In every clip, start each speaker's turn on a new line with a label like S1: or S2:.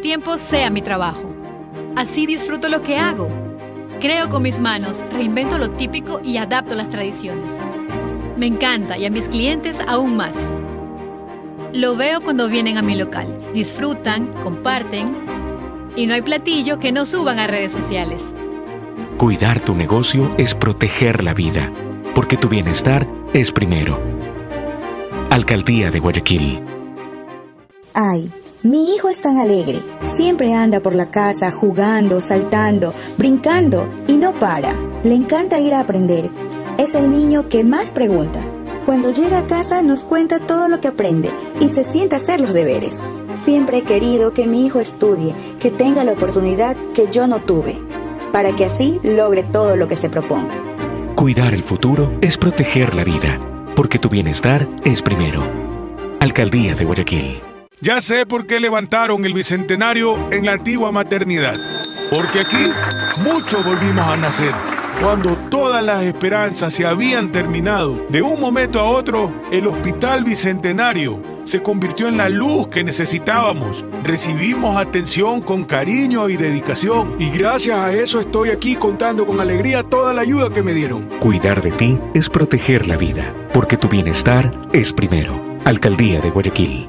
S1: tiempo sea mi trabajo. Así disfruto lo que hago. Creo con mis manos, reinvento lo típico y adapto las tradiciones. Me encanta y a mis clientes aún más. Lo veo cuando vienen a mi local. Disfrutan, comparten y no hay platillo que no suban a redes sociales.
S2: Cuidar tu negocio es proteger la vida, porque tu bienestar es primero. Alcaldía de Guayaquil.
S3: Ay, mi hijo es tan alegre. Siempre anda por la casa jugando, saltando, brincando y no para. Le encanta ir a aprender. Es el niño que más pregunta. Cuando llega a casa nos cuenta todo lo que aprende y se siente a hacer los deberes. Siempre he querido que mi hijo estudie, que tenga la oportunidad que yo no tuve, para que así logre todo lo que se proponga.
S2: Cuidar el futuro es proteger la vida, porque tu bienestar es primero. Alcaldía de Guayaquil.
S4: Ya sé por qué levantaron el bicentenario en la antigua maternidad. Porque aquí muchos volvimos a nacer. Cuando todas las esperanzas se habían terminado, de un momento a otro, el Hospital Bicentenario se convirtió en la luz que necesitábamos. Recibimos atención con cariño y dedicación.
S5: Y gracias a eso estoy aquí contando con alegría toda la ayuda que me dieron.
S2: Cuidar de ti es proteger la vida, porque tu bienestar es primero. Alcaldía de Guayaquil.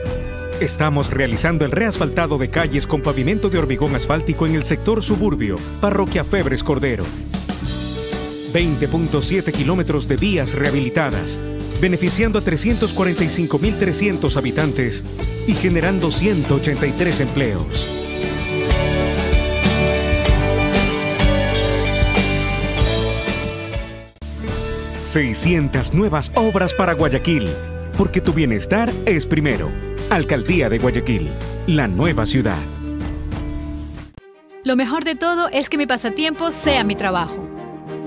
S6: Estamos realizando el reasfaltado de calles con pavimento de hormigón asfáltico en el sector suburbio, Parroquia Febres Cordero. 20.7 kilómetros de vías rehabilitadas, beneficiando a 345.300 habitantes y generando 183 empleos. ...600 nuevas obras para Guayaquil... ...porque tu bienestar es primero... Alcaldía de Guayaquil, la nueva ciudad.
S1: Lo mejor de todo es que mi pasatiempo sea mi trabajo.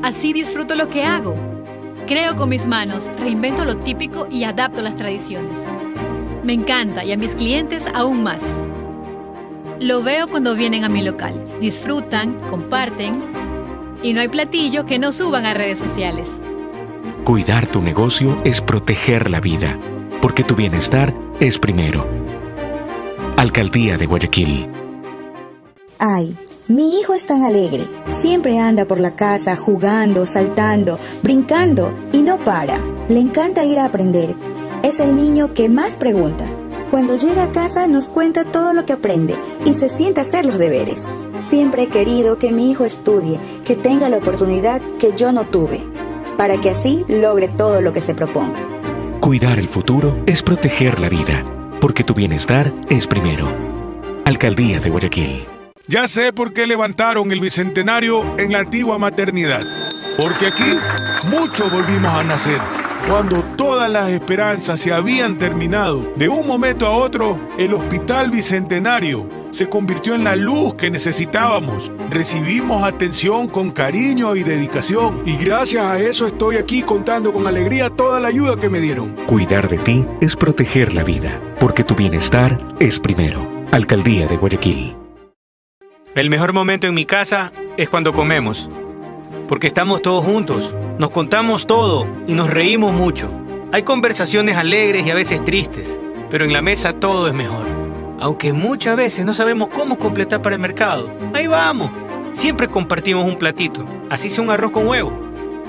S1: Así disfruto lo que hago. Creo con mis manos, reinvento lo típico y adapto las tradiciones. Me encanta y a mis clientes aún más. Lo veo cuando vienen a mi local. Disfrutan, comparten y no hay platillo que no suban a redes sociales.
S2: Cuidar tu negocio es proteger la vida, porque tu bienestar es primero. Alcaldía de Guayaquil.
S3: Ay, mi hijo es tan alegre. Siempre anda por la casa jugando, saltando, brincando y no para. Le encanta ir a aprender. Es el niño que más pregunta. Cuando llega a casa nos cuenta todo lo que aprende y se sienta a hacer los deberes. Siempre he querido que mi hijo estudie, que tenga la oportunidad que yo no tuve, para que así logre todo lo que se proponga.
S2: Cuidar el futuro es proteger la vida, porque tu bienestar es primero. Alcaldía de Guayaquil.
S4: Ya sé por qué levantaron el bicentenario en la antigua maternidad. Porque aquí muchos volvimos a nacer. Cuando todas las esperanzas se habían terminado, de un momento a otro, el Hospital Bicentenario se convirtió en la luz que necesitábamos. Recibimos atención con cariño y dedicación.
S5: Y gracias a eso estoy aquí contando con alegría toda la ayuda que me dieron.
S2: Cuidar de ti es proteger la vida, porque tu bienestar es primero. Alcaldía de Guayaquil.
S7: El mejor momento en mi casa es cuando comemos, porque estamos todos juntos, nos contamos todo y nos reímos mucho. Hay conversaciones alegres y a veces tristes, pero en la mesa todo es mejor aunque muchas veces no sabemos cómo completar para el mercado. Ahí vamos. Siempre compartimos un platito, así sea un arroz con huevo.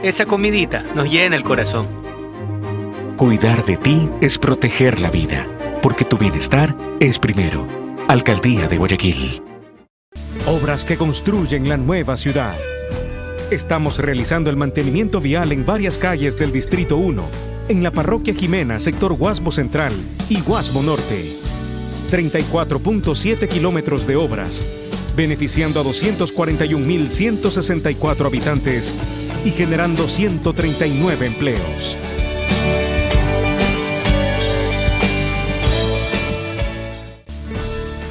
S7: Esa comidita nos llena el corazón.
S2: Cuidar de ti es proteger la vida, porque tu bienestar es primero.
S8: Alcaldía de Guayaquil.
S6: Obras que construyen la nueva ciudad. Estamos realizando el mantenimiento vial en varias calles del Distrito 1, en la Parroquia Jimena, sector Guasbo Central y Guasbo Norte. 34.7 kilómetros de obras, beneficiando a 241.164 habitantes y generando 139 empleos.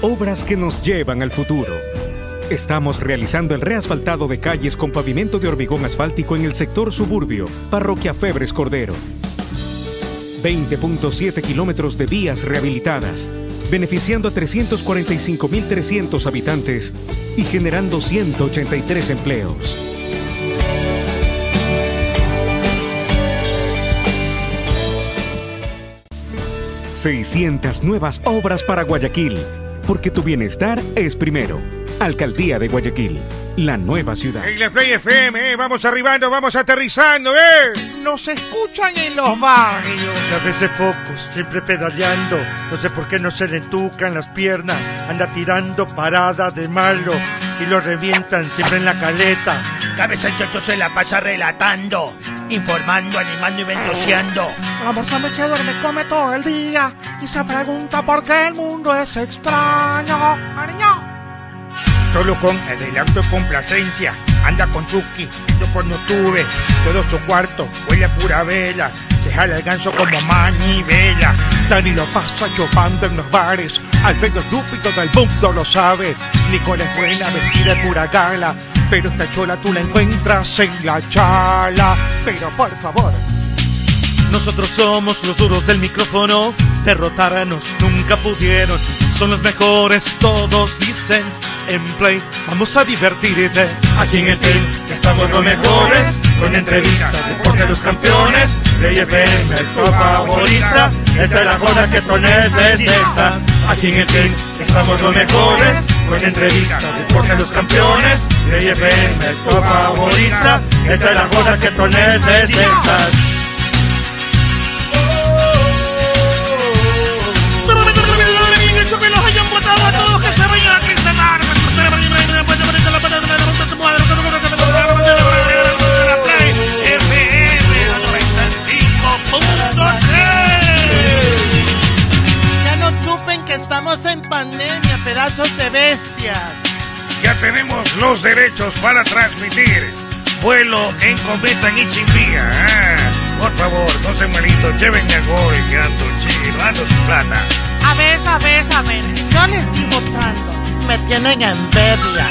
S6: Obras que nos llevan al futuro. Estamos realizando el reasfaltado de calles con pavimento de hormigón asfáltico en el sector suburbio, Parroquia Febres Cordero. 20.7 kilómetros de vías rehabilitadas, beneficiando a 345.300 habitantes y generando 183 empleos. ...600 nuevas obras para Guayaquil... ...porque tu bienestar es primero... ...Alcaldía de Guayaquil... ...la nueva ciudad...
S9: En la Play FM, eh, vamos arribando, vamos aterrizando, ¿eh?
S10: Nos escuchan en los barrios.
S11: A veces focus, siempre pedaleando. No sé por qué no se le entucan las piernas. Anda tirando parada de malo y lo revientan siempre en la caleta.
S12: Cabeza el chocho se la pasa relatando, informando, animando y ventoseando.
S10: Almorzando se duerme, come todo el día y se pregunta por qué el mundo es extraño. ¡Ariño!
S9: Solo con adelanto y complacencia, anda con Chucky, yo por no tuve, todo su cuarto huele a pura vela, se jala el ganso como manivela.
S11: Dani lo pasa chupando en los bares, Alfredo estúpido del mundo lo sabe, Nicole es buena, vestida de pura gala, pero esta chola tú la encuentras en la chala, pero por favor.
S4: Nosotros somos los duros del micrófono, derrotarnos nunca pudieron, son los mejores todos dicen, en Play vamos a divertirte.
S13: Aquí en el team estamos los mejores, con entrevistas, deporte de los campeones. Play FM, tu favorita, esta es la joda que tú necesitas. Aquí en el team estamos los mejores, con entrevistas, deporte de los campeones. Play FM, tu favorita, esta es la joda que tú necesitas.
S10: Que los hayan votado a todos que se vayan a cristalar. Ya no chupen que estamos en pandemia, pedazos de bestias.
S9: Ya tenemos los derechos para transmitir vuelo en cometa en Ichimbía. Ah, por favor, no se malito, llévenme a gol, que ando chido, ando sin plata.
S10: A ver, a ver, a ver, yo les estoy votando, me tienen envidia.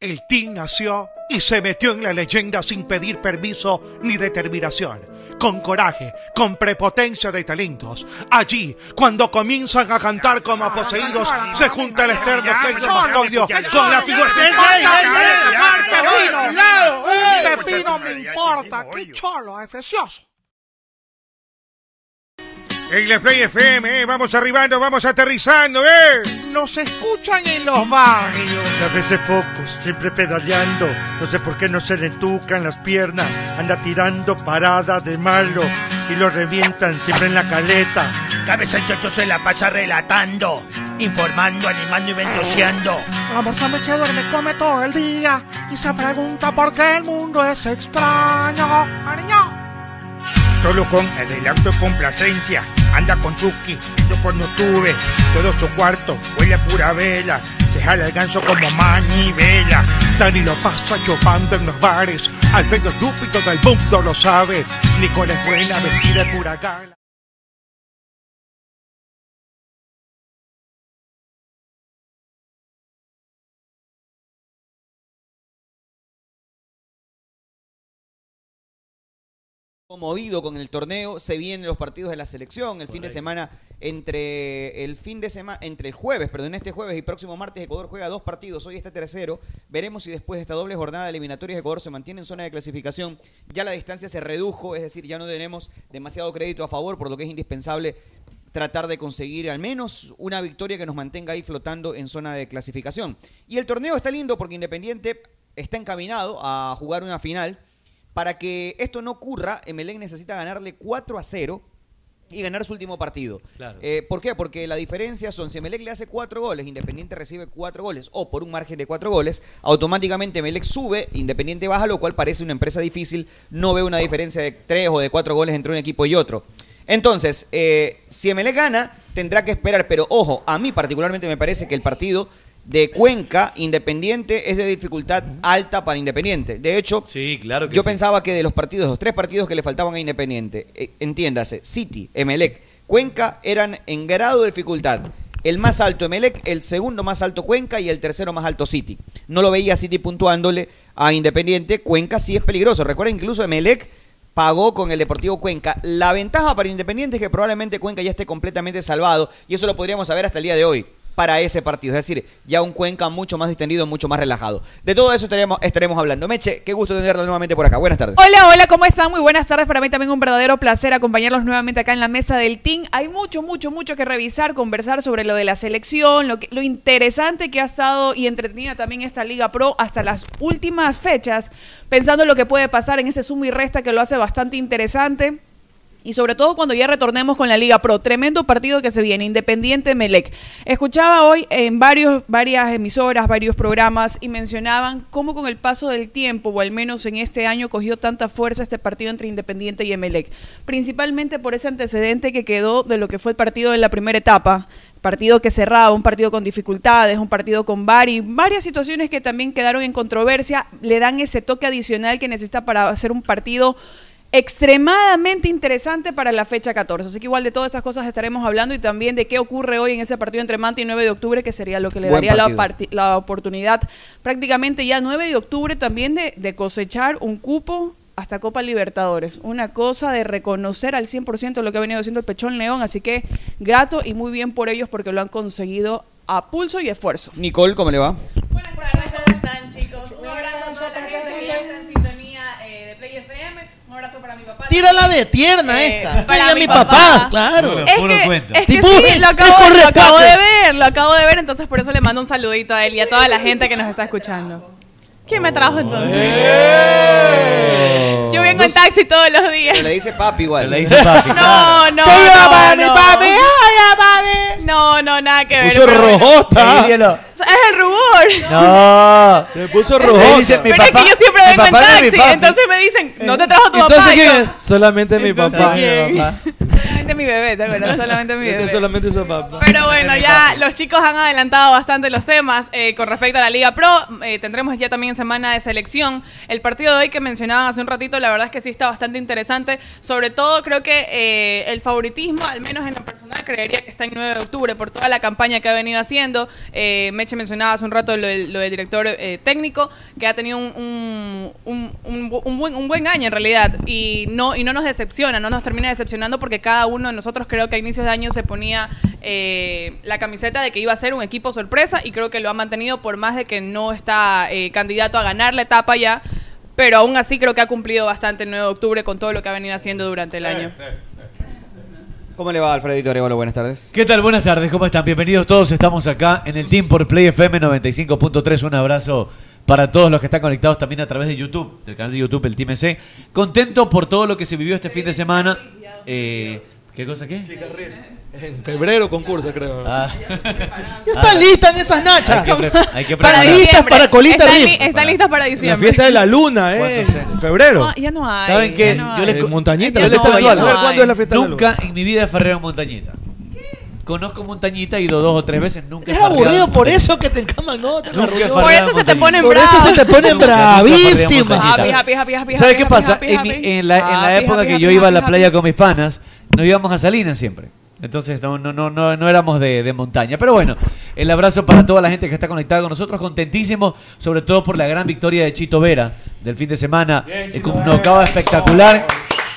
S11: El team nació y se metió en la leyenda sin pedir permiso ni determinación. Con coraje, con prepotencia de talentos. Allí, cuando comienzan a cantar como poseídos, se junta el externo Kenzo Macoglio con la figura de
S10: ¡Pepino! ¡Pepino me importa! ¡Qué cholo, efecioso!
S9: En la Play FM, eh, vamos arribando, vamos aterrizando, ¿eh?
S10: Nos escuchan en los barrios.
S11: A veces focus, siempre pedaleando. No sé por qué no se le entucan las piernas. Anda tirando parada de malo y lo revientan siempre en la caleta.
S12: Cabeza el chocho se la pasa relatando, informando, animando y ventoseando.
S10: Almorzando se duerme, come todo el día y se pregunta por qué el mundo es extraño. ¡Ariño!
S9: Solo con adelanto y complacencia, anda con Chucky, yo por no tuve, todo su cuarto huele a pura vela, se jala el ganso como manivela.
S11: Dani lo pasa chupando en los bares, Alfredo estúpido del mundo lo sabe, Nicole es buena, vestida de pura gala.
S14: conmovido con el torneo, se vienen los partidos de la selección, el fin de semana entre el fin de semana entre el jueves, perdón, este jueves y próximo martes Ecuador juega dos partidos, hoy está tercero. Veremos si después de esta doble jornada de eliminatorias Ecuador se mantiene en zona de clasificación. Ya la distancia se redujo, es decir, ya no tenemos demasiado crédito a favor, por lo que es indispensable tratar de conseguir al menos una victoria que nos mantenga ahí flotando en zona de clasificación. Y el torneo está lindo porque Independiente está encaminado a jugar una final. Para que esto no ocurra, Emelec necesita ganarle 4 a 0 y ganar su último partido.
S15: Claro.
S14: Eh, ¿Por qué? Porque la diferencia son, si Emelec le hace cuatro goles, Independiente recibe cuatro goles, o por un margen de cuatro goles, automáticamente Emelec sube, Independiente baja, lo cual parece una empresa difícil, no veo una diferencia de tres o de cuatro goles entre un equipo y otro. Entonces, eh, si Emelec gana, tendrá que esperar, pero ojo, a mí particularmente me parece que el partido de Cuenca, Independiente, es de dificultad alta para Independiente. De hecho,
S15: Sí, claro que
S14: yo
S15: sí.
S14: pensaba que de los partidos, los tres partidos que le faltaban a Independiente, eh, entiéndase, City, Emelec, Cuenca eran en grado de dificultad. El más alto Emelec, el segundo más alto Cuenca y el tercero más alto City. No lo veía City puntuándole a Independiente. Cuenca sí es peligroso. Recuerda incluso Emelec pagó con el Deportivo Cuenca. La ventaja para Independiente es que probablemente Cuenca ya esté completamente salvado y eso lo podríamos saber hasta el día de hoy para ese partido. Es decir, ya un Cuenca mucho más distendido, mucho más relajado. De todo eso estaremos, estaremos hablando. Meche, qué gusto tenerlo nuevamente por acá. Buenas tardes.
S16: Hola, hola, ¿cómo están? Muy buenas tardes. Para mí también un verdadero placer acompañarlos nuevamente acá en la mesa del team. Hay mucho, mucho, mucho que revisar, conversar sobre lo de la selección, lo, que- lo interesante que ha estado y entretenida también esta Liga Pro hasta las últimas fechas, pensando en lo que puede pasar en ese sumo y resta que lo hace bastante interesante. Y sobre todo cuando ya retornemos con la Liga Pro, tremendo partido que se viene, Independiente Melec. Escuchaba hoy en varios, varias emisoras, varios programas y mencionaban cómo con el paso del tiempo, o al menos en este año, cogió tanta fuerza este partido entre Independiente y Emelec. Principalmente por ese antecedente que quedó de lo que fue el partido de la primera etapa, partido que cerraba, un partido con dificultades, un partido con VAR y varias situaciones que también quedaron en controversia, le dan ese toque adicional que necesita para hacer un partido extremadamente interesante para la fecha 14. Así que igual de todas esas cosas estaremos hablando y también de qué ocurre hoy en ese partido entre Manta y 9 de octubre, que sería lo que le
S17: Buen
S16: daría la,
S17: partido.
S16: parti- la oportunidad prácticamente ya 9 de octubre también de, de cosechar un cupo hasta Copa Libertadores. Una cosa de reconocer al 100% lo que ha venido haciendo el Pechón León, así que grato y muy bien por ellos porque lo han conseguido a pulso y esfuerzo.
S14: Nicole, ¿cómo le va?
S18: están, chicos? Un abrazo a toda la gente que ya está en sintonía eh, de Play FM. Un abrazo para mi papá.
S19: Tírala de tierna
S18: Eh,
S19: esta.
S18: para
S19: Tírala de
S18: mi
S19: mi papá,
S18: papá.
S19: claro.
S18: Es que- Es que
S19: Tipo,
S18: sí, lo acabo,
S19: es con
S18: lo
S19: respeto.
S18: acabo de ver, lo acabo de ver, entonces por eso le mando un saludito a él y a toda la gente que nos está escuchando. ¿Quién me trajo entonces? Yo vengo en taxi todos los días.
S14: le dice papi igual.
S15: Oh. Le dice papi.
S18: No, no,
S19: ¡Que viva
S18: no,
S19: papi,
S18: no.
S19: papi! ¡Hola,
S18: papi! No, no, nada que ver.
S19: Puso
S18: pero bueno.
S19: rojota.
S18: Es el rubor.
S19: No. Se puso rojo.
S18: Pero es que yo siempre vengo en taxi, entonces me dicen, no te trajo tu
S19: Eh, Entonces,
S18: papá. y
S19: ¿quién
S18: yo,
S19: es? Solamente mi papá.
S18: ¿quién?
S19: Mi papá.
S18: solamente mi bebé, ¿te acuerdas? Solamente mi
S19: Este
S18: bebé.
S19: es solamente su papá.
S18: Pero bueno, ya los chicos han adelantado bastante los temas eh, con respecto a la Liga Pro. Eh, tendremos ya también semana de selección. El partido de hoy que mencionaban hace un ratito, la verdad es que sí está bastante interesante. Sobre todo creo que eh, el favoritismo, al menos en lo personal, creería que está en 9 de octubre por toda la campaña que ha venido haciendo. Eh, Meche mencionaba hace un rato lo, del- lo del director eh, técnico, que ha tenido un, un- un- un bu- un buen, un buen año en realidad y no, y no nos decepciona, no nos termina decepcionando porque cada uno de nosotros creo que a inicios de año se ponía eh, la camiseta de que iba a ser un equipo sorpresa y creo que lo ha mantenido por más de que no está eh, candidato a ganar la etapa ya, pero aún así creo que ha cumplido bastante el 9 de octubre con todo lo que ha venido haciendo durante el año.
S14: ¿Cómo le va Alfredito Arevalo? Buenas tardes.
S15: ¿Qué tal? Buenas tardes, ¿cómo están? Bienvenidos todos, estamos acá en el Team por Play FM 95.3. Un abrazo para todos los que están conectados también a través de YouTube, del canal de YouTube, el Team EC. Contento por todo lo que se vivió este fin de semana. Eh, ¿Qué cosa qué?
S19: En febrero concurso, creo.
S15: Ah.
S19: Ya están listas en esas nachas.
S15: Hay que pre- hay que
S19: para
S15: preparar.
S19: listas, para colita
S18: Están,
S19: riff.
S18: li- están listas para
S19: La
S18: diciembre.
S19: fiesta de la luna, ¿eh? En febrero.
S18: No, ya no hay.
S15: ¿Saben qué?
S18: ya no
S15: Yo
S18: hay.
S15: les co-
S19: Eh, Montañita,
S15: yo
S19: la
S15: les
S19: fiesta
S15: cuento
S19: virtual.
S15: algo.
S19: A ver, ¿cuándo es la fiesta de la
S15: Nunca en mi vida he farreado en Montañita. Conozco Montañita y he ido dos o tres veces, nunca he
S19: Es
S15: farreado
S19: aburrido,
S15: en
S19: por eso que te encaman, ¿no? Te
S15: Nunca
S19: arruinó.
S15: farreaban Por eso se te montañita. ponen
S19: Por eso
S15: bravos.
S19: se te ponen
S15: Nunca, nunca
S19: bravísimas.
S15: farreaban montañita.
S18: Happy, happy, happy,
S15: ¿Sabes
S18: happy,
S15: qué
S18: happy,
S15: pasa?
S18: happy,
S15: En, mi-
S18: happy.
S15: en la, en la
S18: Happy,
S15: época
S18: happy,
S15: que yo
S18: happy,
S15: iba a la
S18: happy,
S15: playa con mis panas, no íbamos a Salinas siempre. Entonces no, no, no, no, no éramos de, de montaña. Pero bueno, el abrazo para toda la gente que está conectada con nosotros, contentísimo, sobre todo por la gran victoria de Chito Vera del fin de semana, eh, con un knockout espectacular,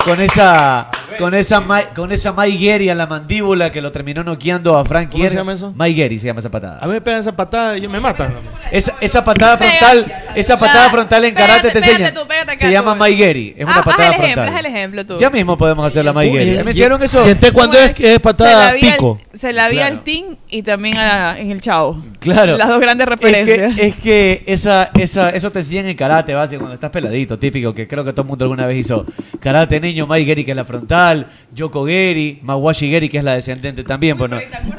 S15: con esa con esa ma- con esa Maigueri a la mandíbula que lo terminó noqueando a Frank
S19: ¿Cómo se llama eso?
S15: Maigueri se llama esa patada.
S19: A mí me pegan esa patada y me matan.
S15: Esa, esa patada frontal, esa patada frontal en karate te enseñan. Se llama Maigeri, es una
S18: Ah,
S15: patada
S18: haz el ejemplo,
S15: frontal.
S18: haz el ejemplo tú.
S15: Ya mismo podemos hacer la Maigeri.
S19: y-
S15: ¿Me hicieron eso?
S19: ¿Y este cuándo es, es
S18: Se la
S19: patada
S18: vi el-
S19: pico?
S18: se la vi
S15: Claro.
S18: al Team y también a la- en el Chavo.
S15: Claro.
S18: Las dos grandes
S17: Eh,
S18: referencias.
S15: Es que, es que esa, esa, eso te enseñan en karate, base cuando estás peladito, típico, que creo que todo el mundo alguna vez hizo. Karate niño, Mai Geri, que es la frontal, Yoko Geri, Mawashi Geri, que es la descendente también. Bueno,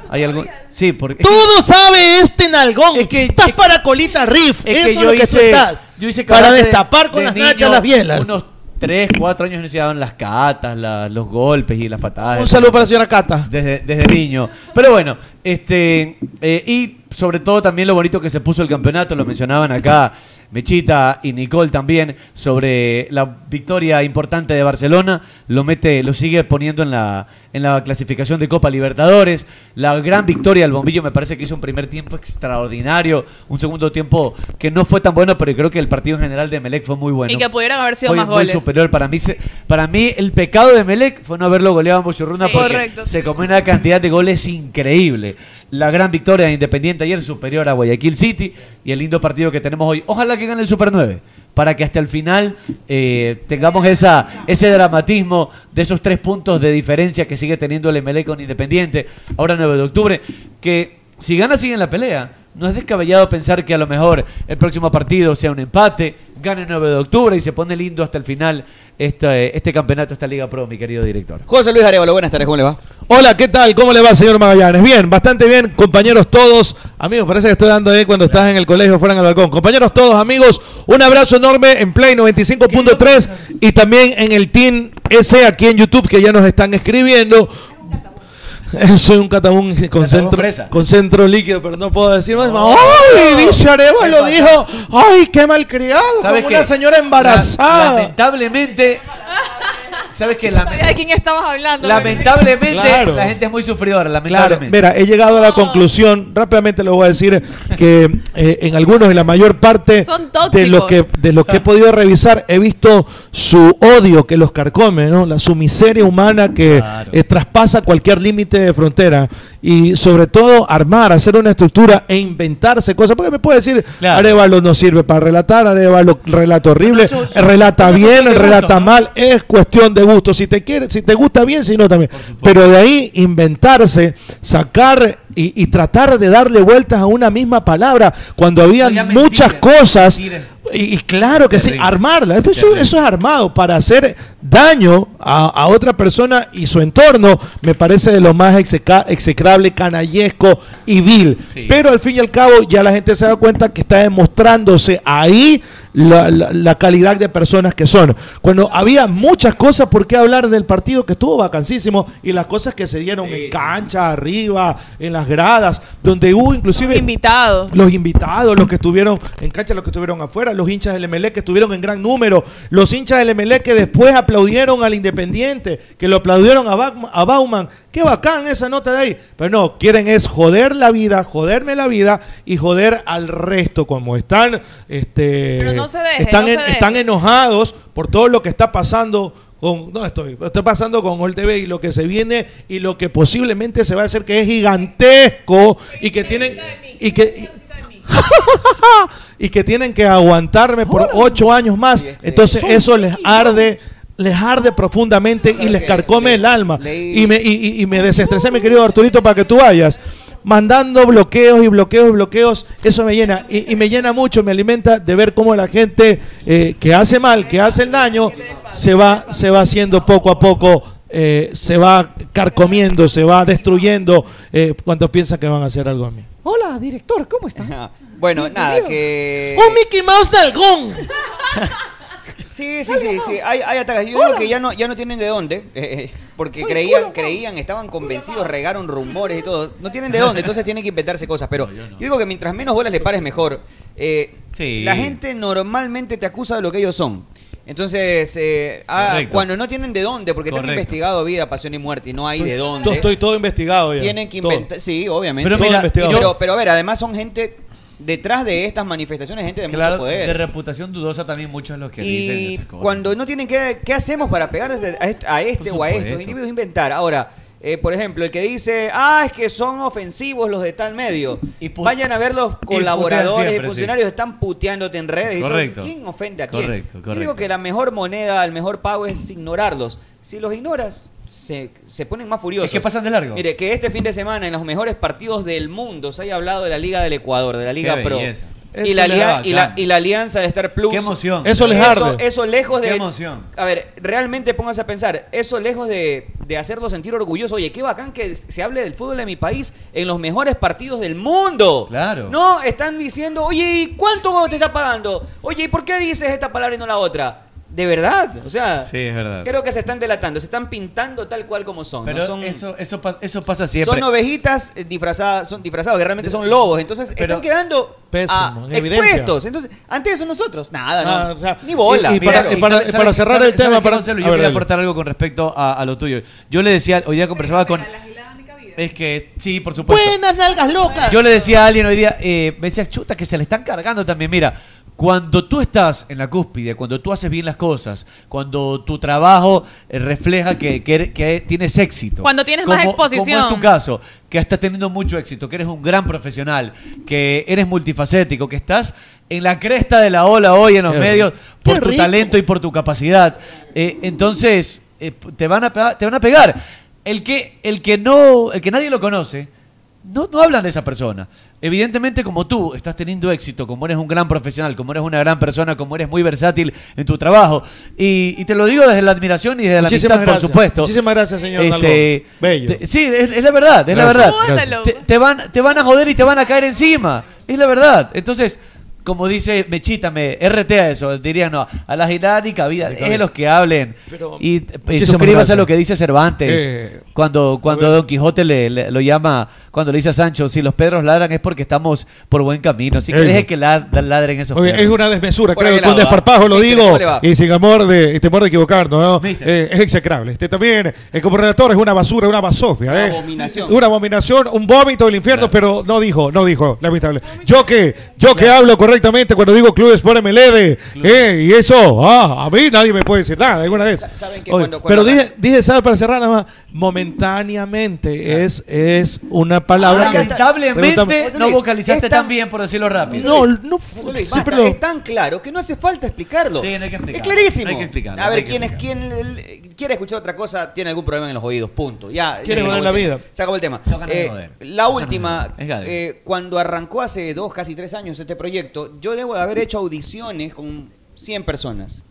S15: hay algún. Sí, porque.
S20: Todo sabe este nalgón. estás para colita riff.
S15: Es
S20: Eso
S15: que
S20: es
S15: yo
S20: lo que tú
S15: hice-
S20: estás.
S15: yo hice
S20: para
S15: karate
S20: destapar con
S15: de
S20: las
S15: niño,
S20: nachas las bielas.
S15: Unos 3, 4 años iniciaban las catas, la- los golpes y las patadas.
S20: Un saludo para la señora Cata.
S15: Desde, desde niño. Pero bueno, este eh, y sobre todo también lo bonito que se puso el campeonato, lo mencionaban acá Mechita y Nicole también, sobre la victoria importante de Barcelona, lo mete, lo sigue poniendo en la, en la clasificación de Copa Libertadores, la gran victoria del Bombillo me parece que hizo un primer tiempo extraordinario, un segundo tiempo que no fue tan bueno, pero creo que el partido en general de Melec fue muy bueno.
S21: Y que pudieran haber sido
S15: Fue
S21: más
S15: un gol
S21: goles.
S15: superior. Para mí, se- para mí, el pecado de Melec fue no haberlo goleado a Mochurruna
S21: Sí.
S15: porque
S21: Correcto.
S15: se comió una cantidad de goles increíble. La gran victoria de Independiente ayer, superior a Guayaquil City y el lindo partido que tenemos hoy. Ojalá que gane el Super 9 para que hasta el final eh, tengamos esa, ese dramatismo de esos tres puntos de diferencia que sigue teniendo el Melec con Independiente. Ahora 9 de octubre, que si gana sigue en la pelea. No es descabellado pensar que a lo mejor el próximo partido sea un empate, gane el 9 de octubre y se pone lindo hasta el final este, este campeonato, esta Liga Pro, mi querido director.
S14: José Luis Arevalo, buenas tardes, ¿cómo le va?
S20: Hola, ¿qué tal? ¿Cómo le va, señor Magallanes? Bien, bastante bien, compañeros todos. Amigos, parece que estoy dando ahí cuando estás en el colegio fuera en el balcón. Compañeros todos, amigos, un abrazo enorme en Play 95.3 y también en el Team S aquí en YouTube que ya nos están escribiendo. Soy un catabún con centro, con centro líquido, pero no puedo decir más. ¡Ay! Dice Arevalo, dijo. ¡Ay, qué malcriado!
S15: ¿Sabes
S20: Como
S15: qué?
S20: una señora
S15: La-
S20: embarazada.
S15: lamentablemente, ¿sabes qué? Lame-
S18: ¿De quién estabas hablando?
S15: lamentablemente,
S20: Claro.
S15: la gente es muy sufridora,
S20: Claro,
S15: lamentablemente.
S20: mira, he llegado a la conclusión, rápidamente les voy a decir que eh, en algunos, en la mayor parte
S18: Son tóxicos.
S20: de lo que de lo que he podido revisar, he visto su odio que los carcome, ¿no? La, su miseria humana que eh, traspasa cualquier límite de frontera. Y sobre todo armar, hacer una estructura e inventarse cosas. Porque me puede decir, Arevalo no sirve para relatar, Arevalo relata horrible, relata bien, relata mal, es cuestión de gusto. Si te quiere, si te gusta bien, si no también. Pero de ahí inventarse, sacar y, y tratar de darle vueltas a una misma palabra cuando había muchas cosas. Y, y claro que sí, armarla. Eso- Eso, eso es armado para hacer daño a, a otra persona y su entorno. Me parece de lo más execa- execrable, canallesco y vil. Pero al fin y al cabo, ya la gente se da cuenta que está demostrándose ahí la, la- la calidad de personas que son. Cuando había muchas cosas por qué hablar del partido que estuvo vacancísimo y las cosas que se dieron en cancha, arriba, en las gradas, donde hubo inclusive
S18: invitados.
S20: los invitados, los que estuvieron en cancha, los que estuvieron afuera, los hinchas del MLE que estuvieron en gran número, los hinchas del MLE que después aplaudieron al Independiente, que lo aplaudieron a, Bachma- a Bauman. Qué bacán esa nota de ahí. Pero no, quieren es joder la vida, joderme la vida y joder al resto, como están, este,
S18: Pero no se deje,
S20: están,
S18: no
S20: en-
S18: se deje.
S20: están enojados por todo lo que está pasando. Con, no estoy, está pasando con Gol TV y lo que se viene y lo que posiblemente se va a hacer que es gigantesco y que tienen y que y que tienen que aguantarme por ocho años más. Entonces eso les arde, les arde profundamente y les carcome el alma. Y me, y, y- y me desestresé, mi querido Arturito, para que tú vayas. Mandando bloqueos y bloqueos y bloqueos, eso me llena. Y, y me llena mucho, me alimenta de ver cómo la gente eh, que hace mal, que hace el daño, se va, se va haciendo poco a poco, eh, se va carcomiendo, se va destruyendo eh, cuando piensa que van a hacer algo a mí.
S14: Hola, director, ¿cómo está? ¡Oh, bueno, nada, que...
S20: ¡Un Mickey Mouse Dalgón!
S14: Sí, sí, sí, sí. Hay, hay ataques. Yo digo que ya no, ya no tienen de dónde, eh, eh, porque creían, creían, estaban convencidos, regaron rumores y todo. No tienen de dónde, entonces tienen que inventarse cosas. Pero yo digo que mientras menos bolas le pares, mejor. Eh, La gente normalmente te acusa de lo que ellos son. Entonces, eh, ah,
S15: Correcto.
S14: cuando no tienen de dónde, porque te han
S15: Correcto.
S14: investigado vida, pasión y muerte, y no hay de dónde.
S20: Estoy, estoy todo investigado ya.
S14: Tienen que
S20: Todo.
S14: inventar. Sí, obviamente.
S20: Pero Todo mira, investigado. yo-
S14: pero, pero a ver, además son gente. Detrás de estas manifestaciones, gente de
S15: Claro,
S14: mucho poder.
S15: de reputación dudosa también muchos los que
S14: Y
S15: dicen esas cosas.
S14: cuando no tienen que, ¿qué hacemos para pegar desde- a este, a este
S15: Por
S14: o a
S15: supuesto.
S14: estos individuos? Inventar. Ahora, Eh, por ejemplo, el que dice, ah, es que son ofensivos los de tal medio. Vayan a ver los colaboradores y,
S15: siempre,
S14: funcionarios
S15: sí.
S14: están puteándote en redes. y todo.
S15: Correcto.
S14: ¿Quién ofende a quién?
S15: Correcto,
S14: Yo
S15: correcto.
S14: digo que la mejor moneda, el mejor pago es ignorarlos. Si los ignoras, se, se ponen más furiosos.
S15: Es que pasan de largo.
S14: Mire, que este fin de semana en los mejores partidos del mundo se haya hablado de la Liga del Ecuador, de la Liga Pro.
S15: belleza.
S14: Y
S15: Eso
S14: la,
S15: le
S14: lia-
S15: da
S14: y, la,
S15: bacán.
S14: y la alianza de Star Plus.
S15: Qué emoción.
S20: Eso les
S14: eso,
S20: arde.
S14: eso lejos de.
S15: Qué emoción.
S14: A ver, realmente pónganse a pensar. Eso lejos de, de hacerlo sentir orgulloso. Oye, qué bacán que se hable del fútbol de mi país en los mejores partidos del mundo.
S15: Claro.
S14: No, están diciendo, oye, ¿y cuánto te está pagando? Oye, ¿y por qué dices esta palabra y no la otra? De verdad, o sea,
S15: Sí, es verdad.
S14: creo que se están delatando, se están pintando tal cual como son.
S15: Pero
S14: ¿no? Son-
S15: eso, eso, pas- eso pasa siempre.
S14: son ovejitas eh, disfrazadas, son disfrazados, que realmente son lobos. Entonces
S15: Pero-
S14: están quedando
S15: Pésimo,
S14: ah,
S15: en evidencia.
S14: expuestos. Entonces, antes de eso nosotros, nada,
S15: Ah,
S14: no.
S15: o sea,
S14: Ni bola.
S15: y- y para-
S14: cero.
S15: y para-
S14: ¿Sabe-
S15: y
S14: sabe-
S15: para cerrar
S14: sabe-
S15: el tema,
S14: sabe que
S15: para-
S14: Gonzalo, yo
S15: yo quería
S14: creo-
S15: aportar algo con respecto a, a lo tuyo. Yo le decía, hoy día conversaba con... Es que, sí, por
S14: Pues,
S15: supuesto.
S14: Buenas nalgas locas.
S15: Yo le decía a alguien hoy día, eh, me decía, chuta, que se le están cargando también. Mira, cuando tú estás en la cúspide, cuando tú haces bien las cosas, cuando tu trabajo eh, refleja que, que eres- que tienes éxito.
S18: Cuando tienes más
S15: como-
S18: exposición.
S15: Como es tu caso, que estás teniendo mucho éxito, que eres un gran profesional, que eres multifacético, que estás en la cresta de la ola hoy en los
S7: Qué
S15: medios por tu
S7: rico.
S15: talento y por tu capacidad. Eh, entonces, eh, p- te, van a pe- te van a pegar. El que, el que no, el que nadie lo conoce, no, no hablan de esa persona. Evidentemente, como tú estás teniendo éxito, como eres un gran profesional, como eres una gran persona, como eres muy versátil en tu trabajo. Y, y te lo digo desde la admiración y desde la
S20: Muchísimas
S15: amistad,
S20: gracias.
S15: por supuesto.
S20: Muchísimas gracias, señor
S15: Este,
S20: Dalgón. Bello.
S15: te- sí, es, es la verdad, es la
S20: Gracias,
S15: verdad.
S20: gracias.
S15: Te, te van, te van a joder y te van a caer encima. Es la verdad. Entonces, como dice Mechita, me RTA eso, diría no, a la gilada y cabida, es de los que hablen. y eh,
S7: Muchísimas
S15: suscríbase a
S7: gracias.
S15: lo que dice Cervantes.
S7: Eh,
S15: cuando cuando Don Quijote le, le- lo llama, cuando le dice a Sancho, si los perros ladran es porque estamos por buen camino. Así que
S20: Eso.
S15: deje que lad- ladren esos
S20: Oye,
S15: perros.
S20: es una desmesura,
S15: Por
S20: creo
S15: ahí
S20: que un
S15: la va.
S20: desparpajo lo
S15: Mister,
S20: digo
S15: ¿cómo le va?
S20: y sin amor de, y temor de equivocarnos, ¿no? Eh, es execrable. Este también, eh, como relator, es una basura, una basofia. ¿eh?
S14: abominación.
S20: Una abominación, un vómito del infierno, pero no dijo, no dijo, lamentable. Yo que, yo que hablo correctamente cuando digo clubes por MLD, eh, y eso, ah, a mí nadie me puede decir nada alguna vez.
S14: ¿Saben
S20: Oye, pero dije, dije, ¿sabes? Para cerrar nada más, momentáneamente es, es una palabra que...
S15: Ah, Lamentablemente no
S14: Luis,
S15: vocalizaste
S14: es tan-
S15: tan bien, por decirlo rápido.
S14: No,
S20: no,
S14: Luis,
S15: sí,
S14: basta,
S15: pero-
S14: es tan claro que no hace falta explicarlo.
S15: Sí, no hay que explicarlo,
S14: es clarísimo.
S15: no hay que explicarlo,
S14: a
S15: no
S14: ver,
S15: hay que
S14: quien, es, quien eh, quiere escuchar otra cosa tiene algún problema en los oídos, punto. Ya, ya se
S15: Quiere joder
S14: acabó
S15: la
S14: el tema.
S15: vida.
S14: Se acabó el tema.
S15: Son ganas de
S14: Eh,
S15: joder.
S14: la última,
S15: Es ganas de
S14: eh, cuando arrancó hace dos, casi tres años este proyecto, yo debo de haber hecho audiciones con 100 personas.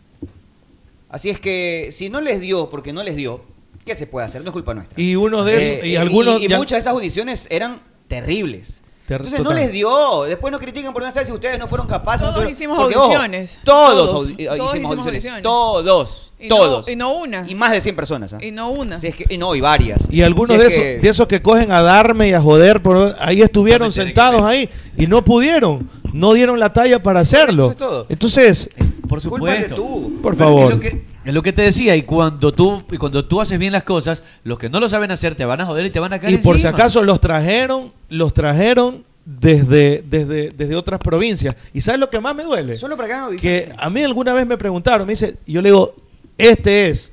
S14: Así es que si no les dio, porque no les dio, ¿qué se puede hacer? No es culpa nuestra.
S20: Y unos de esos,
S14: Eh,
S20: y algunos...
S14: y
S20: ya-
S14: muchas de esas audiciones eran terribles.
S20: Ter-
S14: Entonces
S20: total.
S14: no les dio. Después nos critican por no estar si ustedes no fueron capaces. no
S18: Todos
S14: tuvieron-
S18: hicimos
S14: porque, ojo,
S18: audiciones.
S14: todos
S18: Todos.
S14: audi- eh,
S18: Todos
S14: hicimos,
S18: hicimos
S14: audiciones.
S18: audiciones.
S14: Todos.
S18: Y no-
S14: todos.
S18: y no una.
S14: Y más de 100 personas. ¿ah?
S18: Y no una.
S14: Si es que- y no, y varias.
S20: Y algunos
S14: Si es
S20: de, esos,
S14: que-
S20: de esos que cogen a darme y a joder, por, ahí estuvieron sentados ahí y no pudieron, no dieron la talla para hacerlo.
S15: es todo.
S20: Entonces,
S15: Por supuesto.
S20: Por
S15: Pero
S20: favor.
S15: Es lo, que, es lo que te decía, y cuando tú y cuando tú haces bien las cosas, los que no lo saben hacer te van a joder y te van a caer
S20: y por si
S15: encima.
S20: acaso los trajeron, los trajeron desde, desde, desde otras provincias. ¿Y sabes lo que más me duele?
S14: Solo para que hagan audiciones.
S20: Que a mí alguna vez me preguntaron, me dice, y yo le digo, este es,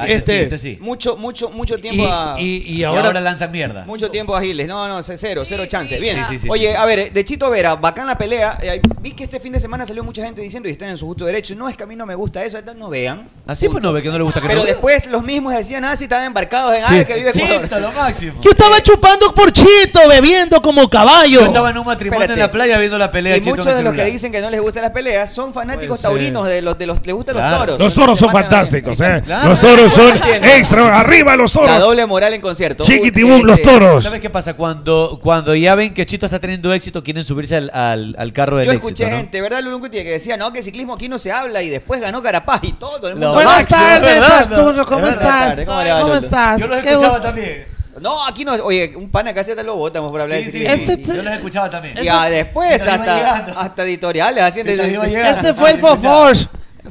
S15: Ah,
S20: este
S15: sí,
S20: es.
S15: este sí.
S14: Mucho, mucho, mucho tiempo
S15: Y-
S14: a.
S15: y- y Y ahora- ahora lanzan mierda.
S14: Mucho tiempo a Giles. No, no, cero, cero chance. Bien.
S15: Sí, sí, sí,
S14: Oye,
S15: sí.
S14: a ver, de Chito Vera, bacán la pelea. Eh, vi que este fin de semana salió mucha gente diciendo y están en su justo derecho. No es que a mí no me gusta eso, entonces no vean.
S15: Así pues no ve que no le gusta que
S14: Pero
S15: no-
S14: después los mismos decían, ah, sí, estaban embarcados en, ah,
S15: Sí.
S14: que vive
S15: Sí,
S14: Ecuador.
S15: está lo máximo.
S20: Yo estaba chupando porchito, bebiendo como caballo.
S15: Yo estaba en un matrimonio
S14: Espérate.
S15: en la playa viendo la pelea
S14: y
S15: Chito,
S14: muchos
S15: en
S14: de
S15: el
S14: los que
S15: celular.
S14: dicen que no les gustan las peleas son fanáticos
S15: Puede ser.
S14: taurinos de los de los les gustan
S15: Claro.
S14: los toros.
S15: Los
S14: toros son
S22: Fantásticos, ¿eh?
S14: Claro.
S22: Los toros son
S14: Entiendo.
S22: extra. ¡Arriba los
S14: La
S22: toros!
S14: doble moral en concierto. este,
S22: Chiquitibum, los toros.
S15: ¿Sabes qué pasa? Cuando, cuando ya ven que Chito está teniendo éxito, quieren subirse al, al, al carro del
S14: Yo
S15: éxito.
S14: escuché
S15: ¿no?
S14: gente, ¿verdad, Lulun Cuti? Que decía, no, que ciclismo aquí no se habla y después ganó Carapaz y todo el
S15: Lo
S14: mundo.
S15: Buenas máximo, tardes, es verdad,
S20: Arturo, ¿no? ¿cómo
S14: Buenas
S20: estás?
S14: tardes, ¿Cómo, le va,
S20: ¿Cómo
S14: Lulu?
S20: estás? Yo los Qué escuchaba gusto.
S15: también.
S14: No, aquí no. Oye, un pana casi hasta lo botamos por hablar
S15: Sí,
S14: de
S15: sí,
S14: ciclismo.
S15: sí. Yo los escuchaba también.
S14: Y ah, después
S15: Mientras iba
S14: hasta,
S15: llegando.
S14: hasta editoriales haciendo.
S15: Mientras iba llegando.
S17: Ese fue el fofor.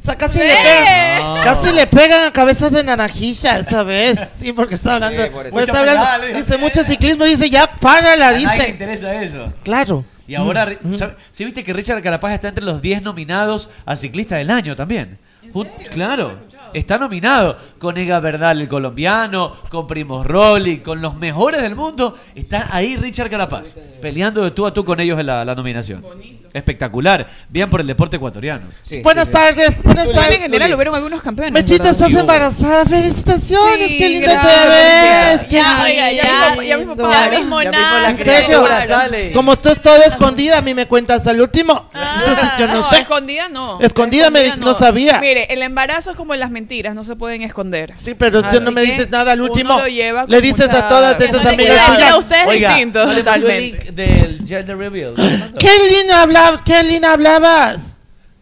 S17: O sea, casi,
S16: "Eh".
S17: le pegan,
S15: No.
S17: casi le pegan a cabezas de naranjilla esa vez. Sí, porque estaba hablando.
S15: Sí, por eso.
S17: porque estaba hablando-
S15: Mucha pelada, le
S17: dice mucho ciclismo. Dice, ya párala,
S15: A nadie le
S17: dice.
S15: interesa eso.
S17: Claro. Mm,
S15: Y ahora, ¿sabes? ¿sí viste que Richard Carapaz está entre los 10 nominados a ciclista del año también? Jun- Claro. Está nominado con Ega Verdal, el colombiano, con Primos Rolli, con los mejores del mundo. Está ahí Richard Carapaz, peleando de tú a tú con ellos en la, la nominación. Espectacular. Bien por el deporte ecuatoriano.
S17: Buenas tardes, buenas
S16: También en
S17: tardes.
S16: general hubieron algunos campeones.
S17: Mechita,
S16: ¿verdad?
S17: estás embarazada. Felicitaciones, qué linda
S16: gracias,
S17: te ves.
S16: Mechita.
S17: Qué
S16: Ya, oiga, ya
S17: lindo.
S16: mismo- ya mismo para- ya mismo Ya mismo nace. la
S17: En serio,
S16: criatura sale.
S17: como tú estás escondida, a mí me cuentas al último. Entonces yo no,
S16: No,
S17: sé.
S16: escondida no.
S17: Escondida me di- no sabía.
S16: Mire, el embarazo es como las mentiras, no se pueden esconder.
S17: Sí, pero tú no me dices nada al último. Le dices a todas esas amigas tuyas.
S16: A ustedes
S17: Oiga,
S16: distinto,
S17: no le mandó el
S16: totalmente.
S15: Del Gender Reveal.
S17: Qué lindo hablabas, qué lindo hablabas.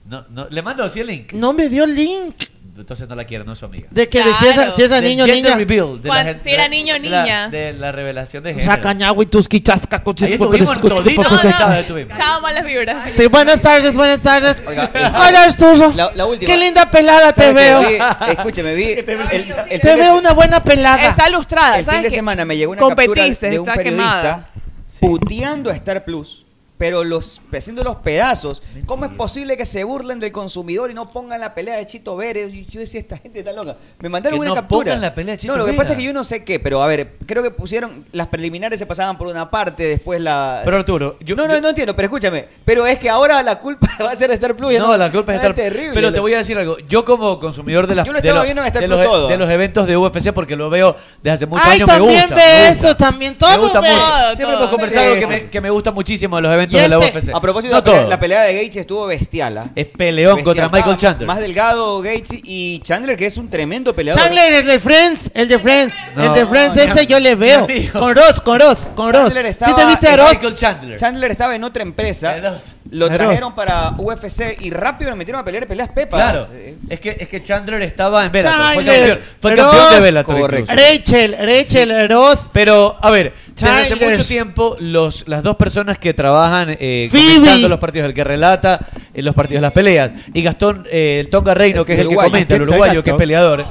S15: No, no, le mando así el link.
S17: No me dio link.
S15: Entonces no la quiero, no es su amiga.
S17: De que de si era- si era
S15: Del
S17: niño,
S15: gender
S17: niña.
S15: reveal, de la
S17: Cuan-
S15: gen-
S17: si era
S15: de-
S17: niño,
S15: de la-
S17: niña.
S15: De la revelación de género.
S17: Racañagua y tus quichasca, coches,
S15: Ahí
S17: porque
S15: estuvimos
S17: escucho-
S15: toditos.
S17: porque
S15: No,
S17: escucho-
S15: no, estuvimos.
S16: Chao, malas vibras.
S17: Sí, buenas tardes, buenas tardes.
S14: eh,
S17: Hola, Arturo.
S14: la- la última.
S17: Qué linda pelada te
S14: ¿Sabe qué?
S17: veo.
S14: Vi- escúcheme, vi.
S15: este
S14: el- el fin
S17: Te
S14: de
S17: veo una buena pelada.
S16: Está lustrada.
S14: El fin de semana me llegó una captura de un periodista puteando a Star Plus, pero los haciendo los pedazos. ¿Cómo es posible que se burlen del consumidor y no pongan la pelea de Chito Vélez? Yo, yo decía, esta gente está loca. Me mandaron
S15: Que
S14: una
S15: no
S14: captura.
S15: pongan la pelea de Chito
S14: No, lo que
S15: Vera.
S14: pasa es que yo no sé qué, pero a ver, creo que pusieron las preliminares se pasaban por una parte, después la
S15: Pero Arturo, yo,
S14: No, no, no entiendo, pero escúchame, pero es que ahora la culpa va a ser de Star Plus. ya
S15: No, la culpa es
S14: Ah,
S15: estar.
S14: terrible.
S15: Pero te voy a decir algo. Yo, como consumidor de, las,
S14: Yo lo
S15: de,
S14: estaba
S15: los,
S14: viendo en Star
S15: de,
S14: Plus
S15: los, e-
S14: todo.
S15: de los eventos de UFC, porque lo veo desde hace muchos
S17: Ay,
S15: años, me
S17: también
S15: gusta.
S17: ve
S15: me
S17: eso,
S15: gusta.
S17: también
S15: Me
S17: todo.
S15: gusta
S17: ve.
S15: mucho. Siempre hemos conversado que, me, que me gusta muchísimo de los eventos
S14: Y
S15: de la
S14: este-
S15: UFC.
S14: A propósito,
S15: No
S14: la, pelea,
S15: todo.
S14: la pelea de Gaethje estuvo bestial. ¿ah?
S15: Es peleón contra
S14: Bestial.
S15: Michael
S14: Estaba
S15: Chandler.
S14: Más delgado Gaethje y Chandler, que es un tremendo peleador.
S17: Chandler, el de Friends, el de Friends,
S14: No,
S17: el de Friends,
S14: no,
S17: ese yo le veo.
S14: mi amigo.
S17: Con Ross, con Ross, con Ross.
S14: Chandler
S17: ¿Sí
S14: estaba
S17: te viste a
S14: en
S17: Ross?
S14: Michael Chandler. Chandler estaba en otra empresa. Lo
S15: Veloz.
S14: trajeron para UFC y rápido le metieron a pelear peleas pepas.
S15: Claro. Es que, es que Chandler estaba en Bellator. Fue
S14: Chandler,
S15: campeón, fue
S14: Ross,
S15: campeón de Bellator.
S14: correcto.
S15: incluso.
S17: Rachel, Rachel, eh, Ross.
S15: Pero, a ver, desde hace
S17: Chandler.
S15: mucho tiempo, los, las dos personas que trabajan eh,
S17: Phoebe.
S15: comentando los partidos, el que relata eh, los partidos, las peleas, y Gastón, eh, el Tonga Reino, que es el que
S17: uruguayo.
S15: comenta, el
S17: Aquí está
S15: uruguayo, que es
S17: Gastón.
S15: peleador,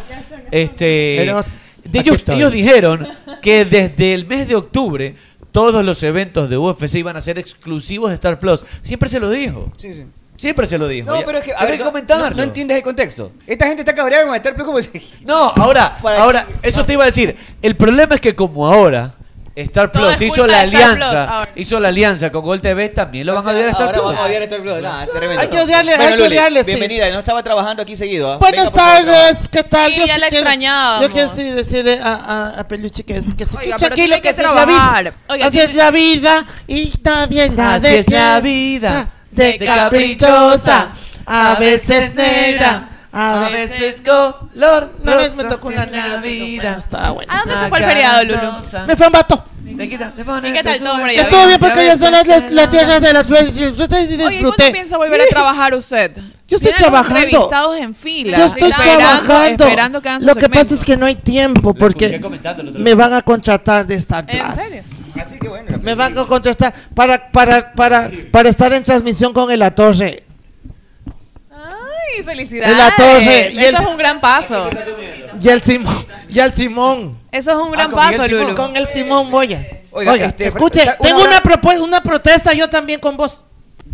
S15: este,
S17: Veloz.
S15: de ellos, ellos dijeron que desde el mes de octubre todos los eventos de UFC iban a ser exclusivos de Star Plus. Siempre se lo dijo.
S14: Sí, sí.
S15: Siempre se lo dijo.
S14: No,
S15: Ya-
S14: pero es que, a
S15: pero
S14: ver,
S15: hay
S14: no-
S15: comentarlo.
S14: no- no entiendes el contexto. Esta gente está cabreada con Star Plus como si...
S15: No, ahora, ahora, eso te iba a decir. El problema es que como ahora Star
S14: Todo es
S15: Plus hizo
S14: culpa
S15: la
S14: de Star Plus
S15: alianza,
S14: ahora.
S15: hizo la alianza con Gol TV, también lo van a odiar a Star
S14: Ahora
S15: Plus.
S14: van a odiar a Star Plus. Nada, es tremendo.
S17: Hay que odiarle, hay que
S14: Luli,
S17: odiarle, sí.
S14: Bienvenida, no estaba trabajando aquí seguido. ¿ah?
S17: Buenas
S14: Venga, por favor,
S17: tardes, ¿qué tal?
S16: Sí, ya la
S17: quiero-
S16: extrañábamos.
S17: Yo quiero sí decirle a, a, a Peluche que, que se
S16: Oiga,
S17: escucha
S16: pero
S17: aquí
S16: tiene
S17: lo que
S16: que
S17: es la
S16: trabajar.
S17: vida.
S16: Oiga,
S17: Así
S16: tiene-
S17: es la vida y nadie la
S15: Así es la
S17: detiene.
S15: vida.
S17: De
S15: De
S17: caprichosa, a veces negra, a
S15: A
S17: veces...
S15: veces color.
S17: Una vez
S15: rosa,
S17: me tocó una negra.
S15: vida.
S17: Estaba bueno.
S16: ¿A dónde se fue el feriado, Lulu?
S17: Me fue un vato.
S15: Te quita, te
S16: ¿Y qué tal todo, María?
S17: Estuvo bien porque ya son las, las, las tierras de las flores y disfruté.
S16: Oye, ¿y ¿cuándo piensa volver a trabajar usted?
S17: Yo estoy
S16: Tienen algunos
S17: trabajando.
S16: revistados en fila.
S17: Yo estoy
S16: esperando-
S17: trabajando.
S16: Esperando que hagan su
S17: Lo que
S16: segmento.
S17: pasa es que no hay tiempo porque me van a contratar de Star Plus.
S14: Así que bueno.
S17: Me van a contratar para, para, para, para estar en transmisión con el Atorre.
S16: Ay, felicidades.
S17: En la torre, y
S16: Eso
S17: el-
S16: es un gran
S14: Ah,
S16: paso.
S17: Y el Simón. Y el Simón.
S16: Eso es un
S14: Ah,
S18: Ah,
S16: gran
S17: con
S16: paso,
S17: el Simón,
S16: Lulu.
S17: Con el Simón Boya.
S14: Oiga,
S17: Oiga,
S14: este,
S17: escuche,
S14: o sea, una
S17: tengo una,
S14: hora-
S17: propu- una protesta yo también con vos.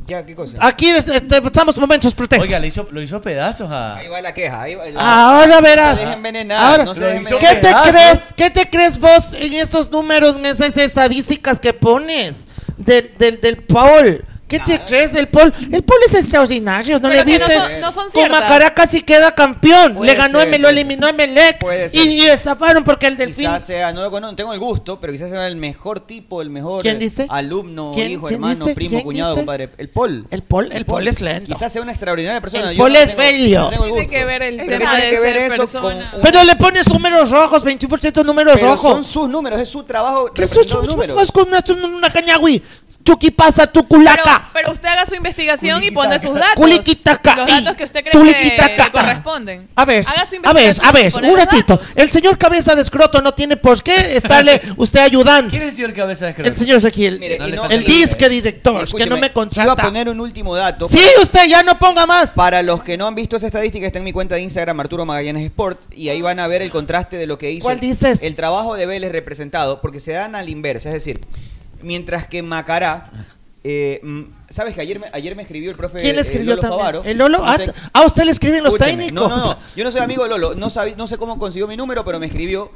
S14: Ya, ¿qué cosa?
S17: Aquí es- este, estamos momentos protestas.
S15: Oiga, le hizo, lo hizo pedazos a.
S14: Ahí va la queja. Ahí va la-
S17: Ahora verás.
S14: No se dejen envenenar.
S17: Ahora,
S14: no se dejen
S17: ¿qué,
S14: envenenar.
S17: te crees, ¿Qué te crees vos en esos números, en esas estadísticas que pones del, del, del Paul? ¿Qué te
S14: Ah.
S17: crees del Paul? El Paul es extraordinario, ¿no
S16: Pero
S17: le
S16: que
S17: viste?
S16: no son- no son
S17: Con
S16: ciertas.
S17: Macará casi queda campeón.
S14: Puede
S17: le ganó,
S14: ser,
S17: a Eme- lo eliminó a Emelec.
S14: Puede
S17: Y,
S14: ser.
S17: y destaparon porque el Delfín.
S14: Quizás sea, no lo conozco, no tengo el gusto, pero quizás sea el mejor tipo, el mejor
S17: ¿Quién dice?
S14: eh, alumno,
S17: ¿Quién-
S14: hijo,
S17: quién
S14: hermano,
S17: dice?
S14: primo,
S17: ¿Quién
S14: cuñado,
S17: dice?
S14: compadre. El Paul.
S17: El Paul, el Paul es lento.
S14: Quizás sea una extraordinaria persona.
S17: El
S14: yo
S17: Paul
S14: no
S17: es
S14: tengo-
S17: bello.
S14: no tengo el
S16: Tiene
S14: gusto.
S16: que ver el
S14: Pero
S16: tema
S14: tiene
S16: de
S14: que ver
S16: ser
S14: eso
S16: persona.
S14: con un-
S17: Pero le pones números rojos, 21% números
S14: Pero
S17: rojos.
S14: son sus números, es su trabajo.
S17: ¿Qué
S14: representar
S17: sos-
S14: los números.
S17: sos con una, una cañagüi? Chucky pasa, tu culaca.
S16: Pero usted haga su investigación y pone sus datos.
S17: Culiquitaca.
S16: Los
S17: Ey,
S16: datos que usted cree que
S17: culiquitaca.
S16: le corresponden.
S17: A ver,
S16: Haga su
S17: a ver,
S16: investigación
S17: a
S16: y
S17: ver,
S16: pone
S17: un
S16: los
S17: ratito. El señor cabeza de escroto no tiene por qué estarle usted ayudando.
S15: ¿Quién es el señor cabeza de
S17: El señor aquí, el,
S14: Mire, y
S17: el,
S14: no- y-
S17: disque director,
S14: Escúcheme,
S17: que no me
S14: Iba a
S17: contrata.
S14: poner un último dato.
S17: Sí, usted ya no ponga más.
S14: Para los que no han visto esa estadística, está en mi cuenta de Instagram, Arturo Magallanes Sport, y ahí van a ver el contraste de lo que hizo.
S17: ¿Cuál
S14: el-
S17: dices?
S14: El trabajo de Vélez representado, porque se dan al inverso, es decir, mientras que Macará Eh, mm, Sabes que ayer me, ayer me escribió el profe.
S17: ¿Quién le
S14: eh,
S17: escribió
S14: Lolo
S17: también?
S14: Favaro.
S17: ¿El Lolo?
S14: No sé-
S17: Ah, ah, usted le escriben los
S14: Escúcheme,
S17: técnicos.
S14: No, no, no. Yo no soy amigo de Lolo. No, sabí- no sé cómo consiguió mi número, pero me escribió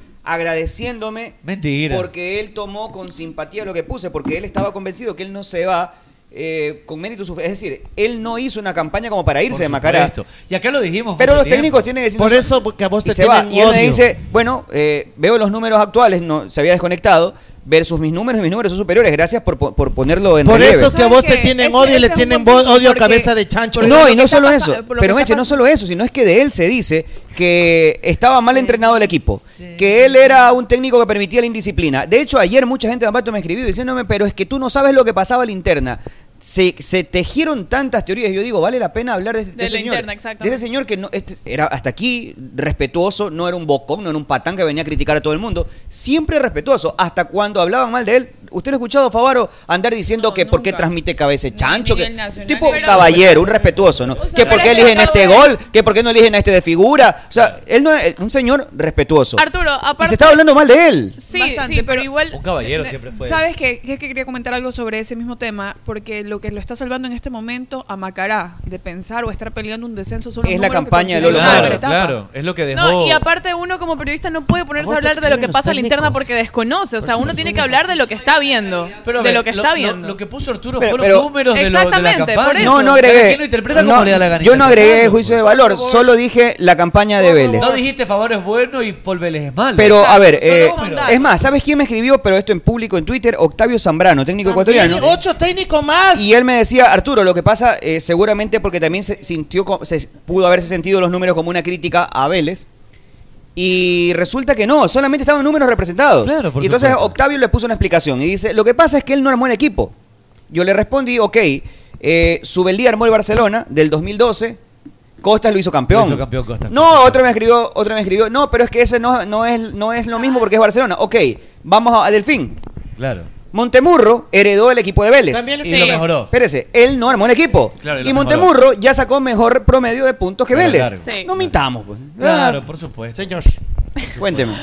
S14: agradeciéndome
S15: Mentira.
S14: porque él tomó con simpatía lo que puse, porque él estaba convencido que él no se va eh, con mérito suficiente. Es decir, él no hizo una campaña como para irse de Macará.
S15: Correcto. Y acá lo dijimos.
S14: Pero
S15: mucho
S14: los
S15: tiempo.
S14: técnicos tienen que decir
S15: Por
S14: no,
S15: eso, porque a vos
S14: y
S15: te
S14: se va.
S15: tienen
S14: Y él me
S15: odio.
S14: dice, bueno, eh, veo los números actuales, no, se había desconectado, versus mis números, mis números son superiores. Gracias por, po- por ponerlo en
S17: Por
S14: relieve.
S17: eso es que a vos te tienen odio y le tienen vo- odio a cabeza de chancho.
S14: No, y no solo
S18: eh,
S14: eso. Pero Meche, no solo eso, sino es que de él se dice que estaba mal entrenado el equipo. Que él era un técnico que permitía la indisciplina. De hecho, ayer mucha gente de Ambato me escribió diciéndome, pero es que tú no sabes lo que pasaba en la interna. Se, se tejieron tantas teorías. Yo digo, vale la pena hablar de, de este
S18: De la
S14: señor.
S18: interna,
S14: de
S18: exactamente.
S14: este señor que no, este era hasta aquí respetuoso, no era un bocón, no era un patán que venía a criticar a todo el mundo. Siempre respetuoso. Hasta cuando hablaban mal de él. ¿Usted lo ha escuchado, Favaro, andar diciendo que por qué transmite cabeza de chancho? Que, tipo
S18: Pero-
S14: caballero, un respetuoso, ¿no? que por qué
S18: pero
S14: eligen
S18: yo
S14: este
S18: acabo
S14: gol, que por qué no eligen a este de figura. O sea, él no es un señor respetuoso.
S18: Arturo,
S14: y
S18: aparte.
S14: se estaba hablando mal de él.
S18: Sí, sí, pero igual.
S15: Un caballero siempre fue.
S18: ¿Sabes qué? Es que quería comentar algo sobre ese mismo tema, porque lo que lo está salvando en este momento a Macará de pensar o estar peleando un descenso solo
S14: Es la campaña de Lolo
S15: Claro,
S14: Favaro.
S15: claro. Es lo que dejó.
S18: No, y aparte uno como periodista no puede ponerse a
S15: vos te
S18: hablar de lo que
S15: escriben
S18: pasa en la
S15: los
S18: interna porque desconoce, o sea, uno tiene que hablar de lo que está viendo,
S15: Pero a
S18: de
S15: ver,
S18: lo que está viendo.
S15: Lo, que puso Arturo
S18: Pero-
S15: fueron
S18: pero-
S15: números de, lo, de la
S18: Exactamente, por
S15: campaña.
S18: eso.
S14: No, no
S15: Cada
S14: agregué.
S15: quien lo interpreta
S14: No,
S15: como le da la gana
S14: yo no agregué
S15: interpretarlo,
S14: juicio de valor, solo dije la campaña de Vélez.
S15: No dijiste favor es bueno y Paul Vélez es malo.
S14: Pero, a ver, eh,
S15: Son números.
S14: es más, ¿sabes quién me escribió? Pero esto en público, en Twitter, Octavio Zambrano, técnico ecuatoriano.
S17: Tiene ocho técnicos más.
S14: Y él me decía, Arturo, lo que pasa eh, seguramente porque también se sintió, co- se pudo haberse sentido los números como una crítica a Vélez. Y resulta que no, solamente estaban números representados.
S15: Claro, por
S14: y entonces
S15: supuesto.
S14: Octavio le puso una explicación y dice, lo que pasa es que él no armó el equipo. Yo le respondí, ok, eh, Subeldía armó el Barcelona del 2012, Costas lo hizo campeón.
S15: Lo hizo campeón Costa.
S14: No, otro me escribió, otro me escribió, no, pero es que ese no, no, es, no es lo mismo porque es Barcelona. Ok, vamos a, a Delfín.
S15: Claro.
S14: Montemurro heredó el equipo de Vélez.
S15: También le Y lo sí. mejoró.
S14: Espérese, él no armó el equipo.
S15: Claro, y lo
S14: y
S15: mejoró.
S14: Montemurro ya sacó mejor promedio de puntos que
S15: Pero
S14: Vélez.
S15: claro. Sí,
S14: no mintamos, pues.
S15: Claro, por supuesto.
S17: Señor.
S14: Cuénteme.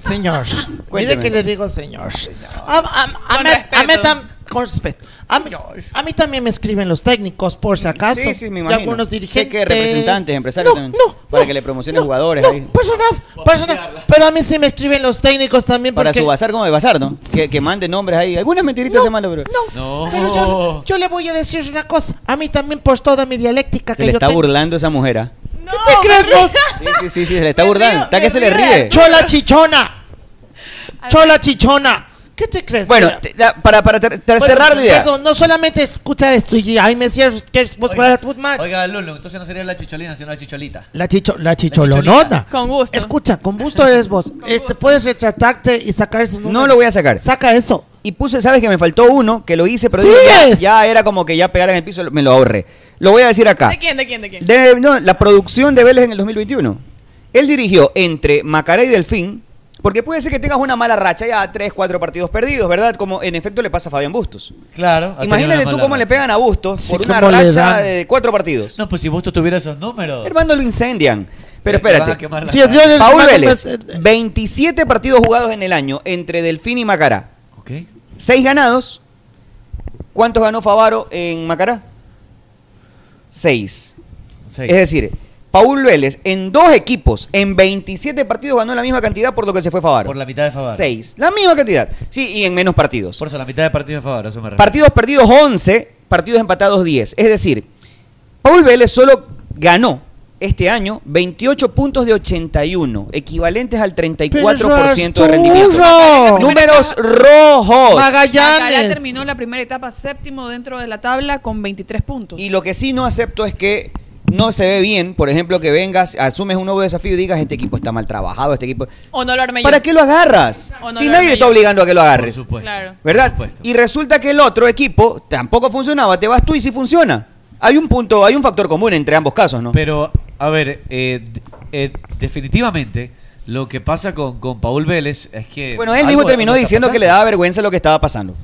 S17: Señor. Mire
S14: Cuénteme.
S17: que le digo, señor. A, a- a mí- a mí tam- con respeto. A mí- a mí también me escriben los técnicos, por si acaso.
S14: Sí, sí, me
S17: y
S14: imagino.
S17: algunos dirigentes.
S14: Sé que representantes, empresarios también, para que le promocionen jugadores ahí.
S17: Pasa nada, pasa nada. Pero a mí sí me escriben los técnicos también.
S14: Para
S17: porque
S14: su bazar como de bazar, ¿no? Que, que mande nombres ahí. Algunas mentiritas se mandan, pero...
S15: No.
S17: Pero yo, yo le voy a decir una cosa. A mí también por toda mi
S14: Se
S17: dialéctica que
S14: le
S17: yo
S14: está
S17: tengo.
S14: burlando esa mujer, ¿ah?
S17: ¿Qué te crees vos?
S14: Sí, sí, sí, sí, se le está burlando. Está que se le ríe.
S17: Chola chichona. Chola chichona. ¿Qué te crees?
S14: Bueno,
S17: Mira.
S14: te- la- para, para ter- ter- cerrar la idea.
S17: Perdón, no solamente escucha esto y ahí me cierro que es
S15: Oiga, oiga, Lolo, entonces no sería la chicholina, sino la chicholita.
S17: La, chicho, la chicholonona.
S18: Con gusto.
S17: Escucha, con gusto eres vos. Este, puedes retratarte y sacar ese número.
S14: No lo voy a sacar.
S17: Saca eso.
S14: Y puse, sabes que me faltó uno que lo hice, pero
S17: Sí
S14: digo, ya,
S17: es.
S14: ya era como que ya pegar en el piso, me lo ahorré. Lo voy a decir acá.
S18: ¿De quién? ¿De quién? ¿De quién?
S14: De- no, la producción de Vélez en el 2021. Él dirigió entre Macará y Delfín, porque puede ser que tengas una mala racha, ya tres, cuatro partidos perdidos, ¿verdad? Como en efecto le pasa a Fabián Bustos.
S15: Claro.
S14: Imagínate tú cómo le pegan a Bustos por una
S15: cómo le
S14: racha
S15: dan.
S14: de cuatro partidos.
S15: No, pues si Bustos tuviera esos números. Este,
S14: Hermano, lo incendian. Pero
S15: Te van a
S14: espérate.
S15: quemar la Sí, cara.
S17: violen-
S14: Paul
S17: hermano,
S14: Vélez,
S17: pues,
S15: eh,
S14: 27 partidos jugados en el año entre Delfín y Macará.
S15: Ok.
S14: 6 ganados. ¿Cuántos ganó Favaro en Macará? 6.
S15: Seis.
S14: Es decir, Paul Vélez en dos equipos, en 27 partidos ganó la misma cantidad por lo que se fue Favaro.
S15: Por la mitad de Favaro.
S14: 6. La misma cantidad. Sí, y en menos partidos.
S15: Por eso, la mitad de partidos de Favaro, eso me refiero.
S14: Partidos perdidos 11, partidos empatados 10. Es decir, Paul Vélez solo ganó este año 28 puntos de 81, equivalentes al 34% de rendimiento.
S17: Arturo.
S14: Números rojos.
S18: Macará terminó la primera etapa séptimo dentro de la tabla con 23 puntos.
S14: Y lo que sí no acepto es que no se ve bien, por ejemplo, que vengas, asumes un nuevo desafío y digas, este equipo está mal trabajado, este equipo...
S18: O no lo armé
S14: ¿Para
S18: yo.
S14: qué lo agarras?
S18: O no
S14: si
S18: lo
S14: nadie
S18: armé
S14: te está
S18: yo.
S14: obligando a que lo agarres.
S18: Claro.
S14: ¿Verdad? Y resulta que el otro equipo tampoco funcionaba, te vas tú y sí funciona. Hay un punto, hay un factor común entre ambos casos, ¿no?
S15: Pero, a ver, eh, de- eh, definitivamente lo que pasa con, con Paul Vélez es que.
S14: bueno, él
S15: algo-
S14: mismo
S15: algo
S14: terminó
S15: está
S14: diciendo que
S15: pasando.
S14: le daba vergüenza lo que estaba pasando.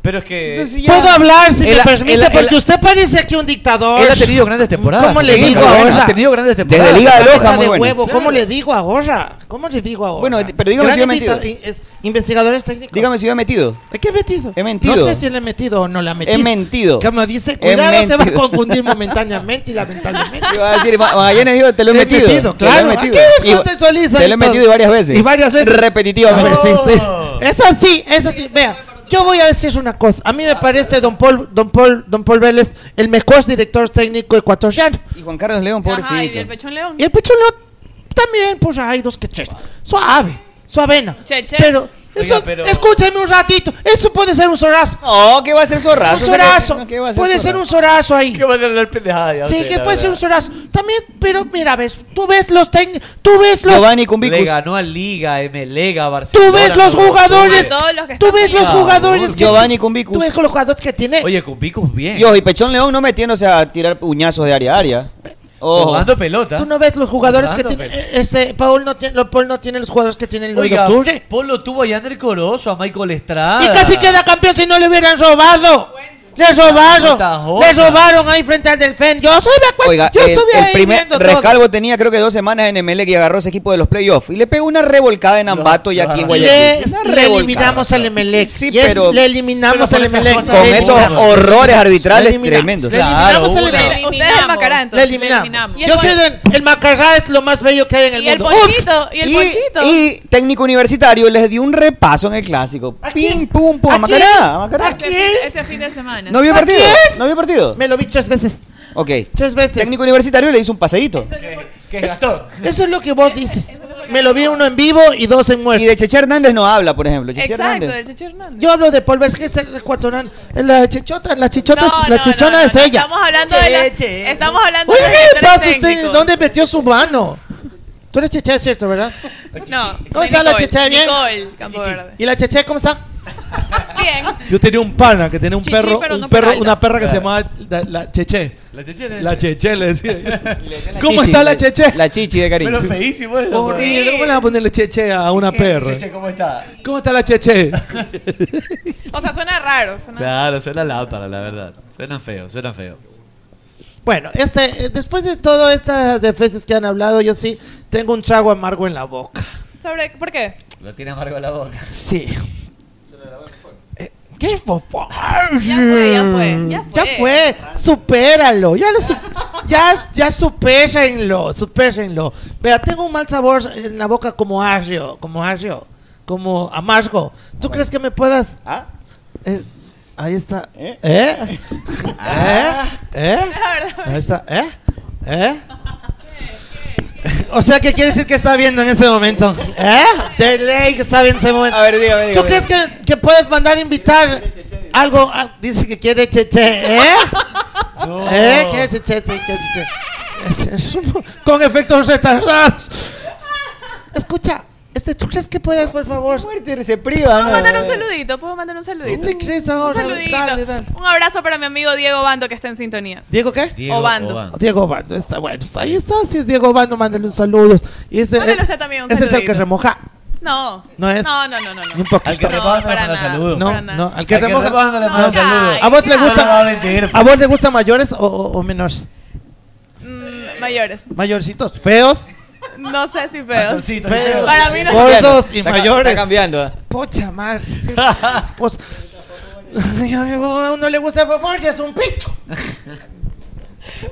S15: Pero es que.
S17: Puedo hablar si
S15: Él
S17: me
S15: ha-
S17: permite,
S15: él ha-
S17: porque
S15: él ha-
S17: usted parece aquí un dictador.
S15: Él ha tenido grandes temporadas.
S17: ¿Cómo le
S15: José
S17: digo
S15: Manuel.
S17: ahora?
S15: Ha tenido grandes temporadas.
S17: Cabeza de huevo, ¿Cómo le digo ahora? ¿Cómo le digo ahora?
S14: Bueno, pero dígame si
S17: Gran
S14: yo he mentido.
S17: invita- y- es- Investigadores técnicos.
S14: Dígame si yo he metido.
S17: ¿De qué he metido?
S14: He mentido.
S17: No sé si le he metido o no la he metido.
S14: He mentido.
S17: Como dice,
S14: He
S17: cuidado, se va a
S14: mentido.
S17: confundir momentáneamente y lamentablemente.
S14: Te va
S15: Ah,
S14: a decir, Ma- Magallanes dijo, te lo he metido. Te lo he
S17: claro.
S14: metido.
S17: Aquí
S14: Y-
S17: descontextualiza
S14: Te
S17: y
S14: lo he
S17: todo.
S14: metido varias veces.
S17: Y varias veces.
S14: Repetitivamente.
S17: Es así, es así. Vea, yo voy a decir una cosa. A mí me parece Don Paul, Don Paul, Don Paul Vélez el mejor director técnico ecuatoriano.
S14: Y Juan Carlos León, pobrecito.
S18: Ajá, y el pechón león.
S17: Y el Pechón León también, pues hay dos que tres. Suave, suavena.
S18: Che, che.
S17: Pero, eso,
S18: Oiga, pero-
S17: escúchame un ratito. Eso puede ser un zorrazo.
S14: No, ¿qué va a ser zorrazo?
S17: Un zorrazo.
S14: No, ¿qué va a ser
S17: puede ser un zorrazo ahí.
S15: ¿Qué va a tener pendejada Ah, ya?
S17: Sí,
S15: usted,
S17: que
S15: la
S17: puede ser un
S15: verdad.
S17: zorrazo. También, pero mira, ves, tú ves los técnicos, tú ves los...
S15: Le ganó a Liga, M, Lega, Barcelona.
S17: Tú ves los
S15: no,
S17: jugadores,
S15: Tuve-
S17: tú ves los
S15: Ah,
S17: jugadores que...
S14: Giovanni Cumbicus.
S17: Tú ves los jugadores que tiene...
S15: Oye, Cumbicus bien.
S14: Dios, y Pechón León no metiéndose a tirar puñazos de área a área. Ojo.
S15: Jugando pelota.
S17: Tú no ves los jugadores que
S15: Jugando,
S17: tiene... eh, Este, Paul no, tiene, lo- Paul no tiene los jugadores que tiene el 9 de
S15: Oiga,
S17: octubre.
S15: Polo tuvo a Yander Corozo, a Michael Estrada.
S17: Y casi queda campeón si no le hubieran robado. Le
S15: Jota,
S17: robaron.
S15: Jota.
S17: Le robaron ahí frente al Delfen. Yo soy me acuerdo.
S14: Oiga,
S17: yo
S14: el,
S17: estuve
S14: el
S17: ahí
S14: primer
S17: viendo
S14: Rescalvo tenía creo que dos semanas en Emelec y agarró ese equipo de los playoffs. Y le pegó una revolcada en Ambato y aquí en
S17: todo.
S14: Guayaquil.
S17: Le,
S14: Esa
S17: le
S14: revolcada.
S17: eliminamos al Emelec.
S14: Sí,
S17: Yes,
S14: pero-
S17: le eliminamos
S14: pero
S17: al
S14: por esas
S17: Emelec.
S14: cosas Con
S17: Le
S14: esos
S17: eliminamos.
S14: horrores arbitrales
S17: Le eliminamos.
S14: tremendos.
S17: Le eliminamos
S14: Claro,
S17: al
S14: una.
S17: Emelec.
S18: Ustedes el Macará,
S17: Le
S18: entonces.
S17: eliminamos.
S18: Y el
S17: Yo
S18: Pon-
S17: soy del- el Macará es lo más bello que hay en el
S18: Y el
S17: mundo.
S18: Ponchito, y el Ponchito.
S14: y técnico universitario les dio un repaso en el clásico. Pim, pum, pum. a
S18: quién?
S14: Macará, a Macará.
S18: Este, fin- este fin de semana.
S14: ¿No vio
S18: ¿A
S14: partido?
S18: quién?
S14: ¿No vio partido?
S17: Me lo vi tres veces.
S14: Ok.
S17: Tres veces.
S14: Técnico universitario le hizo un paseíto.
S17: Eso es lo que vos dices. Me lo vi uno en vivo y dos en muerto.
S14: Y de Cheche Hernández no habla, por ejemplo. Cheche
S18: Exacto,
S14: Hernández.
S18: de Cheche Hernández.
S17: Yo hablo de Paul Vélez, que es el ecuatoriano. La chichota, la chichota,
S18: No,
S17: la
S18: no,
S17: chichona
S18: no, no,
S17: es
S18: no,
S17: ella.
S18: Estamos hablando de la, estamos hablando
S17: Oye,
S18: de
S17: ¿qué le
S18: directores
S17: pasa a usted?
S18: técnicos.
S17: ¿Dónde metió su mano? Tú eres cheche, ¿cierto, verdad?
S18: No.
S17: ¿Cómo
S18: soy
S17: está la
S18: Nicole,
S17: Cheche? ¿Bien?
S18: Nicole, Campo Verde.
S17: ¿Y la cheche cómo está?
S18: Bien.
S19: Yo tenía un pana que tenía un
S18: Chichi,
S19: perro,
S18: pero
S19: un
S18: no
S19: perro
S18: Peralta.
S19: una perra que se
S18: Claro.
S19: llamaba la, la Cheche.
S15: La Cheche le
S19: La
S15: decía.
S19: Cheche le decía.
S15: la
S19: ¿Cómo
S15: Chichi,
S19: está la
S15: la-
S19: Cheche?
S14: La Chichi de cariño.
S15: Pero feísimo eso.
S19: Horrible, ¿cómo le vas a ponerle Cheche a una perra?
S15: Cheche, ¿cómo está?
S19: ¿Cómo está la Cheche?
S18: O sea, suena raro. Suena
S15: Claro, suena lámpara, la verdad. Suena feo, suena feo.
S17: Bueno, este, eh, después de todas estas defensas que han hablado, yo sí tengo un trago amargo en la boca.
S18: Sobre, ¿Por qué?
S17: Ah,
S15: Lo tiene amargo en la boca.
S17: Sí. Eh, ¿Qué fofo?
S18: Ya fue, ya fue, ya fue.
S17: supéralo. Ya, lo su- ya, ya supérenlo, supérenlo. Vea, tengo un mal sabor en la boca como agrio, como agrio, como amargo. ¿Tú crees que me puedas...?
S14: Ah.
S17: Eh, ahí está. ¿Eh? ¿Eh?
S14: Ah.
S17: ¿Eh?
S18: Claro.
S17: Ahí está. ¿Eh? ¿Eh? O sea, ¿qué quiere decir que está viendo en ese momento? ¿Eh? De ley que está viendo en ese momento.
S14: A ver, dígame,
S17: ¿Tú
S14: dígame.
S17: crees que, que puedes mandar invitar algo? Ah, dice que quiere cheche, ¿eh?
S14: Oh.
S17: ¿Eh? Quiere cheche, sí, quiere cheche. Es un- Con efectos retardados. Escucha, este, ¿tú crees que puedes, por favor?
S14: se priva,
S18: ¿Puedo mandar un saludito? ¿Puedo mandar un saludito?
S17: ¿Qué te crees
S18: Un
S17: ahora?
S18: saludito.
S17: Dale, dale.
S18: Un abrazo para mi amigo Diego Bando que está en sintonía.
S17: ¿Diego qué?
S18: Diego Obando. Obando.
S17: Diego Obando, está bueno. está- ahí está, si es Diego Obando, mándale un saludo. Y ese,
S18: Mándale
S17: eh,
S18: usted también un
S17: ese es el
S18: saludito.
S17: que remoja.
S18: No.
S17: No es.
S18: No, no, no, no. no.
S17: Ni un poquito. Al que
S18: No, remoja no le para manda nada, saludo.
S17: No,
S18: para nada.
S17: no, al que
S15: Al que
S17: remoja.
S15: remoja no le manda
S17: no.
S15: saludo.
S17: ¿A vos le
S15: Ay, no va a
S17: gusta?
S15: mentir,
S17: ¿A vos le gusta mayores o, o- o menores?
S18: Mm, mayores.
S17: Mayorcitos, feos,
S18: No sé si feos.
S17: Masoncitos, feos.
S18: Para mí no
S17: gordos y
S14: Está ca-
S17: mayores.
S14: está cambiando, ¿eh?
S17: Pocha mar. sí. Pues, a uno le gusta el fofón y es un picho.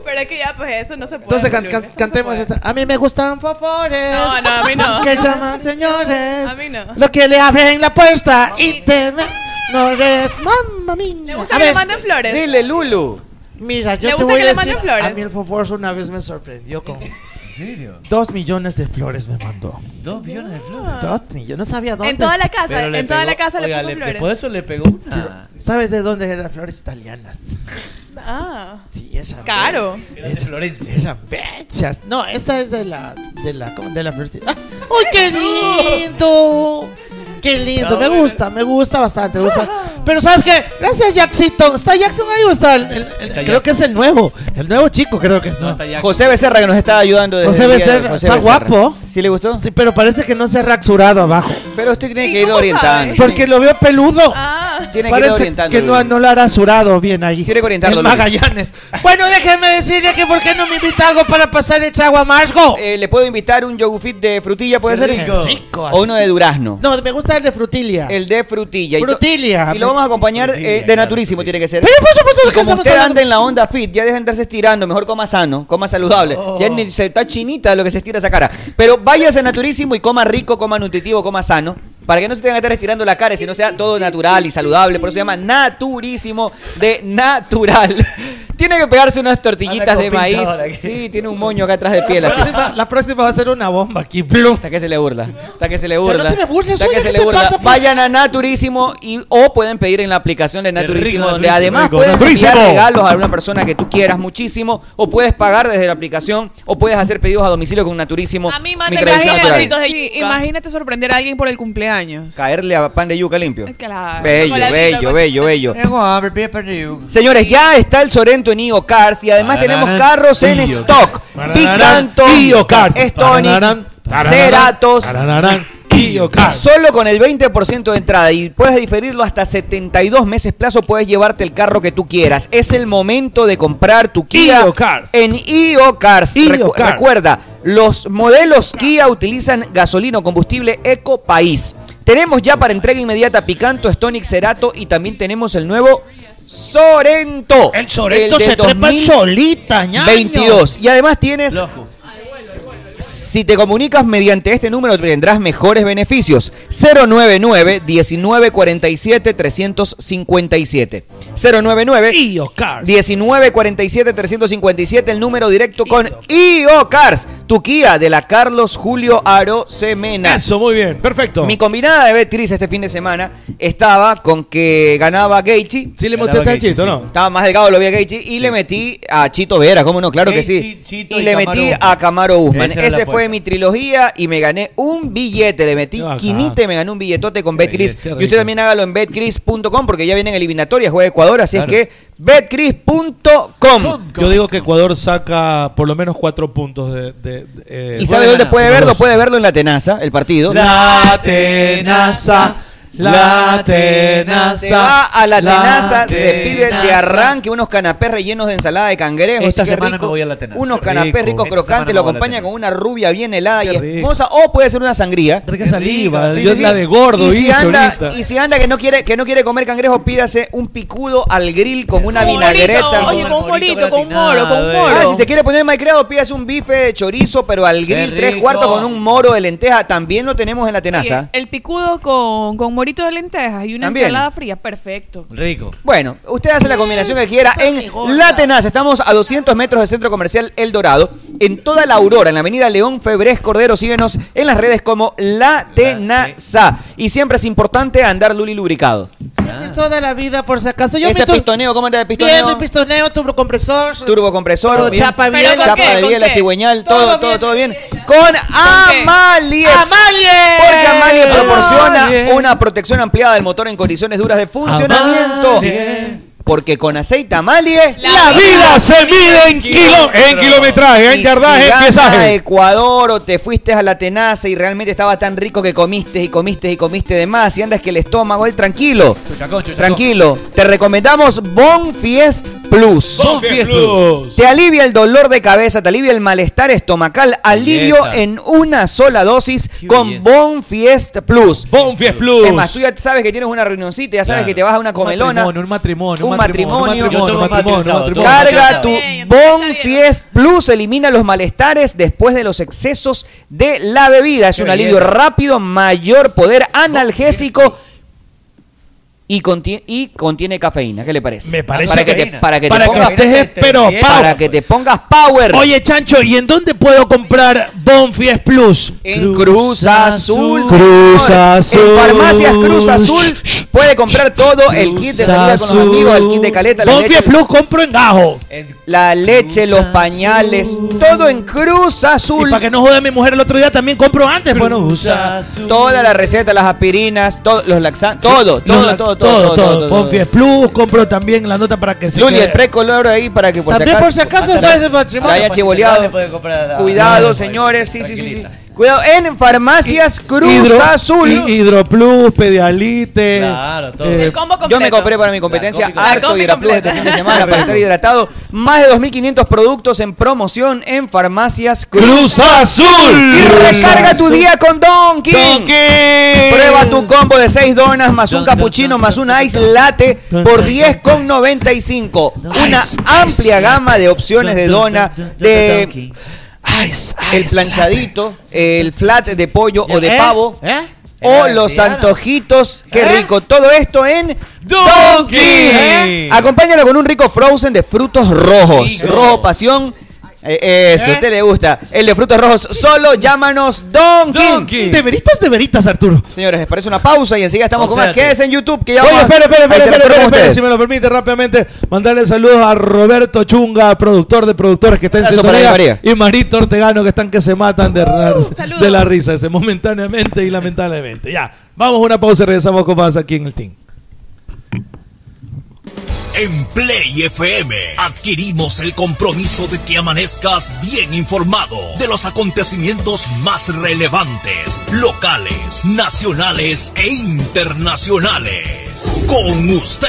S18: Pero es que ya, pues eso no se puede.
S17: Entonces can-
S18: Luis,
S17: can-
S18: eso no se
S17: cantemos
S18: puede.
S17: esta. A mí me gustan fofores.
S18: No, no, a mí no.
S17: los Que llaman señores.
S18: A mí no.
S17: Lo que le abren la puerta y te me- no eres mamma mía.
S18: ¿Le gusta que le manden flores?
S14: Dile, Lulu.
S17: Mira,
S18: ¿Le
S17: yo te
S18: gusta
S17: voy
S18: que
S17: a
S18: le
S17: decir.
S18: manden flores?
S17: A mí el fofors una vez me sorprendió con
S15: ¿En serio?
S17: dos millones de flores me mandó.
S15: Dos millones de flores.
S17: Dos millones, yo no sabía dónde.
S18: Ah. En toda la casa,
S15: Pero le
S18: en toda la
S15: pegó-
S18: casa le
S15: oiga,
S18: puso flores.
S15: Después de eso le pegó una.
S17: ¿Sabes de dónde eran las flores italianas?
S18: Ah.
S17: Sí, esa.
S18: Caro.
S15: Era Florencia.
S17: Eran bechas. No, esa es de la de la ¿cómo? de la florcita. ¡Ah! ¡Ay, qué lindo! Qué lindo, me gusta, me gusta bastante, me gusta. Pero ¿sabes qué? Gracias, Jacksito. ¿Está Jackson ahí o está el, el- el-
S14: Está
S17: creo que es el nuevo, el nuevo chico, creo que es. ¿no?
S14: José Becerra que nos está ayudando. desde
S17: José
S14: el día de hoy.
S17: Becerra,
S14: José
S17: está
S14: Becerra.
S17: guapo.
S14: ¿Sí le gustó?
S17: Sí, pero parece que no se ha raxurado abajo.
S14: Pero usted tiene
S18: ¿Y
S14: que ir
S18: cómo
S14: orientando.
S18: sabe?
S17: Porque lo veo peludo.
S18: Ah.
S14: Tiene que ir
S17: Parece
S14: orientando,
S17: que no,
S19: Ah,
S14: Luis.
S17: no lo hará Surado bien ahí. Tiene
S14: que orientarlo,
S17: El
S14: Luis.
S17: Magallanes. Bueno, déjeme decirle que por qué no me invita algo para pasar el trago amargo.
S14: Eh, ¿Le puedo invitar un yogufit de frutilla, puede ser?
S17: rico.
S14: O uno de durazno.
S17: No, me gusta el de frutilia.
S14: El de frutilla. Y to-
S17: Frutilia.
S14: Y lo vamos a acompañar eh, de naturísimo, tiene que ser.
S17: Pero, por supuesto,
S14: Y como
S17: alcanzamos
S14: usted
S17: a hablar-
S14: anda en la onda fit, ya deja de andarse estirando, mejor coma sano, coma saludable.
S17: Oh.
S14: Ya ni se está chinita de lo que se estira esa cara. Pero váyase a naturísimo y coma rico, coma nutritivo, coma sano. Para que no se tengan que estar estirando la cara, sino sea todo natural y saludable. Por eso se llama naturísimo de natural. tiene que pegarse unas tortillitas
S17: Anda
S14: de
S17: con
S14: maíz.
S17: pinza ahora aquí.
S14: Sí, tiene un moño acá atrás de piel así.
S17: La próxima va a ser una bomba aquí.
S14: Hasta que se le burla. Hasta que se le
S17: no
S14: burla.
S17: te me burles,
S14: Hasta
S17: oye,
S14: que
S17: ¿qué
S14: se le
S17: te
S14: burla.
S17: pasa, pues?
S14: Vayan a Naturísimo y, o pueden pedir en la aplicación de Naturísimo,
S17: rico,
S14: donde
S17: Naturísimo,
S14: además
S17: rico,
S14: puedes
S17: Naturísimo.
S14: enviar regalos a una persona que tú quieras muchísimo, o puedes pagar desde la aplicación, o puedes hacer pedidos a domicilio con Naturísimo.
S16: A mí
S14: mi
S16: mándame
S14: tradición
S16: imagínate,
S14: natural.
S16: sí, imagínate sorprender a alguien por el cumpleaños.
S14: Caerle a pan de yuca limpio.
S16: Claro.
S14: Bello, bello, bello, bello.
S15: Tengo hambre, pide perdido.
S14: Señores, ya está el Sorento en IO Cars y además tenemos carros en
S15: IO
S14: stock.
S15: Cars.
S14: Picanto,
S15: IO Cars.
S14: Estonic,
S15: Tararán,
S14: Ceratos,
S19: IO Cars.
S14: Solo con el 20% de entrada y puedes diferirlo hasta 72 meses plazo, puedes llevarte el carro que tú quieras. Es el momento de comprar tu Kia en IO Cars. Recu-
S19: Cars.
S14: Recuerda, los modelos Kia utilizan gasolina o combustible Eco País. Tenemos ya para entrega inmediata Picanto, Stonic, Cerato y también tenemos el nuevo Sorento. El
S17: Sorento se trepa solita, ñaño.
S14: 22. Y además tienes si te comunicas mediante este número tendrás mejores beneficios. 099 1947 357. 099 1947 357 el número directo con IO Cars, tu Kia de la Carlos Julio Aro Semena.
S19: Eso, muy bien, perfecto.
S14: Mi combinada de Beatriz este fin de semana estaba con que ganaba Gaichi.
S19: Sí, le mostré Ganaba este Gaethje, Chito, sí. ¿no?
S14: Estaba más delgado, lo vi a Gaichi. Y le metí a Chito Vera, ¿cómo no? Claro que sí.
S15: Gaethje, Chito
S14: y
S15: y
S14: le
S15: Camaro
S14: metí
S15: Usman.
S14: a Camaro Usman.
S15: Esa era la
S14: Ese fue
S15: apuesta.
S14: mi trilogía y me gané un billete. Le metí quinite, me gané un billetote con Betcris.
S15: qué
S14: Y
S15: rico.
S14: usted también hágalo en betcris.com porque ya vienen eliminatorias, juega Ecuador. Así
S19: Claro.
S14: es que betcris.com.
S19: Yo digo que Ecuador saca por lo menos cuatro puntos de. de- de-
S14: ¿Y
S19: eh,
S14: sabe
S19: bueno,
S14: dónde
S19: ganar.
S14: puede verlo? Puede verlo en la tenaza, el partido.
S19: La tenaza, la tenaza,
S14: Se va a la
S15: la
S14: tenaza, se
S15: tenaza.
S14: piden de arranque unos canapés rellenos de ensalada de cangrejos.
S15: Esta
S14: así que
S15: semana me
S14: rico.
S15: voy a la tenaza.
S14: Unos
S15: Qué
S14: canapés
S15: rico.
S14: ricos
S15: Esta
S14: crocantes,
S15: semana
S14: lo
S15: me voy a la
S14: acompaña con una rubia bien helada y
S15: Qué rico.
S14: hermosa, o puede ser una sangría.
S19: Rica saliva, yo la de gordo
S14: y si,
S19: hice
S14: anda,
S19: ahorita.
S14: y si anda que no quiere que no quiere comer cangrejo, pídase un picudo al grill con una
S18: Morito,
S14: vinagreta.
S18: oye, con un morito, con un moro, con un moro.
S14: Ah, si se quiere poner mal creado, pidas un bife de chorizo, pero al
S18: Qué
S14: grill tres
S18: rico. eh.
S14: cuartos con un moro de lenteja. También lo tenemos en la tenaza.
S16: El picudo con, con morito de lentejas y una
S14: También.
S16: ensalada fría, perfecto.
S15: Rico.
S14: Bueno, usted hace la combinación que quiera en La Tenaza. Estamos a 200 metros del Centro Comercial El Dorado, en toda la Aurora, en la avenida León Febrés Cordero. Síguenos en las redes como La Tenaza. Y siempre es importante andar luli lubricado.
S17: Toda la vida, por si acaso. Yo
S14: Ese
S17: me tur-
S14: pistoneo, ¿cómo anda de
S17: Bien,
S14: pistoneo?
S17: el pistoneo, turbocompresor.
S14: Turbocompresor,
S17: Todo
S14: bien.
S17: chapa bien. ¿Pero con
S14: chapa
S17: qué?
S14: de
S17: ¿Con
S14: biela,
S17: qué?
S14: cigüeñal,
S17: Todo
S14: todo, todo, todo, bien. Con Amalie.
S17: Amalie.
S14: Porque Amalie proporciona
S17: Amalie.
S14: una protección ampliada del motor en condiciones duras de funcionamiento. Porque con aceite Amalie,
S19: La vida se mide en kilo- en kilometraje, en
S14: Y
S19: yardaje,
S14: si
S19: en
S14: gana
S19: piezaje.
S14: Ecuador o te fuiste a la tenaza y realmente estaba tan rico que comiste y comiste y comiste de más y andas que el estómago, él tranquilo. Tranquilo, te recomendamos Bonfiest Plus.
S15: Bonfiest Plus.
S14: Te alivia el dolor de cabeza, te alivia el malestar estomacal, alivio
S15: Belleza.
S14: en una sola dosis con Bonfiest Plus.
S19: Bonfiest Plus.
S14: Es más, tú ya sabes que tienes una reunioncita, ya sabes
S19: Claro.
S14: que te vas a una comelona.
S19: Un matrimonio,
S14: Un
S19: un matrimonio,
S14: matrimonio.
S19: un matrimonio, un matrimonio, un matrimonio.
S14: Carga tu Bonfiest Plus, elimina los malestares después de los excesos de la bebida. Es
S15: Qué
S14: un alivio
S15: belleza.
S14: rápido, mayor poder analgésico y contiene, y contiene cafeína. ¿Qué le parece? Me
S19: parece
S14: para que, te,
S19: cafeína.
S14: para que
S19: Para
S14: te
S19: que
S14: pongas,
S19: estés, pero
S14: para
S19: power.
S14: que te pongas power.
S19: Oye, Chancho, ¿y en dónde puedo comprar Bonfies Plus?
S14: En Cruz Azul.
S19: Cruz
S14: señor.
S19: Azul.
S14: En Farmacias Cruz Azul puede comprar todo el kit de salida con los
S19: Azul.
S14: amigos, el kit de caleta, la
S19: Bonfies
S14: leche,
S19: Plus compro en gajo.
S17: Eh,
S14: la leche, los pañales, todo en Cruz Azul.
S19: para que no joda mi mujer el otro día también compro antes. pues, Bueno,
S14: Toda la receta, las aspirinas, todos los laxantes, todo, todo,
S19: Los-
S14: todo, todo, todo, todo, todo.
S19: Bonfies Plus, compro también la nota para que se
S14: Luli,
S19: quede.
S14: el precolor ahí para que por
S19: También por si
S17: acaso
S14: Atrás,
S17: después del matrimonio.
S14: la haya chivoleado.
S17: Puede comprar la-
S14: Cuidado,
S17: la-
S14: señores, sí, sí, sí, sí. Cuidado, en farmacias Cruz
S20: Hidro-
S14: Azul.
S20: hi- Hidroplus, Pedialite. eh,
S14: Yo me compré para mi competencia
S20: La combi
S14: harto
S20: completa.
S14: Hidraplus este fin de semana para estar
S20: Rico.
S14: hidratado. Más de 2.500 productos en promoción en farmacias
S20: Cruz Azul.
S14: Y
S20: Cruz
S14: recarga tu
S20: Azul.
S14: día con Don King. Prueba tu combo de 6 donas más un cappuccino más un ice latte por 10,95. Una amplia gama de opciones de dona de... El planchadito, el flat de pollo o de
S23: ¿Eh?
S14: pavo.
S23: ¿Eh?
S14: O los antojitos, qué rico. Todo esto en Donkey.
S23: ¿Eh?
S14: Acompáñalo con un rico frozen de frutos rojos. Rojo pasión. Eh, eso, a usted le gusta. El de frutos rojos solo, llámanos Donkey.
S20: De veritas, de veritas, Arturo.
S14: Señores, les parece una pausa y enseguida estamos con más.
S20: Pauseate.
S14: ¿Qué es en YouTube? Que ya
S20: Oye,
S14: vamos-
S20: espere, espere,
S14: Ahí te
S20: espere, espere,
S14: retorno con
S20: espere,
S14: ustedes.
S20: si me lo permite rápidamente, mandarle saludos a Roberto Chunga, productor de productores que está en
S14: Abrazo para
S20: sintonía,
S14: María.
S20: y Marito Ortegano que están que se matan de, de la risa, ese, momentáneamente y lamentablemente. Ya, vamos a una pausa y regresamos con más aquí en el team.
S24: En Play FM adquirimos el compromiso de que amanezcas bien informado de los acontecimientos más relevantes, locales, nacionales e internacionales. Con usted,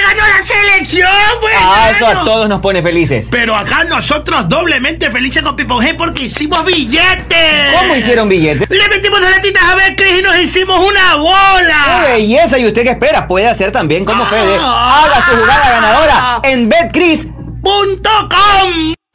S17: ganó la selección, pues, güey!
S7: Ah, eso a
S17: Ganó.
S7: todos nos pone felices.
S17: Pero acá nosotros doblemente felices con Pipo G porque hicimos billetes.
S7: ¿Cómo hicieron billetes?
S17: Le metimos a la tita a ver, Cris, y nos hicimos una bola.
S7: ¡Qué belleza! ¿Y usted qué espera? Puede hacer también
S17: Ah.
S7: como Fede. Haga su jugada ganadora en BetCris.com.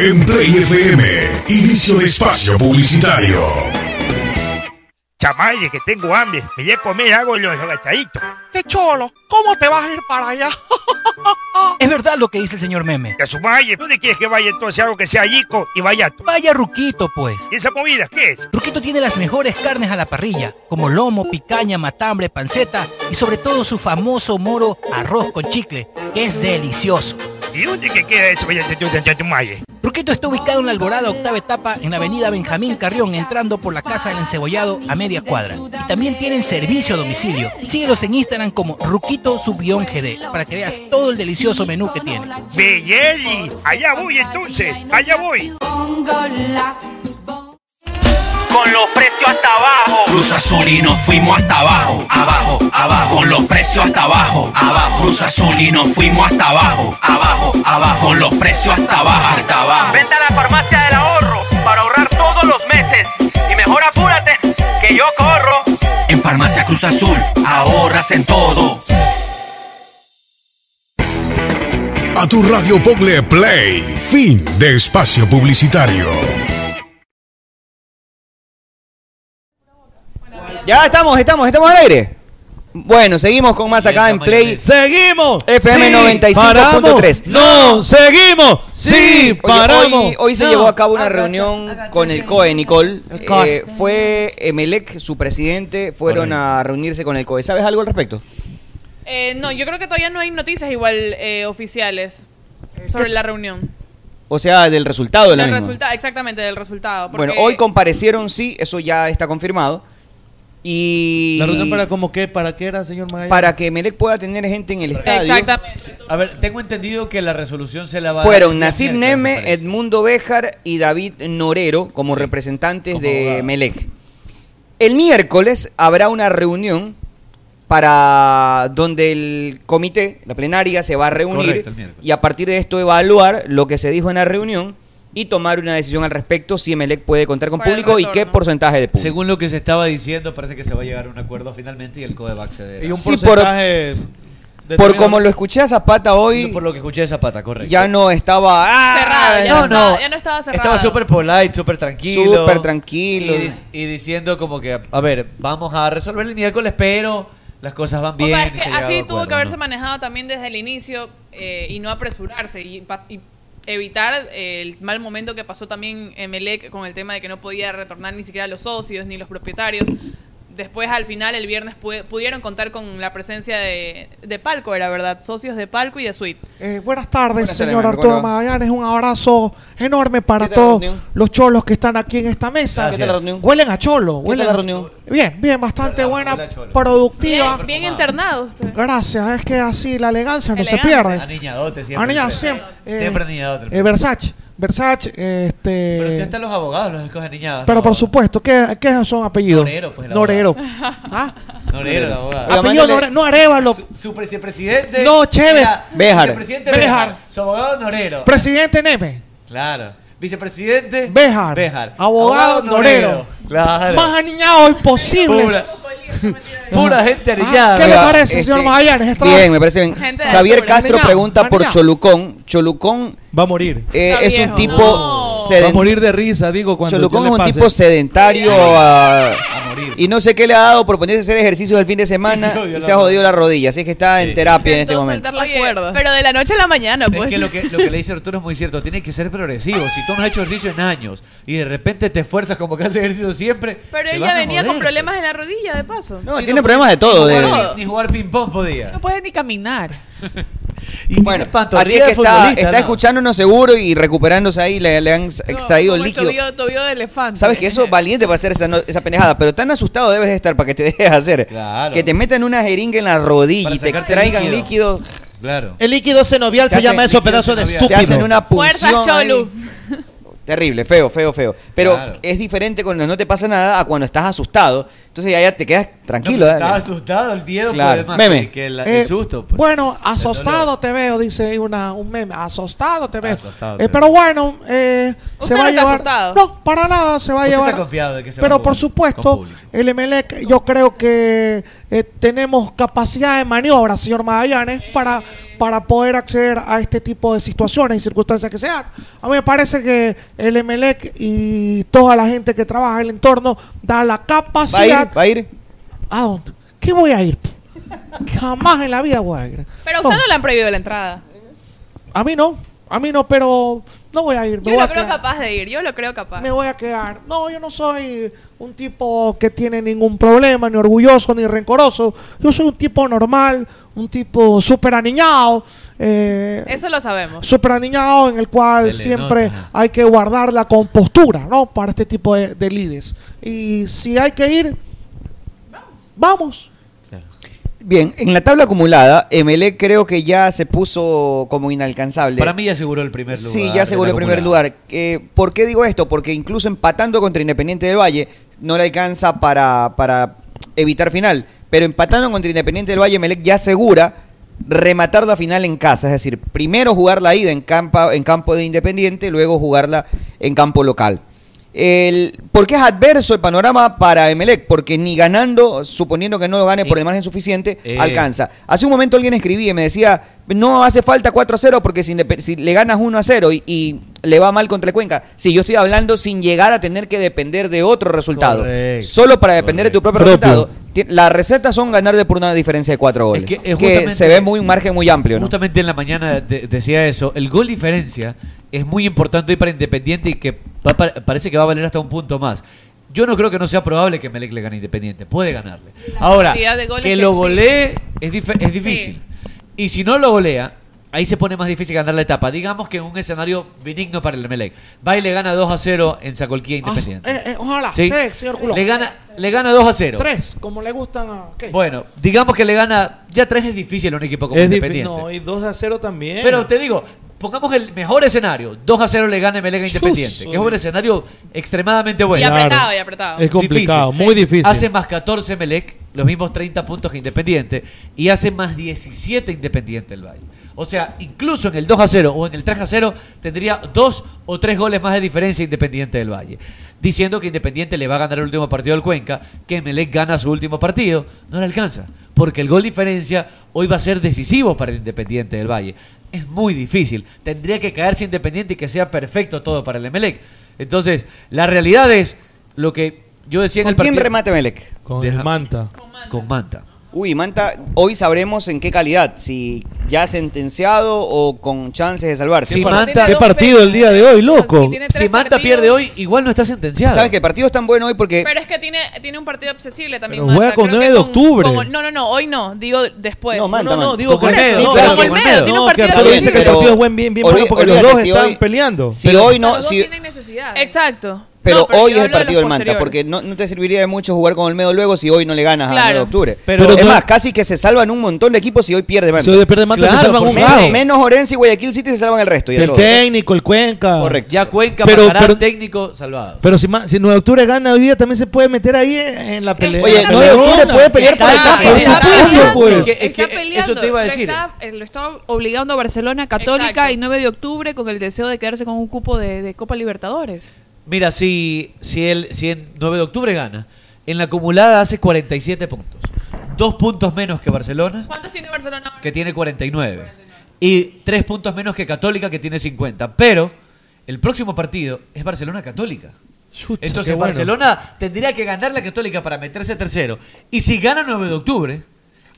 S25: En Play FM, inicio de espacio publicitario.
S9: Chamaye, que tengo hambre. Me voy a comer hago los agachaditos.
S26: ¡Qué cholo! ¿Cómo te vas a ir para allá?
S9: Es verdad lo que dice el señor Meme. Que a su valle. ¿Dónde quieres que vaya entonces algo que sea yico y vallato? Vaya Ruquito, pues. ¿Y esa comida qué es?
S27: Ruquito tiene las mejores carnes a la parrilla, como lomo, picaña, matambre, panceta y sobre todo su famoso moro arroz con chicle, que es delicioso.
S9: ¿Y dónde que queda eso vaya de Chamaye?
S27: Ruquito está ubicado en la Alborada octava etapa en la avenida Benjamín Carrión, entrando por la Casa del Encebollado a media cuadra. Y también tienen servicio a domicilio. Síguelos en Instagram como Ruquito Subión GD para que veas todo el delicioso menú que tiene.
S9: Belleli. Allá voy entonces. Allá voy.
S25: Con los precios hasta abajo. Cruz Azul y nos fuimos hasta abajo. Abajo, abajo. Con los precios hasta abajo. Abajo. Cruz Azul y nos fuimos hasta abajo. Abajo, abajo. Con los precios hasta abajo. Hasta abajo.
S15: Vente a la farmacia del ahorro para ahorrar todos los meses. Y mejor apúrate, que yo corro.
S25: En Farmacia Cruz Azul, ahorras en todo.
S28: A tu radio Pogle Play. Fin de espacio publicitario.
S14: Ya estamos, estamos, estamos al aire. Bueno, seguimos con más acá en Play.
S20: ¡Seguimos!
S14: FM
S20: Sí,
S14: 95.3.
S20: paramos. No, seguimos. Sí,
S14: Oye,
S20: paramos.
S14: Hoy, hoy se
S20: No.
S14: llevó a cabo una reunión con el COE, Nicole. Eh, fue Emelec, su presidente, fueron a reunirse con el COE. ¿Sabes algo al respecto?
S18: Eh, no, yo creo que todavía no hay noticias igual eh, oficiales sobre la reunión.
S14: O sea, del resultado de la
S18: Del
S14: misma.
S18: resulta- exactamente, del resultado.
S14: Bueno,
S18: porque-
S14: hoy comparecieron, sí, eso ya está confirmado. Y
S19: ¿La reunión para como qué? ¿Para qué era, señor Magallanes?
S14: para que Melec pueda tener gente en el estadio.
S18: Exactamente.
S15: A ver, tengo entendido que la resolución se la va a dar el
S14: Fueron
S15: día
S14: Nasib
S15: miércoles, me
S14: Neme,
S15: parece.
S14: Edmundo Béjar y David Norero como representantes de Melec. El miércoles habrá una reunión para donde el comité, la plenaria, se va a reunir
S15: Correcto, el miércoles.
S14: y a partir de esto evaluar lo que se dijo en la reunión y tomar una decisión al respecto si Melec puede contar con
S15: Para el
S14: público y qué porcentaje de público.
S15: Según lo que se estaba diciendo, parece que se va a llegar a un acuerdo finalmente y el CODE va a acceder.
S14: Y un Sí, por- porcentaje Por como lo escuché a Zapata hoy,
S15: Por lo que escuché de Zapata, correcto.
S14: ya no estaba... ¡ah!
S18: Cerrado, ya
S15: no,
S18: no, estaba-
S15: no.
S18: ya no estaba cerrado.
S15: Estaba súper polite, súper tranquilo.
S14: Súper tranquilo.
S15: Y, dis- y diciendo como que, a ver, vamos a resolver el miércoles, pero las cosas van
S18: O
S15: bien.
S18: sea, es
S15: y
S18: que
S15: se llega a
S18: así
S15: un
S18: tuvo
S15: acuerdo,
S18: que haberse
S15: ¿no?
S18: manejado también desde el inicio eh, y no apresurarse y, pas- y evitar eh, el mal momento que pasó también Emelec con el tema de que no podía retornar ni siquiera los socios ni los propietarios. Después, al final, el viernes pu- pudieron contar con la presencia de, de Palco, era verdad, socios de Palco y de Suite.
S10: Eh, buenas tardes,
S18: Buenas tardes,
S10: señor
S18: Marco,
S10: Arturo
S18: ¿cómo le va?
S10: Magallanes. Un abrazo enorme para
S18: ¿Qué tal la
S10: todos
S18: reunión?
S10: los cholos que están aquí en esta mesa.
S17: ¿Qué tal la reunión?
S10: Huelen a cholo.
S17: ¿Qué tal
S10: huelen
S17: la
S10: a-
S17: reunión?
S10: Bien, bien, bastante buena,
S17: huele a cholo.
S10: productiva.
S18: Bien, bien internados. ustedes.
S10: Gracias, es que así la elegancia no se
S18: Elegante.
S10: pierde.
S15: Aniñadote siempre.
S10: Aniñado
S15: siempre.
S10: eh,
S15: Siempre aniñadote.
S10: eh, Versace, Versace, eh, este...
S15: Pero usted hasta los abogados los escoge aniñados.
S10: Pero por supuesto, ¿qué, qué son apellidos?
S15: Norero, pues, el
S10: Norero.
S15: ¿Ah? Norero, el abogado.
S10: Apellido Norero, no Arevalo.
S15: Su vicepresidente.
S10: No, Chévez.
S15: era
S10: Béjar.
S15: Vicepresidente
S10: Béjar.
S15: Béjar. Su abogado Norero.
S10: Presidente Neme.
S15: Claro. Vicepresidente
S10: Béjar.
S15: Béjar.
S10: Abogado Norero.
S15: Claro.
S10: Más aniñado imposible.
S15: Pura, pura gente
S10: Ah,
S15: anillada.
S10: ¿Qué le
S14: Oiga,
S10: parece,
S14: este,
S10: señor Magallanes? Está-
S14: Bien, me parece bien.
S10: Gente de
S14: Javier
S10: altura,
S14: Castro
S10: mañana,
S14: pregunta por
S10: mañana.
S14: Cholucón. Cholucón eh,
S19: va a morir.
S14: es un tipo
S19: Va a
S14: sedentario.
S19: morir de risa, digo, cuando
S14: Cholucón
S19: yo
S14: es
S19: le
S14: un
S19: pase.
S14: tipo sedentario ah,
S15: morir.
S14: y no sé qué le ha dado por ponerse a hacer ejercicios el fin de
S15: Y
S14: semana
S15: se jodió
S14: y
S15: la
S14: se ha jodido la rodilla, así que está en terapia en este momento.
S18: Oye, Pero de la noche a la mañana, pues.
S15: Es que lo, que lo que le dice Arturo es muy cierto, tiene que ser progresivo. Si tú no has hecho ejercicio en años y de repente te esfuerzas como que haces ejercicio siempre.
S18: Pero
S15: te
S18: ella
S15: vas a
S18: venía con
S15: joder. pues.
S18: problemas en la rodilla, de paso.
S14: No, tiene problemas de todo.
S15: Ni
S14: de-
S15: jugar, ni, ni jugar ping-pong podía.
S18: No puede ni caminar.
S15: Y
S14: bueno, así
S15: pantorrilla
S14: es que
S15: de
S14: está,
S15: futbolista,
S14: está
S15: ¿no?
S14: escuchándonos seguro y recuperándose ahí, le, le han s- extraído el líquido.
S18: Tobillo, tobillo de elefante.
S14: Sabes que eso es valiente para hacer esa, no- esa pendejada, pero tan asustado debes estar para que te dejes hacer. Que te metan una jeringa en la rodilla
S15: Para
S14: y te
S15: sacarte
S14: extraigan
S15: líquido.
S14: líquido.
S15: Claro.
S17: El líquido cenovial
S14: Te
S17: se
S14: hacen
S17: llama eso,
S14: líquido
S17: pedazo de
S14: sinovial. Te
S17: estúpido.
S14: hacen una
S18: Fuerzas,
S14: punción ahí.
S18: Cholu.
S14: Terrible, feo, feo, feo. Pero
S15: Claro.
S14: es diferente cuando no te pasa nada a cuando estás asustado. Entonces ya, ya te quedas
S15: pues
S14: tranquilo. ¿eh?
S15: Estaba asustado, el miedo
S14: Claro.
S15: por el,
S14: Meme.
S15: Que, que la-
S10: Eh,
S15: el susto. pues.
S10: Bueno, asustado te veo, dice ahí una, un meme. Asustado te veo.
S15: Asustado
S10: Eh,
S15: te veo.
S10: pero bueno, eh, se
S18: ¿Usted
S10: va
S18: no
S10: a
S18: está
S10: llevar.
S18: asustado?
S10: No, para nada se va a
S15: Usted
S10: llevar.
S15: está confiado de que se va
S10: pero
S15: con-
S10: por
S15: con
S10: supuesto,
S15: público.
S10: el Emelec, yo creo que eh, tenemos capacidad de maniobra, señor Magallanes, para, para poder acceder a este tipo de situaciones y circunstancias que sean. A mí me parece que el Emelec y toda la gente que trabaja en el entorno da la
S14: ¿Va a ir?
S10: capacidad.
S14: ¿Va a ir?
S10: ¿A dónde? ¿Qué voy a ir? Jamás en la vida voy a ir.
S18: Pero a usted
S10: No.
S18: no le han prohibido la entrada.
S10: A mí no, a mí no, pero no voy a ir. Me
S18: Yo
S10: voy,
S18: lo
S10: a
S18: creo
S10: quedar,
S18: capaz de ir, yo lo creo capaz.
S10: me voy a quedar. No, yo no soy un tipo que tiene ningún problema, ni orgulloso, ni rencoroso. Yo soy un tipo normal, un tipo súper aniñado. Eh,
S18: Eso lo sabemos.
S10: súper aniñado en el cual
S18: Se le
S10: siempre
S18: nota.
S10: hay que guardar la compostura, ¿no? Para este tipo de, de líderes. Y si hay que ir, vamos.
S14: Bien, en la tabla acumulada, MLE creo que ya se puso como inalcanzable.
S15: Para mí ya aseguró el primer lugar.
S14: Sí, ya se volvió el primer lugar. Eh, ¿Por qué digo esto? Porque incluso empatando contra Independiente del Valle no le alcanza para, para evitar final. Pero empatando contra Independiente del Valle, Melec ya asegura rematar la final en casa. Es decir, primero jugar la ida en, campa- en campo de Independiente, luego jugarla en campo local. El, ¿Por qué es adverso el panorama para Emelec? Porque ni ganando, suponiendo que no lo gane por el margen suficiente,
S15: Eh.
S14: alcanza. Hace un momento alguien escribía y me decía, no hace falta 4-0 porque si, le- si le ganas 1-0 y, y le va mal contra el Cuenca. Sí, yo estoy hablando sin llegar a tener que depender de otro resultado.
S15: Correcto,
S14: Solo para depender de tu propio,
S15: Propio.
S14: resultado. Ti- Las recetas son ganar de por una diferencia de 4 goles.
S15: que es
S14: que
S15: justamente-
S14: se ve muy un margen muy amplio. ¿no?
S15: Justamente en la mañana de- decía eso. El gol diferencia es muy importante hoy para Independiente y que va pa- parece que va a valer hasta un punto más. Yo no creo que no sea probable que Melec le gane a Independiente. Puede ganarle. Ahora,
S22: cantidad de goles
S15: que
S22: que
S15: lo
S22: exige.
S15: golee es, dif- es difícil. Y si no lo golea, ahí se pone más difícil ganar la etapa. Digamos que en un escenario benigno para el Melec. Va y le gana 2 a 0 en Zacolquía Independiente.
S10: Ah, Eh, eh, ojalá,
S15: Sí.
S10: sí, señor Culón.
S15: Le gana Le gana 2 a 0.
S10: Tres, pues, como le gustan a. ¿qué?
S15: Bueno, digamos que le gana. Ya 3 es difícil a un equipo como
S20: Es difícil.
S15: Independiente.
S20: No, y 2 a 0 también.
S15: Pero te digo, pongamos el mejor escenario: 2 a 0 le gana Melega Independiente, que es un escenario extremadamente bueno.
S18: Y apretado, Claro. y apretado.
S20: Es complicado, muy difícil.
S15: Hace más 14 Melec, los mismos 30 puntos que Independiente, y hace más 17 Independiente el Valle. O sea, incluso en el 2 a 0 o en el 3 a 0 tendría dos o tres goles más de diferencia Independiente del Valle. Diciendo que Independiente le va a ganar el último partido al Cuenca, que Melec gana su último partido, no le alcanza. Porque el gol diferencia hoy va a ser decisivo para el Independiente del Valle. Es muy difícil. Tendría que caerse Independiente y que sea perfecto todo para el Emelec. Entonces, la realidad es lo que yo decía en el
S14: ¿Con quién
S15: partido.
S14: remata Melec?
S20: Con Manta.
S15: Con Manta.
S14: Uy, Manta, hoy sabremos en qué calidad, si ya sentenciado o con chances de salvarse.
S15: Si Manta- Qué partido el día de hoy, loco. Si, Manta pierde hoy, igual no está sentenciado.
S14: ¿Sabes que el partido es tan bueno hoy porque
S18: Pero es que tiene, tiene un partido obsesible también.
S14: Pero
S18: Manta.
S14: juega con
S18: Creo
S14: 9
S18: que
S14: de octubre.
S18: con- no, no, no, hoy no, digo después.
S14: No, Manta, No, no, Manta.
S20: digo con Olmedo,
S18: Sí,
S20: no,
S18: claro,
S20: con
S18: con
S20: Olmedo.
S18: Olmedo, tiene un
S20: No, que
S18: partido
S20: Arturo dice que el
S18: obsesible.
S20: partido es buen- bien- bien bueno porque los
S14: olvídate,
S20: dos
S14: si
S20: están
S14: hoy-
S20: peleando.
S14: Si
S20: Pero-
S14: hoy no, si,
S18: necesidad. Exacto.
S14: pero,
S18: No, pero
S14: hoy
S18: yo
S14: es el
S18: hablo de
S14: partido
S18: los
S14: del Manta, porque
S18: posteriores.
S14: no, no te serviría de mucho jugar con Olmedo luego si hoy no le ganas
S18: Claro.
S14: a 9 de octubre.
S15: Pero-
S14: es
S15: Pero-
S14: más, casi que se salvan un montón de equipos si hoy pierde Manta.
S20: Si hoy pierde Manta, se salvan un
S14: menos,
S20: lado.
S14: menos Orense y Guayaquil City se salvan el resto. ya
S20: el
S14: todo.
S20: técnico, el Cuenca. Correcto.
S15: Ya Cuenca
S20: Pero-
S15: bajará
S20: pero-
S15: técnico salvado.
S20: Pero si, ma- si 9 de octubre gana hoy día, también se puede meter ahí Eh, en la pelea.
S15: Oye,
S20: la
S15: 9 de octubre
S20: peleona.
S15: puede pelear por el
S20: Está-
S15: campeonato.
S20: Por supuesto, pues.
S15: Es que- es que eso te iba a
S17: Lo
S15: decir.
S17: está- eh, lo está obligando a Barcelona Católica y 9 de octubre con el deseo de quedarse con un cupo de, de Copa Libertadores.
S15: Mira, si, si, el, si el 9 de octubre gana, en la acumulada hace 47 puntos. Dos puntos menos que Barcelona.
S18: ¿Cuántos tiene Barcelona?
S15: que tiene 49. Y tres puntos menos que Católica, que tiene 50. Pero el próximo partido es Barcelona-Católica. Entonces
S20: qué bueno.
S15: Barcelona tendría que ganar la Católica para meterse tercero. Y si gana 9 de octubre,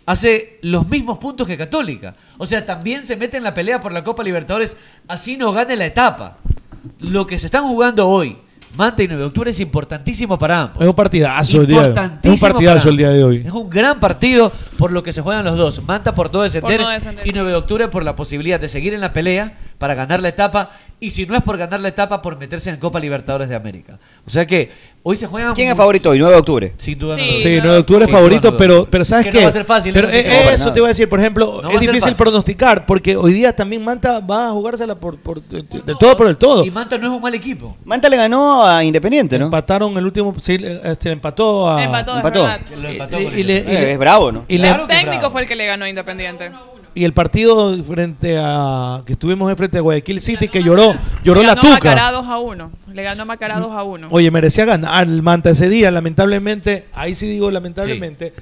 S15: hace los mismos puntos que Católica. O sea, también se mete en la pelea por la Copa Libertadores, así no gane la etapa. Lo que se están jugando hoy, Manta y 9 de octubre, es importantísimo para ambos.
S20: Es un partidazo el día de hoy. Es un
S15: Importantísimo
S20: partidazo
S15: para-
S20: el día de hoy.
S15: Es un gran partido por lo que se juegan los dos. Manta por no descender,
S18: Por no descender.
S15: y 9 de octubre por la posibilidad de seguir en la pelea para ganar la etapa. Y si no es por ganar la etapa, por meterse en Copa Libertadores de América. O sea que hoy se juegan.
S14: ¿Quién es favorito hoy? 9 de octubre.
S15: Sin duda.
S20: Sí, 9 de octubre es
S15: Sin duda
S20: favorito,
S15: no.
S20: pero, pero ¿sabes
S15: Que
S20: qué?
S15: no va a ser fácil,
S20: Pero
S15: eso sí
S20: eh,
S15: que no.
S20: eh,
S15: Para
S20: eso
S15: nada.
S20: te voy a decir, por ejemplo,
S15: No va a
S20: es
S15: ser
S20: difícil
S15: fácil.
S20: pronosticar porque hoy día también Manta va a jugársela por, por, de- de- del todo por el todo.
S15: Y Manta no es un mal equipo.
S14: Manta le ganó a Independiente, ¿no?
S20: Empataron el último, sí, le- este, empató a...
S18: Empató, es verdad.
S14: Empató.
S15: Lo empató
S20: Y-
S15: con
S20: y
S15: el-
S20: le- y le-
S14: Eh, es bravo, ¿no?
S20: Y, le-
S18: el técnico fue el que le ganó a Independiente.
S20: y el partido frente a que estuvimos frente a Guayaquil City que lloró, lloró
S17: le
S20: la
S17: ganó
S20: tuca.
S17: Macará 2 a 1. Le ganó Macará 2 a 1.
S20: Oye, merecía ganar el Manta ese día, lamentablemente, ahí sí digo lamentablemente,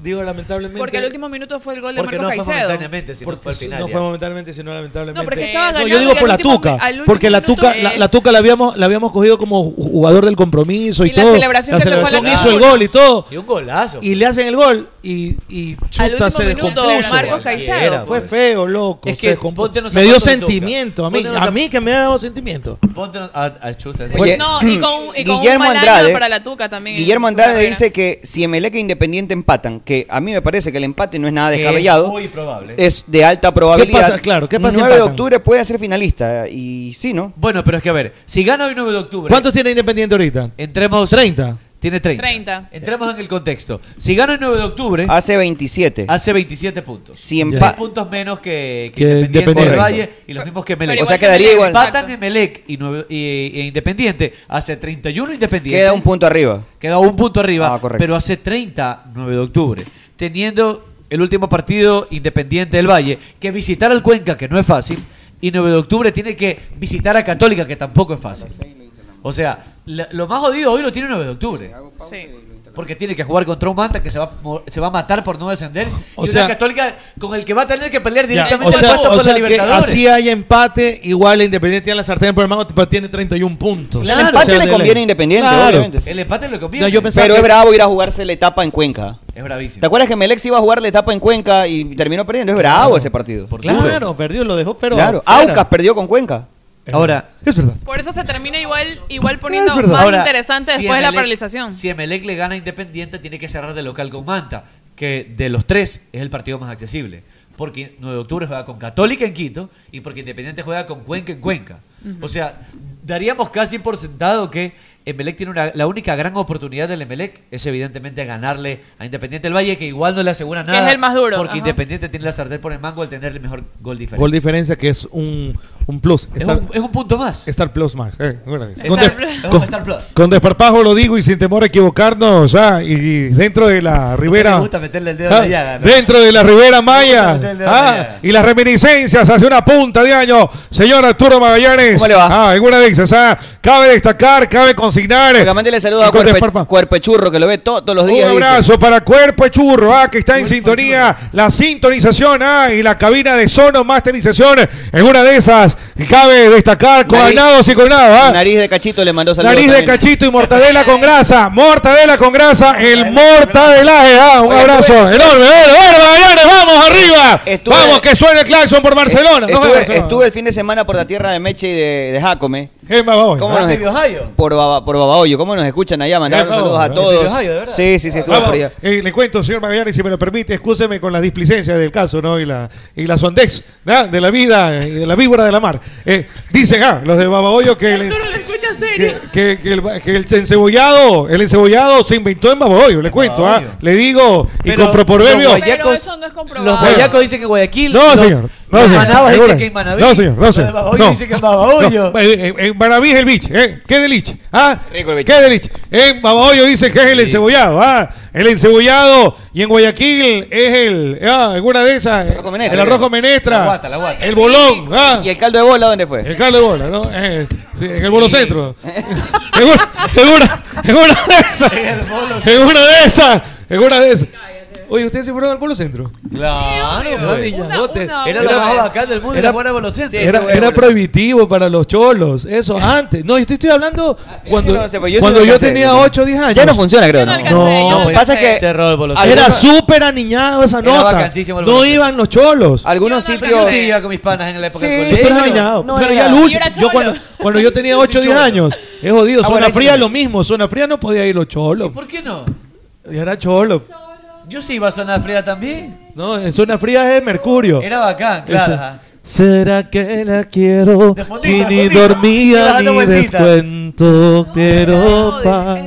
S20: digo lamentablemente.
S17: Porque el último minuto fue el gol de
S15: Porque
S17: Marcos
S15: no fue
S17: Caicedo.
S15: momentáneamente, sino
S20: Porque
S15: fue al
S20: si
S15: final.
S20: No
S15: ya.
S20: fue momentáneamente, sino lamentablemente.
S17: No, pero es que estaba
S20: No,
S17: ganando
S20: yo digo
S17: y
S20: por
S17: al
S20: la
S17: último-
S20: tuca,
S17: al último
S20: porque la
S17: minuto
S20: tuca, la,
S17: es-
S20: la tuca la habíamos, la habíamos cogido como ju- jugador del compromiso y,
S17: Y la
S20: todo.
S17: celebración que se fue a la
S20: celebración hizo
S17: tribuna.
S20: el gol y todo.
S15: Y un golazo.
S20: Y le hacen el gol y, y
S17: Al
S20: chuta,
S17: último
S20: se
S17: minuto,
S20: descompuso.
S17: Marcos Caicedo.
S15: Cualquiera,
S20: Fue
S15: pues.
S20: feo, loco.
S15: Es
S20: se
S15: que
S20: descompuso.
S15: ponte en los
S20: me dio
S15: zapatos de Tuca.
S20: sentimiento a mí,
S15: Ponte en los
S20: a
S15: zap-
S20: mí que me ha dado sentimiento.
S15: Ponte a, a chuta.
S14: Oye,
S18: Pues no, y con, y con
S14: Guillermo
S18: un mal año
S14: Andrade-
S18: para la Tuca también.
S14: Guillermo
S18: en su
S14: Andrade
S18: carrera.
S14: dice que si Emelec e Independiente empatan, que a mí me parece que el empate no es nada
S15: Que es
S14: descabellado,
S15: muy probable.
S14: es de alta probabilidad.
S15: ¿Qué pasa? Claro, ¿qué pasa si
S14: 9 de
S15: empatan?
S14: octubre puede ser finalista y sí, ¿no?
S15: Bueno, pero es que a ver, si gana hoy 9 de octubre.
S20: ¿Cuántos tiene Independiente ahorita?
S15: Entremos.
S20: 30.
S15: Tiene 30.
S18: 30.
S15: Entremos en el contexto. Si gana el 9 de octubre,
S14: Hace 27.
S15: hace 27 puntos.
S14: Si
S15: Tres
S14: empata.
S15: puntos menos que, que
S20: Que
S15: Independiente del
S20: Independiente.
S15: Valle y los mismos que Melec.
S14: Pero O sea, igual quedaría que Melec, igual.
S15: Empatan Emelec y, nueve- y- e Independiente. Hace 31 Independiente.
S14: Queda un punto arriba.
S15: Queda un punto arriba,
S14: Ah, correcto.
S15: pero hace 30, 9 de octubre. Teniendo el último partido Independiente del Valle, que visitar al Cuenca, que no es fácil, y 9 de octubre tiene que visitar a Católica, que tampoco es fácil. O sea, la- lo más jodido hoy lo tiene 9 de octubre. Porque tiene que jugar contra un Manta que se va, a mo- se va a matar por no descender.
S20: O
S15: y
S20: sea-
S15: una Católica con el que va a tener que pelear
S20: Ya,
S15: directamente
S20: o sea,
S15: el puesto
S20: o
S15: por la
S20: sea que
S15: Libertadores.
S20: así hay empate, igual Independiente tiene la sartén por el mango, pero tiene 31 puntos.
S14: El empate le conviene a Independiente, obviamente.
S15: El empate le
S20: Ya,
S15: conviene.
S20: yo pensaba
S14: Pero
S20: que-
S14: es bravo ir a jugarse la etapa en Cuenca.
S15: Es bravísimo.
S14: ¿Te acuerdas que Melec se iba a jugar la etapa en Cuenca y terminó perdiendo? Es bravo ese partido.
S20: Claro, perdió, lo dejó, pero.
S14: Claro.
S20: fuera. Eh.
S14: Aucas perdió con Cuenca.
S15: Ahora,
S20: es verdad.
S18: Por eso se termina igual, igual poniendo
S15: verdad.
S18: más
S15: Ahora,
S18: interesante
S15: si e-
S18: después de la
S15: Emelec-
S18: paralización.
S15: Si Emelec le gana a Independiente, tiene que cerrar de local con Manta, que de los tres es el partido más accesible. Porque 9 de octubre juega con Católica en Quito y porque Independiente juega con Cuenca en Cuenca. O sea, daríamos casi por sentado que Emelec tiene una, la única gran oportunidad del Emelec es evidentemente ganarle a Independiente del Valle, que igual no le asegura
S18: Que
S15: nada.
S18: es el más duro,
S15: Porque
S18: ajá.
S15: Independiente tiene la sartén por el mango al tener el mejor gol diferencia.
S20: Gol diferencia que es un, un plus.
S15: Es un- es un punto más.
S20: Star Plus más. eh, acuérdate.
S15: Star
S20: con, des-
S15: Plus. Es un
S20: con-
S15: Star Plus.
S20: con desparpajo lo digo y sin temor a equivocarnos. ah, y, y dentro de la Ribera.
S15: me gusta meterle el dedo en la
S20: ah,
S15: llaga, ¿no?
S20: Dentro de la Ribera Maya.
S15: meterle el dedo en la
S20: ah, y las reminiscencias hacia una punta de año. Señor Arturo Magallanes. ¿Cómo le va? Ah, en una de esas, ah, cabe destacar, cabe consignar.
S14: Oiga, mándele saludos
S20: y
S14: a
S20: con
S14: Cuerpe,
S20: desparpajo.
S14: Cuerpechurro, que lo ve to- todos los días.
S20: Un
S14: dice.
S20: abrazo para Cuerpo Churro, ah, que está en sintonía. La sintonización ah, y la cabina de Sono Masterización. En una de esas, cabe destacar con
S14: Nariz-
S20: ganados y con nada. ah.
S14: Nariz de Cachito le mandó saludos.
S20: Nariz de
S14: también.
S20: cachito y mortadela con grasa. Mortadela con grasa, el mortadelaje. Ah, un abrazo enorme. enorme, Magallanes, vamos arriba.
S14: Estuve-
S20: vamos, que suene el claxon por Barcelona. No,
S14: Estuve,
S20: Barcelona.
S14: estuve el fin de semana por la tierra de Meche y de, de Jacome. ¿Cómo
S15: Ah,
S14: nos
S15: de Biohayo.
S14: por, Baba- por Babahoyo. ¿Cómo nos escuchan allá? Mandaron
S20: Jacome,
S14: saludos a
S20: de
S14: todos.
S20: Biohayo, de verdad.
S14: sí, sí, sí, estuve
S20: Vamos,
S14: por allá.
S20: eh, le cuento, señor Magallanes, si me lo permite, escúcheme con la displicencia del caso, ¿no? Y la, y la sondez, ¿no? De la vida eh, y de la víbora de la mar. Eh, dicen, ah, los de Babahoyo que, le-
S18: Arturo lo escucha serio.
S20: que, que- que el, que el encebollado, el encebollado se inventó en Babahoyo, le cuento, ¿ah? Le digo, y
S15: Pero
S20: con proverbio.
S15: los guayacos- Los guayacos dicen que Guayaquil.
S20: No,
S15: los-
S20: señor. No,
S15: los
S20: señor.
S15: manabas dicen
S20: Seguro.
S15: que en Manaví.
S20: No, señor. No,
S15: los de
S20: señor.
S15: Babahoyo
S20: No.
S15: dicen que en Babahoyo.
S20: No, eh, eh, En Manaví es el bicho. ¿eh? ¿Qué del bicho? ¿Ah? ¿Qué del bicho? En Babahoyo dicen que es el encebollado. ¿ah? El encebollado. Y en Guayaquil es el. Ah, alguna de esas. El arroz
S14: menestra.
S20: El arroz menestra.
S14: La guata, la guata.
S20: El bolón. ¿ah?
S14: ¿Y el caldo de bola dónde fue?
S20: El caldo de bola, ¿no? Eh, sí, en el bolo centro. en, una, en una- en una de esas. En una de esas. En una de esas. Oye, ¿ustedes se fueron al bolo centro?
S15: Claro,
S20: Una-
S15: mami,
S20: una-
S15: Yagote.
S20: una-
S15: Era
S20: una
S15: la más
S20: vez.
S15: bacán del mundo y
S20: Era-
S15: la buena evolución.
S20: era, era prohibitivo para los cholos, eso antes. No, yo te estoy hablando cuando,
S14: no sé, pues yo sí
S20: cuando
S14: lo
S20: yo
S14: alcancé.
S20: tenía 8 o 10 años.
S14: Ya no funciona, creo, Yo no
S20: No,
S14: ¿no? alcancé, yo no
S20: pues,
S14: Pasa que-
S15: Cerró el bolo.
S20: Algunos- era súper aniñado esa
S15: Era
S20: nota.
S15: vacancísimo el
S20: No
S15: bolo.
S20: iban los cholos.
S14: Algunos
S15: Yo sí iba con mis panas en la época del colegio.
S20: Súper aniñado. pero ya el último. Yo cuando, cuando yo tenía 8 o 10 años, es jodido.
S15: Ah,
S20: Zona
S15: bueno, ahí sí
S20: fría
S15: no.
S20: lo mismo. Zona fría no podía ir los cholos.
S15: ¿Por qué no?
S20: Y era cholo.
S15: Yo sí iba a Zona Fría también.
S20: No, en zona fría es Mercurio.
S15: Era bacán, claro.
S20: Ese-
S15: ajá.
S20: ¿Será que la quiero?
S15: fondita,
S20: y
S15: de fondita.
S20: ni
S15: Iba
S20: dormía
S15: dando
S20: ni
S15: vueltita.
S20: descuento quiero pa-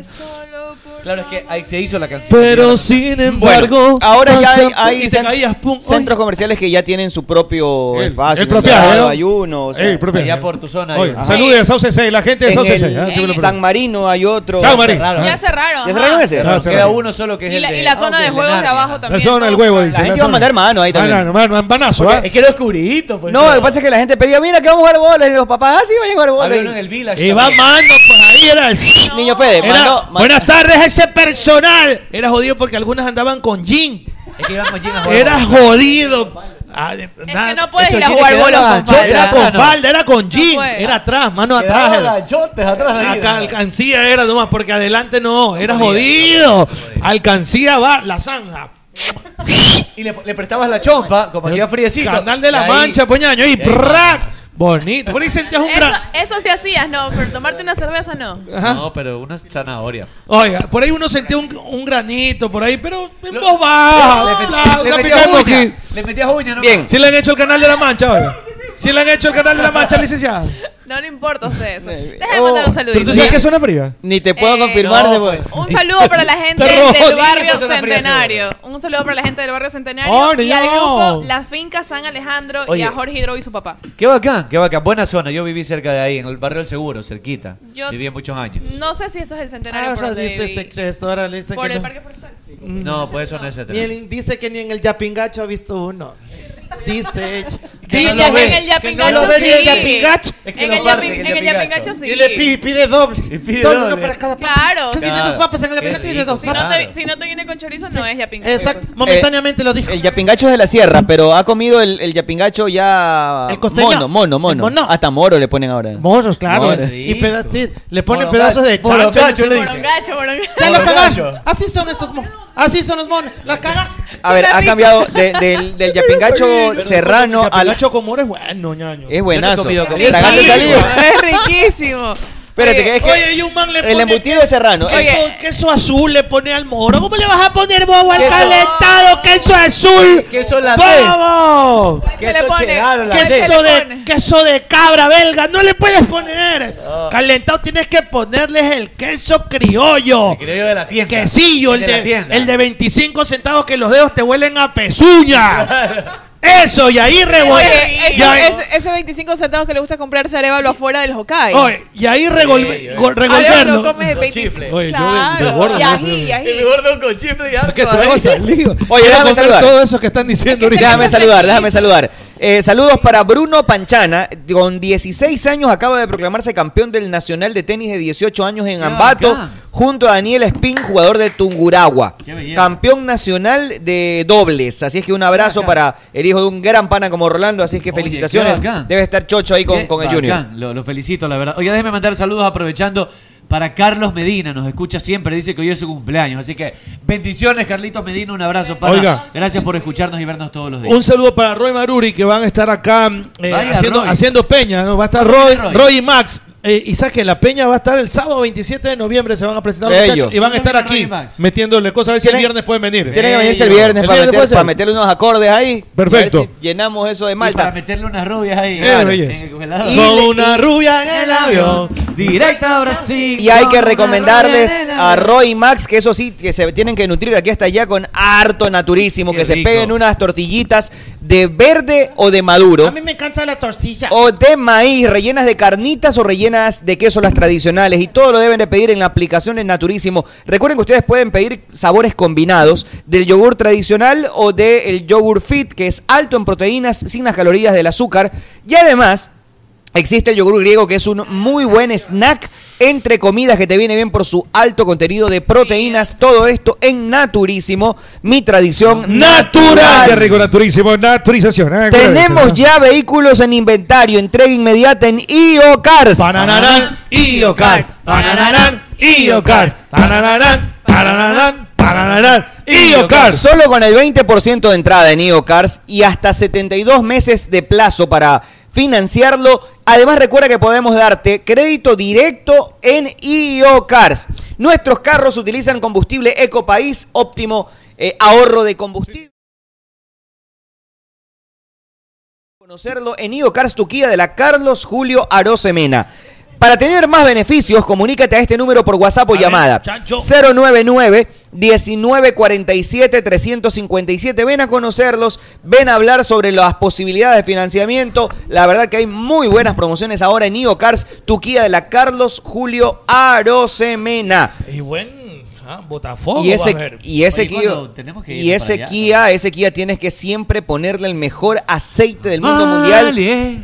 S15: Claro, es que ahí se hizo la canción.
S20: Pero sin em- embargo,
S14: Ahora ya hay,
S20: pasan-
S14: hay
S20: y se
S14: cen-
S20: caía, pum,
S14: centros comerciales que ya tienen su propio espacio.
S20: el propio, ¿no?
S14: ayuno. o sea,
S20: El propio. Allá
S15: por tu zona.
S20: Oye, ah,
S14: Ajá.
S20: salude a Sauce 6, la gente de
S14: En
S20: Sauce
S14: el
S20: 6. ah, seguro,
S14: San Marino hay otro.
S20: San Marino.
S18: Ya cerraron.
S14: ¿Ya
S18: ajá.
S14: cerraron ese?
S20: Cerraron,
S15: Queda uno solo que es
S18: Y
S15: el
S18: la,
S15: de-
S18: y la
S15: ah,
S18: zona
S15: ok,
S18: de
S15: el
S18: juegos de
S15: Narnia.
S18: abajo
S20: La
S18: también.
S20: zona del huevo, dice.
S14: gente
S20: la
S14: va a
S20: zona.
S14: mandar mano ahí también.
S20: Banano, man- man- banazo,
S15: Porque
S20: ¿ah?
S15: Es que era oscurito, pues.
S14: No, lo que pasa es que la gente pedía, mira que vamos a jugar bolas. Y los papás, ah, sí, vayan a jugar bolas.
S15: Había uno en el Village.
S20: Y va
S15: también.
S20: mando, pues ahí era.
S14: Niño Fede,
S20: Era,
S14: mandó- mandó-
S20: Buenas tardes, ese personal. Era jodido porque algunas andaban con jean.
S15: Es que iban con jean a jugar.
S20: Era jodido. Ah, de- nada,
S18: no puedes
S20: eso
S18: ir a
S20: tiene
S18: jugar
S20: que dar
S18: bolos con
S20: ganchote,
S18: falda.
S20: Era con
S18: No.
S20: falda, era con jean.
S18: puedes.
S20: era atrás, mano
S15: Quedaba
S20: atrás.
S15: ganchotes atrás. ahí,
S20: Acá
S15: ¿no?
S20: alcancía era nomás, porque adelante no, era jodido. Alcancía va, la zanja.
S15: Y le, le prestabas la chompa, como hacía friecito.
S20: Canal de
S15: Y
S20: la
S15: ahí-
S20: Mancha, poñaño, y
S15: ahí-
S20: ¡prac! Bonito. Por ahí sentías un gran.
S18: Eso, eso sí hacías, no, pero tomarte una cerveza no.
S20: Ajá.
S15: No, pero una zanahoria.
S20: Oiga, por ahí uno sentía un, un granito, por ahí, pero en voz baja.
S15: le,
S20: bla,
S15: metí- le
S20: una
S15: metías
S20: picada
S15: uña.
S20: aquí.
S15: Le metías uña, ¿no?
S20: Si le han hecho el canal de la mancha, oiga. Si le han hecho el canal de la mancha, licenciada.
S18: No le importa a usted eso. Déjame
S17: Oh,
S18: mandar un
S20: Pero tú
S18: saludito.
S20: sabes que suena fría.
S14: Ni te puedo
S18: Eh,
S14: confirmar.
S18: no, pues.
S14: de-
S18: Un saludo para la gente
S20: Te robó
S18: del
S20: dinero,
S18: barrio
S20: Zona Fría
S18: Centenario. Un saludo para la gente del barrio Centenario
S15: Oh,
S18: y al
S15: no.
S18: grupo La Finca San Alejandro y
S15: Oye.
S18: a Jorge Hidro y su papá.
S15: Qué bacán, qué bacán. Buena zona. Yo viví cerca de ahí, en el barrio del Seguro, cerquita.
S18: Yo-
S15: Viví muchos años.
S18: No sé si eso es el Centenario
S17: Ah,
S18: por
S17: ahora
S18: donde
S17: dice
S18: viví.
S17: secreto, ahora le dicen
S18: Por
S17: que
S18: el
S17: no.
S18: Parque Forestal.
S20: Mm.
S15: No, pues eso no es
S17: Ni
S15: el
S17: el- dice que ni en el Yapingacho ha visto uno. Dice ella.
S18: Que
S17: Dice
S18: no lo
S17: ella,
S18: ve. En el
S17: que
S18: Yapingacho
S17: no lo ve ni el
S18: sí.
S17: Yapingacho.
S18: Es que En lo el parte, Yapin- en el en el Yapingacho. Yapingacho sí.
S17: Y le pi- pide, doble.
S15: pide
S17: Doble,
S15: doble.
S17: uno para cada papa.
S18: Claro.
S17: Que
S18: sí.
S17: si tiene dos papas en el Yapingacho, tiene dos
S18: Si no,
S17: papas.
S18: te, si no te viene con chorizo, no es yapingacho.
S17: Exacto.
S14: pues.
S17: Momentáneamente lo dijo.
S14: El yapingacho es de la sierra, pero ha comido el, el yapingacho ya. El
S17: costeño.
S14: Mono, mono, mono.
S17: El mono.
S14: Hasta moro le ponen ahora.
S20: Morros,
S17: Claro.
S14: Mono.
S17: Y peda- sí, le ponen
S14: Morongacho.
S17: pedazos de chancho.
S14: Morongacho
S17: no sé
S14: le
S17: qué.
S14: dicen.
S18: Morongacho, morongacho.
S17: Ya lo
S14: Morongacho.
S17: cagaron. Así son estos monos. Así son los monos. La cagan.
S14: A ver, ha
S17: Rico.
S14: cambiado de- del, del yapingacho serrano
S20: al
S14: al.
S20: Nacho Comor es bueno, ñaño.
S14: Es buenazo.
S15: Yo no he comido
S14: Tragate
S18: Riquísimo,
S14: saliva.
S18: Es riquísimo.
S14: Espérate, que es que
S17: Oye, y un man le
S14: el
S17: pone
S14: embutido de serrano.
S17: Queso,
S14: Oye.
S17: queso azul le pone al moro. ¿Cómo le vas a poner bobo al
S14: Queso-
S17: calentado queso azul?
S15: Queso
S14: holandés.
S17: ¡Vamos!
S15: ¿Qué se le pone? ¿Qué se
S17: queso,
S15: le
S17: de, queso de cabra belga. No le puedes poner.
S14: Oh.
S17: Calentado tienes que ponerles el queso criollo. El
S15: criollo de la tienda.
S17: Quesillo, el,
S15: De
S17: de,
S15: la tienda.
S17: el de 25 centavos que los dedos te huelen a pezuña. Eso, y ahí revuelve.
S16: Oye,
S17: y ahí-
S16: ese, ese- ese 25 centavos que le gusta comprar cerebro afuera del Hokkaido.
S17: Oye, y ahí regol- go-
S16: A ver,
S17: revolverlo.
S16: no comes el 25.
S17: Oye, yo de-
S16: claro.
S19: de gordo,
S16: y
S19: no
S16: ají, y ají. El gordo con chifle y
S19: ¿Qué cosa, Ligo?
S14: Oye,
S19: Quiero
S14: déjame
S19: comer
S14: saludar.
S19: Todo eso que están diciendo ahorita.
S14: Déjame saludar, déjame saludar. Eh, saludos para Bruno Panchana, con 16 años acaba de proclamarse campeón del Nacional de Tenis de 18 años en Ambato, junto a Daniel Espín, jugador de Tunguragua. Campeón nacional de dobles. Así es que un abrazo para el hijo de un gran pana como Rolando, así es que felicitaciones.
S15: bacán.
S14: Debe estar chocho ahí con, con el
S15: Bacán,
S14: Junior.
S15: Lo, lo felicito, la verdad. Oiga, déjeme mandar saludos aprovechando para Carlos Medina. Nos escucha siempre, dice que hoy es su cumpleaños. Así que bendiciones, Carlitos Medina. Un abrazo, para.
S19: Oiga.
S15: Gracias por escucharnos y vernos todos los días.
S19: Un saludo para Roy Maruri que van a estar acá eh,
S15: Vaya,
S19: haciendo,
S15: Roy.
S19: haciendo peña, ¿no? Va a estar
S15: Roy,
S19: Roy,
S15: Roy.
S19: Roy y Max. Eh, y sabes que la peña va a estar el sábado 27 de noviembre, se van a presentar los
S14: Bello.
S19: muchachos y van a estar
S14: Roy y
S19: aquí
S14: Max.
S19: metiéndole cosas. A ver si el
S14: Tienen-
S19: viernes pueden venir.
S14: Tiene que venirse el viernes, para, meter-
S19: puede ser.
S14: para meterle unos acordes ahí.
S19: Perfecto.
S14: A ver si llenamos eso de Malta.
S15: para meterle unas rubias ahí.
S14: Claro.
S15: congelador.
S14: Y le- y-
S15: Directa a Brasil.
S14: Y hay que
S15: con una
S14: recomendarles
S15: rubia en el
S14: a
S15: avión.
S14: Roy y Max que eso sí, que se tienen que nutrir aquí hasta allá con harto naturísimo, que se
S15: rico.
S14: peguen unas tortillitas de verde o de maduro.
S17: A mí me encanta la tortilla.
S14: O de maíz, rellenas de carnitas o rellenas de queso, las tradicionales. Y todo lo deben de pedir en la aplicación en Naturísimo. Recuerden que ustedes pueden pedir sabores combinados del yogur tradicional o del yogur fit, que es alto en proteínas, sin las calorías del azúcar. Y además, Existe el yogur griego que es un muy buen snack entre comidas que te viene bien por su alto contenido de proteínas. Todo esto en Naturísimo, mi tradición
S19: Natural.
S14: natural.
S19: Qué rico, naturísimo, naturización.
S29: Ah,
S19: ¿eh?
S14: Tenemos ya vehículos en inventario, entrega inmediata en IOCARS.
S19: Pananarán, IOCARS, pananarán, IOCARS, pananarán, pananarán, pananarán, IOCARS.
S14: Solo con el 20% de entrada en IOCARS y hasta 72 meses de plazo para financiarlo. Además, recuerda que podemos darte crédito directo en IOCARS. Nuestros carros utilizan combustible Ecopaís, óptimo eh, ahorro de combustible. Conocerlo en IOCARS Tuquía de la Carlos Julio Arosemena. Para tener más beneficios, comunícate a este número por WhatsApp o llamada. 099 1947 357. Ven a conocerlos, ven a hablar sobre las posibilidades de financiamiento. La verdad que hay muy buenas promociones ahora en IOCARS, Tuquía de la Carlos Julio Arosemena.
S17: Y buen ah, Botafogo.
S14: Y ese,
S17: va a haber.
S14: y ese
S17: Oye,
S14: Kia,
S17: ¿cuándo tenemos que
S14: y
S17: irnos
S14: ese
S17: para allá?
S14: Kia, ese Kia tienes que siempre ponerle el mejor aceite del mundo
S15: mundial,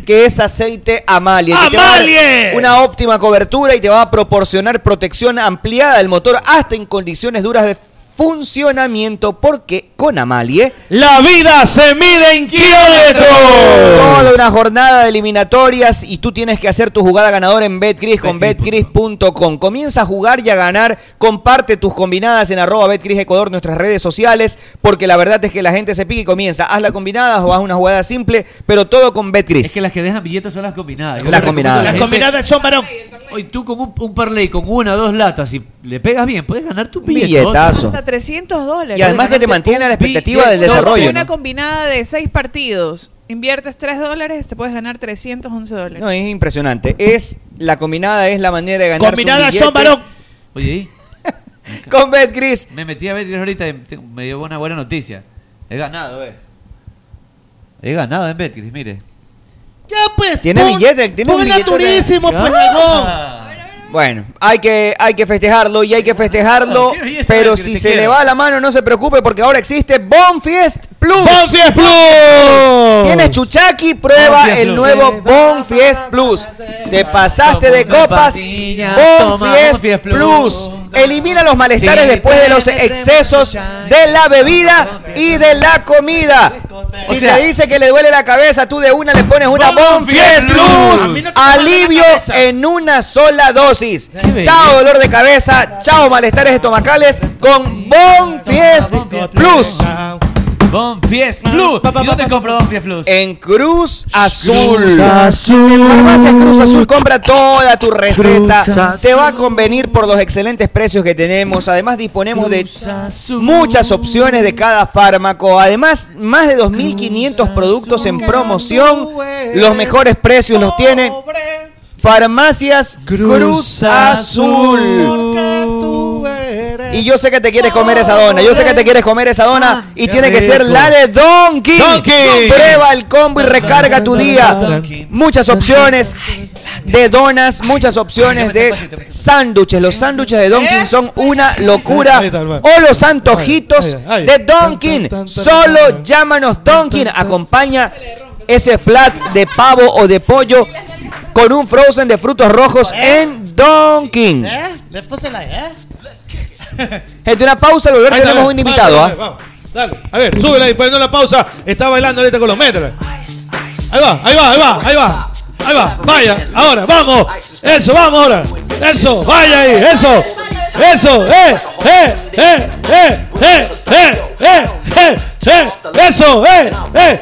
S14: que es aceite Amalie. que te va a dar
S17: ¡Amalie!
S14: Una óptima cobertura y te va a proporcionar protección ampliada del motor hasta en condiciones duras de funcionamiento porque con ¿eh? Amalie
S19: la vida se mide en kilómetros.
S14: Toda una jornada de eliminatorias y tú tienes que hacer tu jugada ganadora en BetCris con betcris.com. Comienza a jugar y a ganar. Comparte tus combinadas en arroba BetCris Ecuador, nuestras redes sociales, porque la verdad es que la gente se pica y comienza. Haz la combinada o haz una jugada simple, pero todo con BetCris.
S15: Es que las que dejan billetes son las combinadas. Yo
S14: Las
S15: le recomiendo
S14: combinadas.
S15: a la
S14: Las
S15: gente-
S17: combinadas son varón.
S15: Hoy tú con un, un parlay, con una o dos latas, y le pegas bien, puedes ganar tu billete.
S14: billetazo.
S16: Hasta 300 dólares.
S14: Y además que te mantiene a la expectativa del
S16: No,
S14: desarrollo.
S16: Una
S14: ¿no?
S16: combinada de 6 partidos. Inviertes 3 dólares, te puedes ganar 311 dólares.
S14: No, es impresionante. Es la combinada es la manera de ganar.
S16: Combinadas
S15: son varón. Oye,
S14: Con BetCris.
S15: Me metí a BetCris ahorita y te- me dio una buena noticia. He ganado, eh. He ganado en BetCris, mire.
S17: Ya pues.
S14: Tiene
S17: pon-
S14: billete, tiene un
S17: pon
S14: billete de-
S17: naturísimo, pues,
S15: Ah.
S14: Bueno, hay que, hay que festejarlo y hay que festejarlo.
S17: Qué belleza,
S14: Pero
S17: que
S14: si
S17: te
S14: se
S17: quiero.
S14: le va la mano, no se preocupe porque ahora existe Bonfiest Plus.
S19: Bonfiest Plus.
S14: Tienes Chuchaki, prueba
S17: Oh,
S19: Bonfiest
S14: el
S19: Plus.
S14: nuevo Bonfiest Plus. Te pasaste de
S15: Toma
S14: copas.
S15: pastillas, toma
S14: Bonfiest
S15: Bonfiest
S14: Plus.
S15: Plus.
S14: Elimina los malestares
S15: Sí,
S14: después de los
S15: tenemos
S14: excesos de la bebida y de la comida. Si
S15: sea-
S14: te dice que le duele la cabeza, tú de una le pones una Bonfiest
S15: Bonfiest Plus.
S14: Plus. Alivio en una sola dosis. Chao dolor de cabeza, chao malestares estomacales con Bonfiest Plus.
S15: Don Fies Plus. ¿Y dónde compro Don Fies Plus?
S14: En Cruz Azul.
S15: Cruz
S14: Azul. Farmacias Cruz Azul, compra toda tu
S17: Cruz
S14: receta.
S17: Azul.
S14: Te va a convenir por los excelentes precios que tenemos. Además, disponemos de muchas opciones de cada fármaco. Además, más de 2.500 productos en promoción. Los mejores precios los tiene Farmacias Cruz Azul. Y yo sé que te quieres comer esa dona. Yo sé que te quieres comer esa dona. Y tiene que ser la de Donkey.
S17: Donkey.
S14: Prueba el combo y recarga tu día. Muchas opciones de donas, muchas opciones de sándwiches. Los sándwiches de Donkey son una locura. O los antojitos de Donkey. Solo llámanos Donkey. Acompaña ese flat de pavo o de pollo con un frozen de frutos rojos en Donkey.
S30: ¿Eh? Le puse la ¿eh?
S14: Gente, una pausa. Al volver
S20: Ahí está,
S14: tenemos
S20: a
S14: un
S20: ver,
S14: invitado.
S20: vamos,
S14: ¿ah?
S20: vamos, Dale, a ver, súbela y poniendo la pausa. Está bailando ahorita con los metros. Ahí va, ahí va, ahí va, ahí va. Ahí va, vaya, ahora, vamos. Eso, vamos ahora. Eso, vaya ahí, eso. Eso, eh, eh, eh, eh, eh, eh, eh, eh, eh, eso, eh, eh.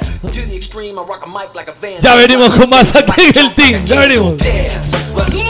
S20: Ya venimos con más aquí en el team, ya venimos.
S25: ¡Chulo,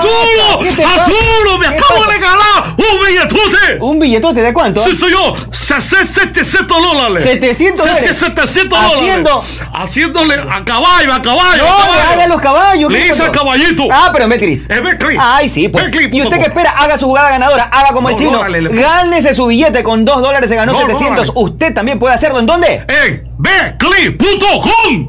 S25: chulo! ¡A chulo! ¡Me acabo de regalar un billetote!
S22: ¿Un billetote de cuánto?
S25: Sí, soy yo. Se- se- 700 dólares.
S22: 700
S25: Se- se-
S22: dólares.
S25: 700 dólares.
S22: Haciendo-
S25: Haciéndole a caballo, a caballo.
S22: No,
S25: a caballo.
S22: hagan los caballos.
S25: Le
S22: ¿qué
S25: hice
S22: pasó?
S25: al caballito.
S22: Ah, pero en Betcris.
S25: En Betcris.
S22: Ay, sí, pues.
S25: Betcris punto
S22: y usted
S25: com.
S22: que espera, haga su jugada ganadora, haga como el
S25: No,
S22: chino.
S25: dólares le-
S22: Gánese su billete con 2 dólares, se ganó
S25: No,
S22: 700. usted también puede hacerlo. ¿En dónde?
S25: En Betcris.com.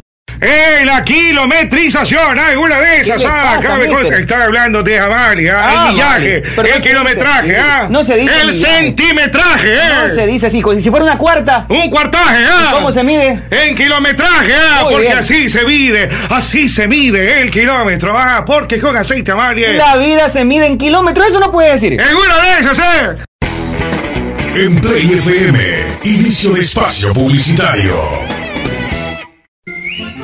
S29: ¡Ey, la kilometrización! Hay una de esas,
S10: ¿Qué le
S29: ah,
S10: pasa,
S29: acá me
S10: mister?
S29: consta- Están hablando de Javali, ah,
S22: Ah,
S29: el millaje,
S22: vale. Pero
S29: el
S22: no se
S29: kilometraje,
S22: dice así.
S29: ah.
S22: No se dice
S29: El
S22: millaje.
S29: centimetraje, eh.
S22: No se dice así, como si fuera una cuarta.
S29: Un cuartaje, ah.
S22: ¿Y ¿Cómo se mide?
S29: En kilometraje, ah,
S22: Muy
S29: porque
S22: bien.
S29: así se mide, así se mide el kilómetro, ah, porque con aceite amarillo.
S22: La vida se mide en kilómetros, eso no puede decir.
S29: En una de esas, eh.
S28: En Play FM, inicio de espacio publicitario.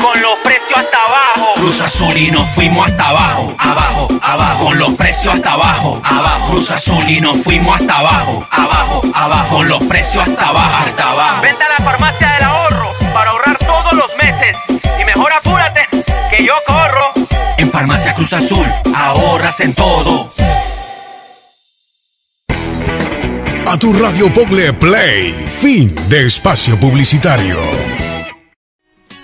S25: Con los precios hasta abajo. Cruz Azul y nos fuimos hasta abajo, abajo, abajo. Con los precios hasta abajo, abajo. Cruz Azul y nos fuimos hasta abajo, abajo, abajo. Con los precios hasta abajo, hasta abajo.
S31: Venta a la farmacia del ahorro para ahorrar todos los meses. Y mejor apúrate, que yo corro.
S25: En Farmacia Cruz Azul, ahorras en todo.
S28: A tu radio Pogle Play, fin de espacio publicitario.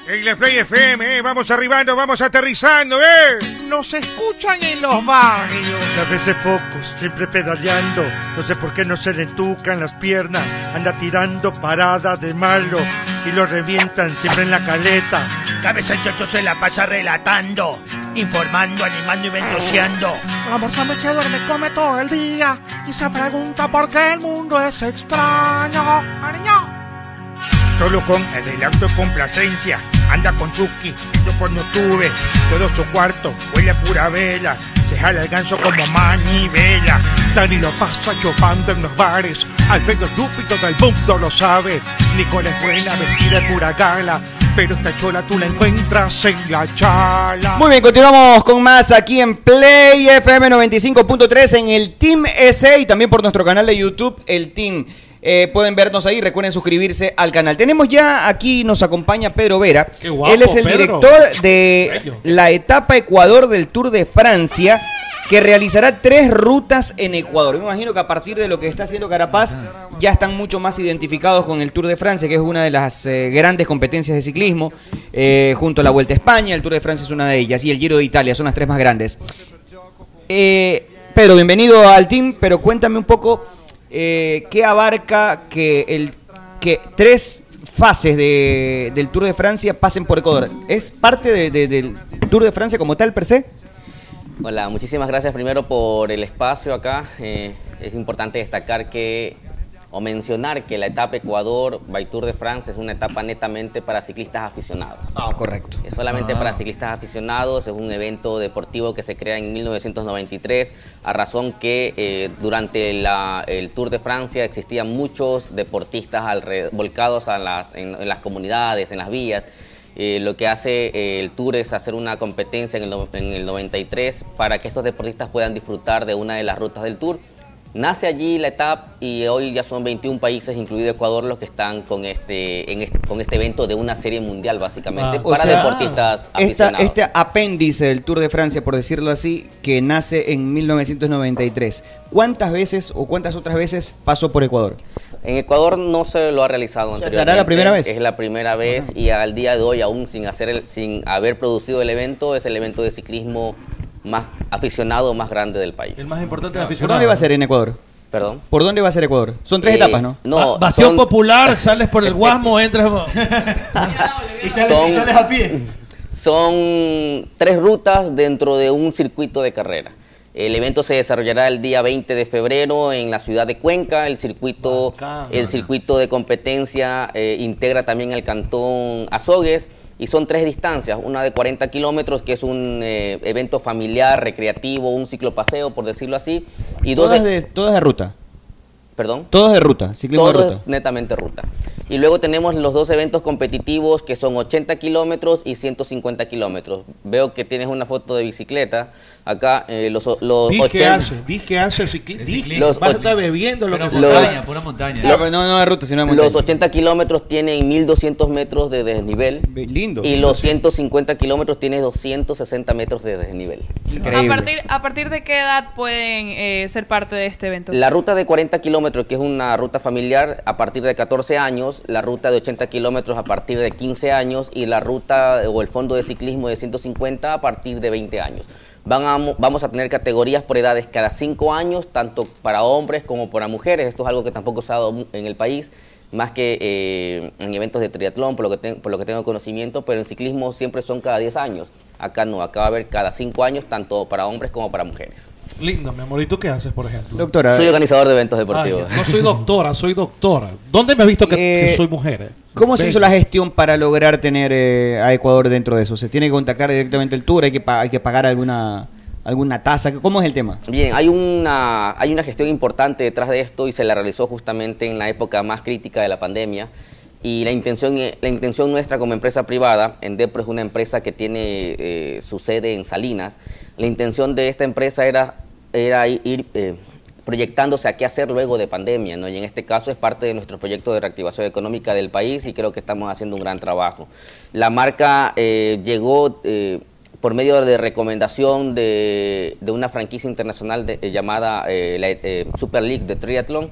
S29: En la Play FM, eh, vamos arribando, vamos aterrizando, eh.
S10: Nos escuchan en los barrios.
S11: Muchas veces focos, siempre pedaleando. No sé por qué no se le entucan las piernas. Anda tirando parada de malo y lo revientan siempre en la caleta.
S12: Cabeza el chocho se la pasa relatando, informando, animando y ventoseando.
S10: La morsa me se duerme, come todo el día y se pregunta por qué el mundo es extraño. Ariño.
S29: Solo con adelanto y complacencia Anda con Chucky, yo cuando tuve Todo su cuarto huele a pura vela Se jala el ganso como manivela
S9: Dani lo pasa chupando en los bares. Alfredo estúpido del mundo lo sabe. Nicole es buena, vestida de pura gala. Pero esta chola tú la encuentras en la chala.
S14: Muy bien, continuamos con más aquí en Play FM 95.3 en el Team S y también por nuestro canal de YouTube, el Team. Eh, pueden vernos ahí, recuerden suscribirse al canal. Tenemos ya aquí, nos acompaña Pedro Vera.
S17: Qué guapo,
S14: Él es el
S17: Pedro.
S14: director de la etapa Ecuador del Tour de Francia. que realizará tres rutas en Ecuador. Me imagino que a partir de lo que está haciendo Carapaz, ya están mucho más identificados con el Tour de Francia, que es una de las eh, grandes competencias de ciclismo, eh, junto a la Vuelta a España, el Tour de Francia es una de ellas, y el Giro de Italia, son las tres más grandes. Eh, Pedro, bienvenido al team, pero cuéntame un poco eh, qué abarca que, el, que tres fases de- del Tour de Francia pasen por Ecuador. ¿Es parte de- de- del Tour de Francia como tal, per se?
S32: Hola, muchísimas gracias primero por el espacio acá. Eh, es importante destacar que o mencionar que la etapa Ecuador by Tour de France es una etapa netamente para ciclistas aficionados.
S14: Ah, correcto.
S32: Es solamente
S14: Ah.
S32: para ciclistas aficionados, es un evento deportivo que se crea en 1993, a razón que eh, durante la- el Tour de Francia existían muchos deportistas alre- volcados a las- en- en las comunidades, en las vías, eh, lo que hace eh, el Tour es hacer una competencia en el, no- en el 93 para que estos deportistas puedan disfrutar de una de las rutas del Tour. Nace allí la etapa y hoy ya son 21 países, incluido Ecuador, los que están con este, en este- con este evento de una serie mundial, básicamente,
S14: Ah. O
S32: para
S14: sea,
S32: deportistas
S14: Esta-
S32: aficionados.
S14: este apéndice del Tour de Francia, por decirlo así, que nace en 1993. ¿Cuántas veces o cuántas otras veces pasó por Ecuador?
S32: En Ecuador no se lo ha realizado
S14: sea,
S32: anteriormente.
S14: ¿será la primera vez?
S32: Es la primera vez y al día de hoy, aún sin, hacer el- sin haber producido el evento, es el evento de ciclismo más aficionado más grande del país. El
S15: más importante
S14: ¿Por dónde va Ah, a ser en Ecuador?
S32: Perdón.
S14: ¿Por dónde va a ser Ecuador? Son tres
S32: Eh,
S14: etapas, ¿no? Ah.
S32: no, Ba-
S19: Bastión Popular, sales por el Guasmo, entras.
S32: Y
S19: sales- y sales a pie.
S32: Son tres rutas dentro de un circuito de carrera. El evento se desarrollará el día 20 de febrero en la ciudad de Cuenca. El circuito, el circuito de competencia eh, integra también al cantón Azogues y son tres distancias, una de 40 kilómetros que es un eh, evento familiar, recreativo, un ciclopaseo, por decirlo así, y dos
S14: todas,
S32: de-
S14: de, todas de ruta.
S32: perdón.
S14: Todas de ruta, ciclismo
S32: Todo
S14: de
S32: es
S14: ruta.
S32: netamente ruta. Y luego tenemos los dos eventos competitivos que son 80 kilómetros y 150 kilómetros. Veo que tienes una foto de bicicleta. Acá eh, los, los
S19: Diz que
S32: 80
S19: hace, diz que hace ciclista.
S32: Los
S19: Vas a
S32: och-
S19: estar bebiendo lo que se
S32: los-
S19: daña,
S15: pura
S32: montaña.
S14: No, pero no, no de ruta, sino de montaña.
S32: Los 80 kilómetros tienen 1200 metros de desnivel.
S14: Lindo.
S32: Y los 150 kilómetros tienen 260 metros de desnivel.
S18: ¿A partir, ¿A partir de qué edad pueden eh, ser parte de este evento?
S32: La ruta de 40 kilómetros, que es una ruta familiar, a partir de 14 años, la ruta de 80 kilómetros a partir de 15 años y la ruta eh, o el fondo de ciclismo de 150 a partir de 20 años. Van a mo- vamos a tener categorías por edades cada 5 años, tanto para hombres como para mujeres. Esto es algo que tampoco se ha dado mu- en el país, más que eh, en eventos de triatlón, por lo, que ten- por lo que tengo conocimiento, pero en ciclismo siempre son cada 10 años. Acá no, acá va a haber cada 5 años, tanto para hombres como para mujeres.
S19: Lindo, mi amor. ¿Y tú qué haces, por ejemplo?
S14: Doctora.
S32: Soy organizador de eventos deportivos.
S19: Ah, ya. no soy doctora, soy doctora. ¿Dónde me has visto que, que
S14: Eh,
S19: soy mujer? eh?
S14: ¿Cómo se
S19: Ven.
S14: hizo la gestión para lograr tener eh, a Ecuador dentro de eso? ¿Se tiene que contactar directamente el tour? ¿Hay que, pa- hay que pagar alguna, alguna tasa? ¿Cómo es el tema?
S32: Bien, hay una, hay una gestión importante detrás de esto y se la realizó justamente en la época más crítica de la pandemia. Y la intención, eh, la intención nuestra como empresa privada, Endepro es una empresa que tiene eh, su sede en Salinas, la intención de esta empresa era, era ir eh, proyectándose a qué hacer luego de pandemia, ¿no? y en este caso es parte de nuestro proyecto de reactivación económica del país y creo que estamos haciendo un gran trabajo. La marca eh, llegó... eh, por medio de recomendación de, de una franquicia internacional de- eh, llamada eh, la, eh, Super League de Triathlon.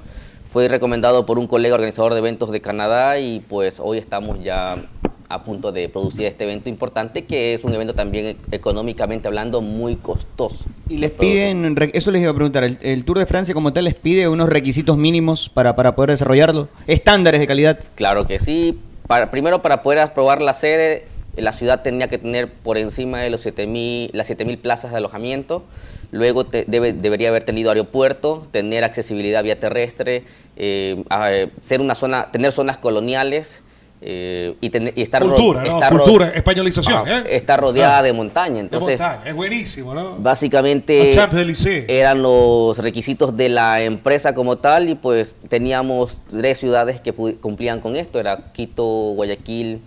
S32: Fue recomendado por un colega organizador de eventos de Canadá y pues hoy estamos ya a punto de producir este evento importante que es un evento también e- económicamente hablando muy costoso.
S14: ¿Y les piden, re- eso les iba a preguntar, ¿el, el Tour de Francia como tal les pide unos requisitos mínimos para, para poder desarrollarlo? ¿Estándares de calidad?
S32: Claro que sí. Para, primero, para poder aprobar la sede, eh, la ciudad tenía que tener por encima de los 7000 las 7.000 plazas de alojamiento. Luego te- debe- debería haber tenido aeropuerto, tener accesibilidad vía terrestre, eh, a- eh, ser una zona, tener zonas coloniales eh, y, tener- y estar ro-
S19: Cultura, ¿no?
S32: estar ro-
S19: Cultura, españolización.
S32: Ah,
S19: ¿eh?
S32: está rodeada
S19: Ah,
S32: de montaña. Entonces,
S19: de montaña. Es buenísimo, ¿no?
S32: Básicamente
S19: Los Champs-Élysées.
S32: eran los requisitos de la empresa como tal y pues teníamos tres ciudades que pu- cumplían con esto, era Quito, Guayaquil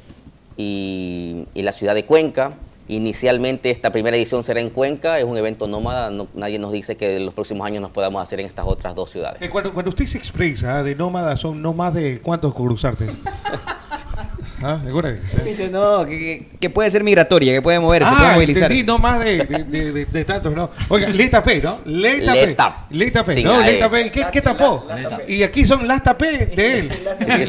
S32: y, y la ciudad de Cuenca. Inicialmente esta primera edición será en Cuenca, es un evento nómada, no- nadie nos dice que en los próximos años nos podamos hacer en estas otras dos ciudades.
S19: ¿ah? Eh, cuando, cuando usted se expresa de nómada, son no más de cuántos cruzarte.
S13: Ah, seguro que sí.
S33: Viste, No, que,
S14: Eh,
S33: que- que puede ser migratoria, que puede moverse,
S13: ah,
S33: puede movilizar.
S13: entendí, no más de, de, de- de- de tantos, no. Oiga, Leta P, ¿no? Leta P.
S33: Leta.
S13: Leta P,
S33: Sin
S13: ¿no?
S33: la E.
S13: Leta P. ¿Qué, qué tapó? Y aquí son las tapé de él.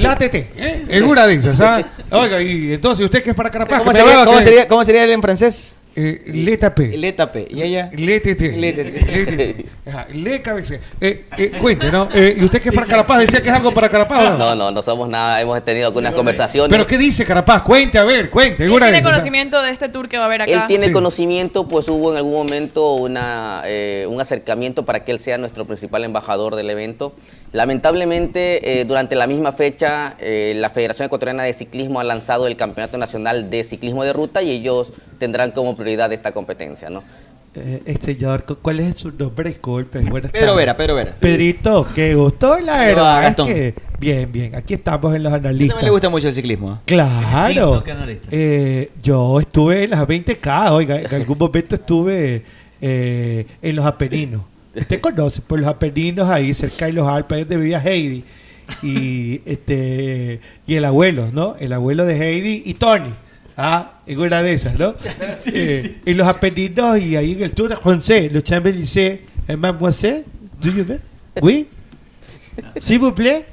S13: La TT. ¿eh? Es una de esas, ¿ah? Oiga, y entonces, ¿usted qué es para Carapaz?
S33: ¿Cómo
S13: Que me
S33: sería,
S13: veo
S33: cómo
S13: que-
S33: sería- cómo sería él en francés?
S20: Eh,
S13: Leta P.
S33: Leta P. ¿Y ella?
S13: Létete. Létete. Ajá, Le cabecea. Eh, eh, cuente, ¿no? Eh, ¿Y usted qué es para Carapaz? Decía que es algo para Carapaz. ¿no?
S32: No, no, no somos nada. Hemos tenido algunas conversaciones.
S13: Pero ¿qué dice Carapaz? Cuente, a ver, cuente.
S18: eh, Él
S13: una
S18: tiene
S13: de esas, ¿ah?
S18: conocimiento de este tour que va a haber acá.
S32: Él tiene conocimiento, pues hubo en algún momento una, eh, un acercamiento para que él sea nuestro principal embajador del evento. Lamentablemente, eh, durante la misma fecha, eh, la Federación Ecuatoriana de Ciclismo ha lanzado el Campeonato Nacional de Ciclismo de Ruta y ellos tendrán como prioridad esta competencia, ¿no?
S20: Eh, eh, señor, cu- ¿cuál es su nombre? Disculpe. buenas
S32: Pedro
S20: tardes.
S32: Vera, Pedro Vera.
S20: Pedrito, qué gusto, la
S33: No,
S20: verdad. es
S33: Gastón.
S20: que- bien, bien. Aquí estamos en los
S33: A mí
S20: analistas.
S33: le gusta mucho el ciclismo. ¿eh?
S20: Claro. Eh, yo estuve en las 20K, oiga, en algún momento estuve eh, en los Apeninos. Usted conoce, por los Apeninos ahí, cerca de los Alpes, donde vivía Heidi. Y, este, y el abuelo, ¿no? El abuelo de Heidi y Tony. Ah, en una de esas, ¿no? Eh, en los Apeninos y ahí en el Tour de Francés, los Champs-Élysées, en Mademoiselle, ¿do you mean? ¿Oui? ¿S'il vous plaît?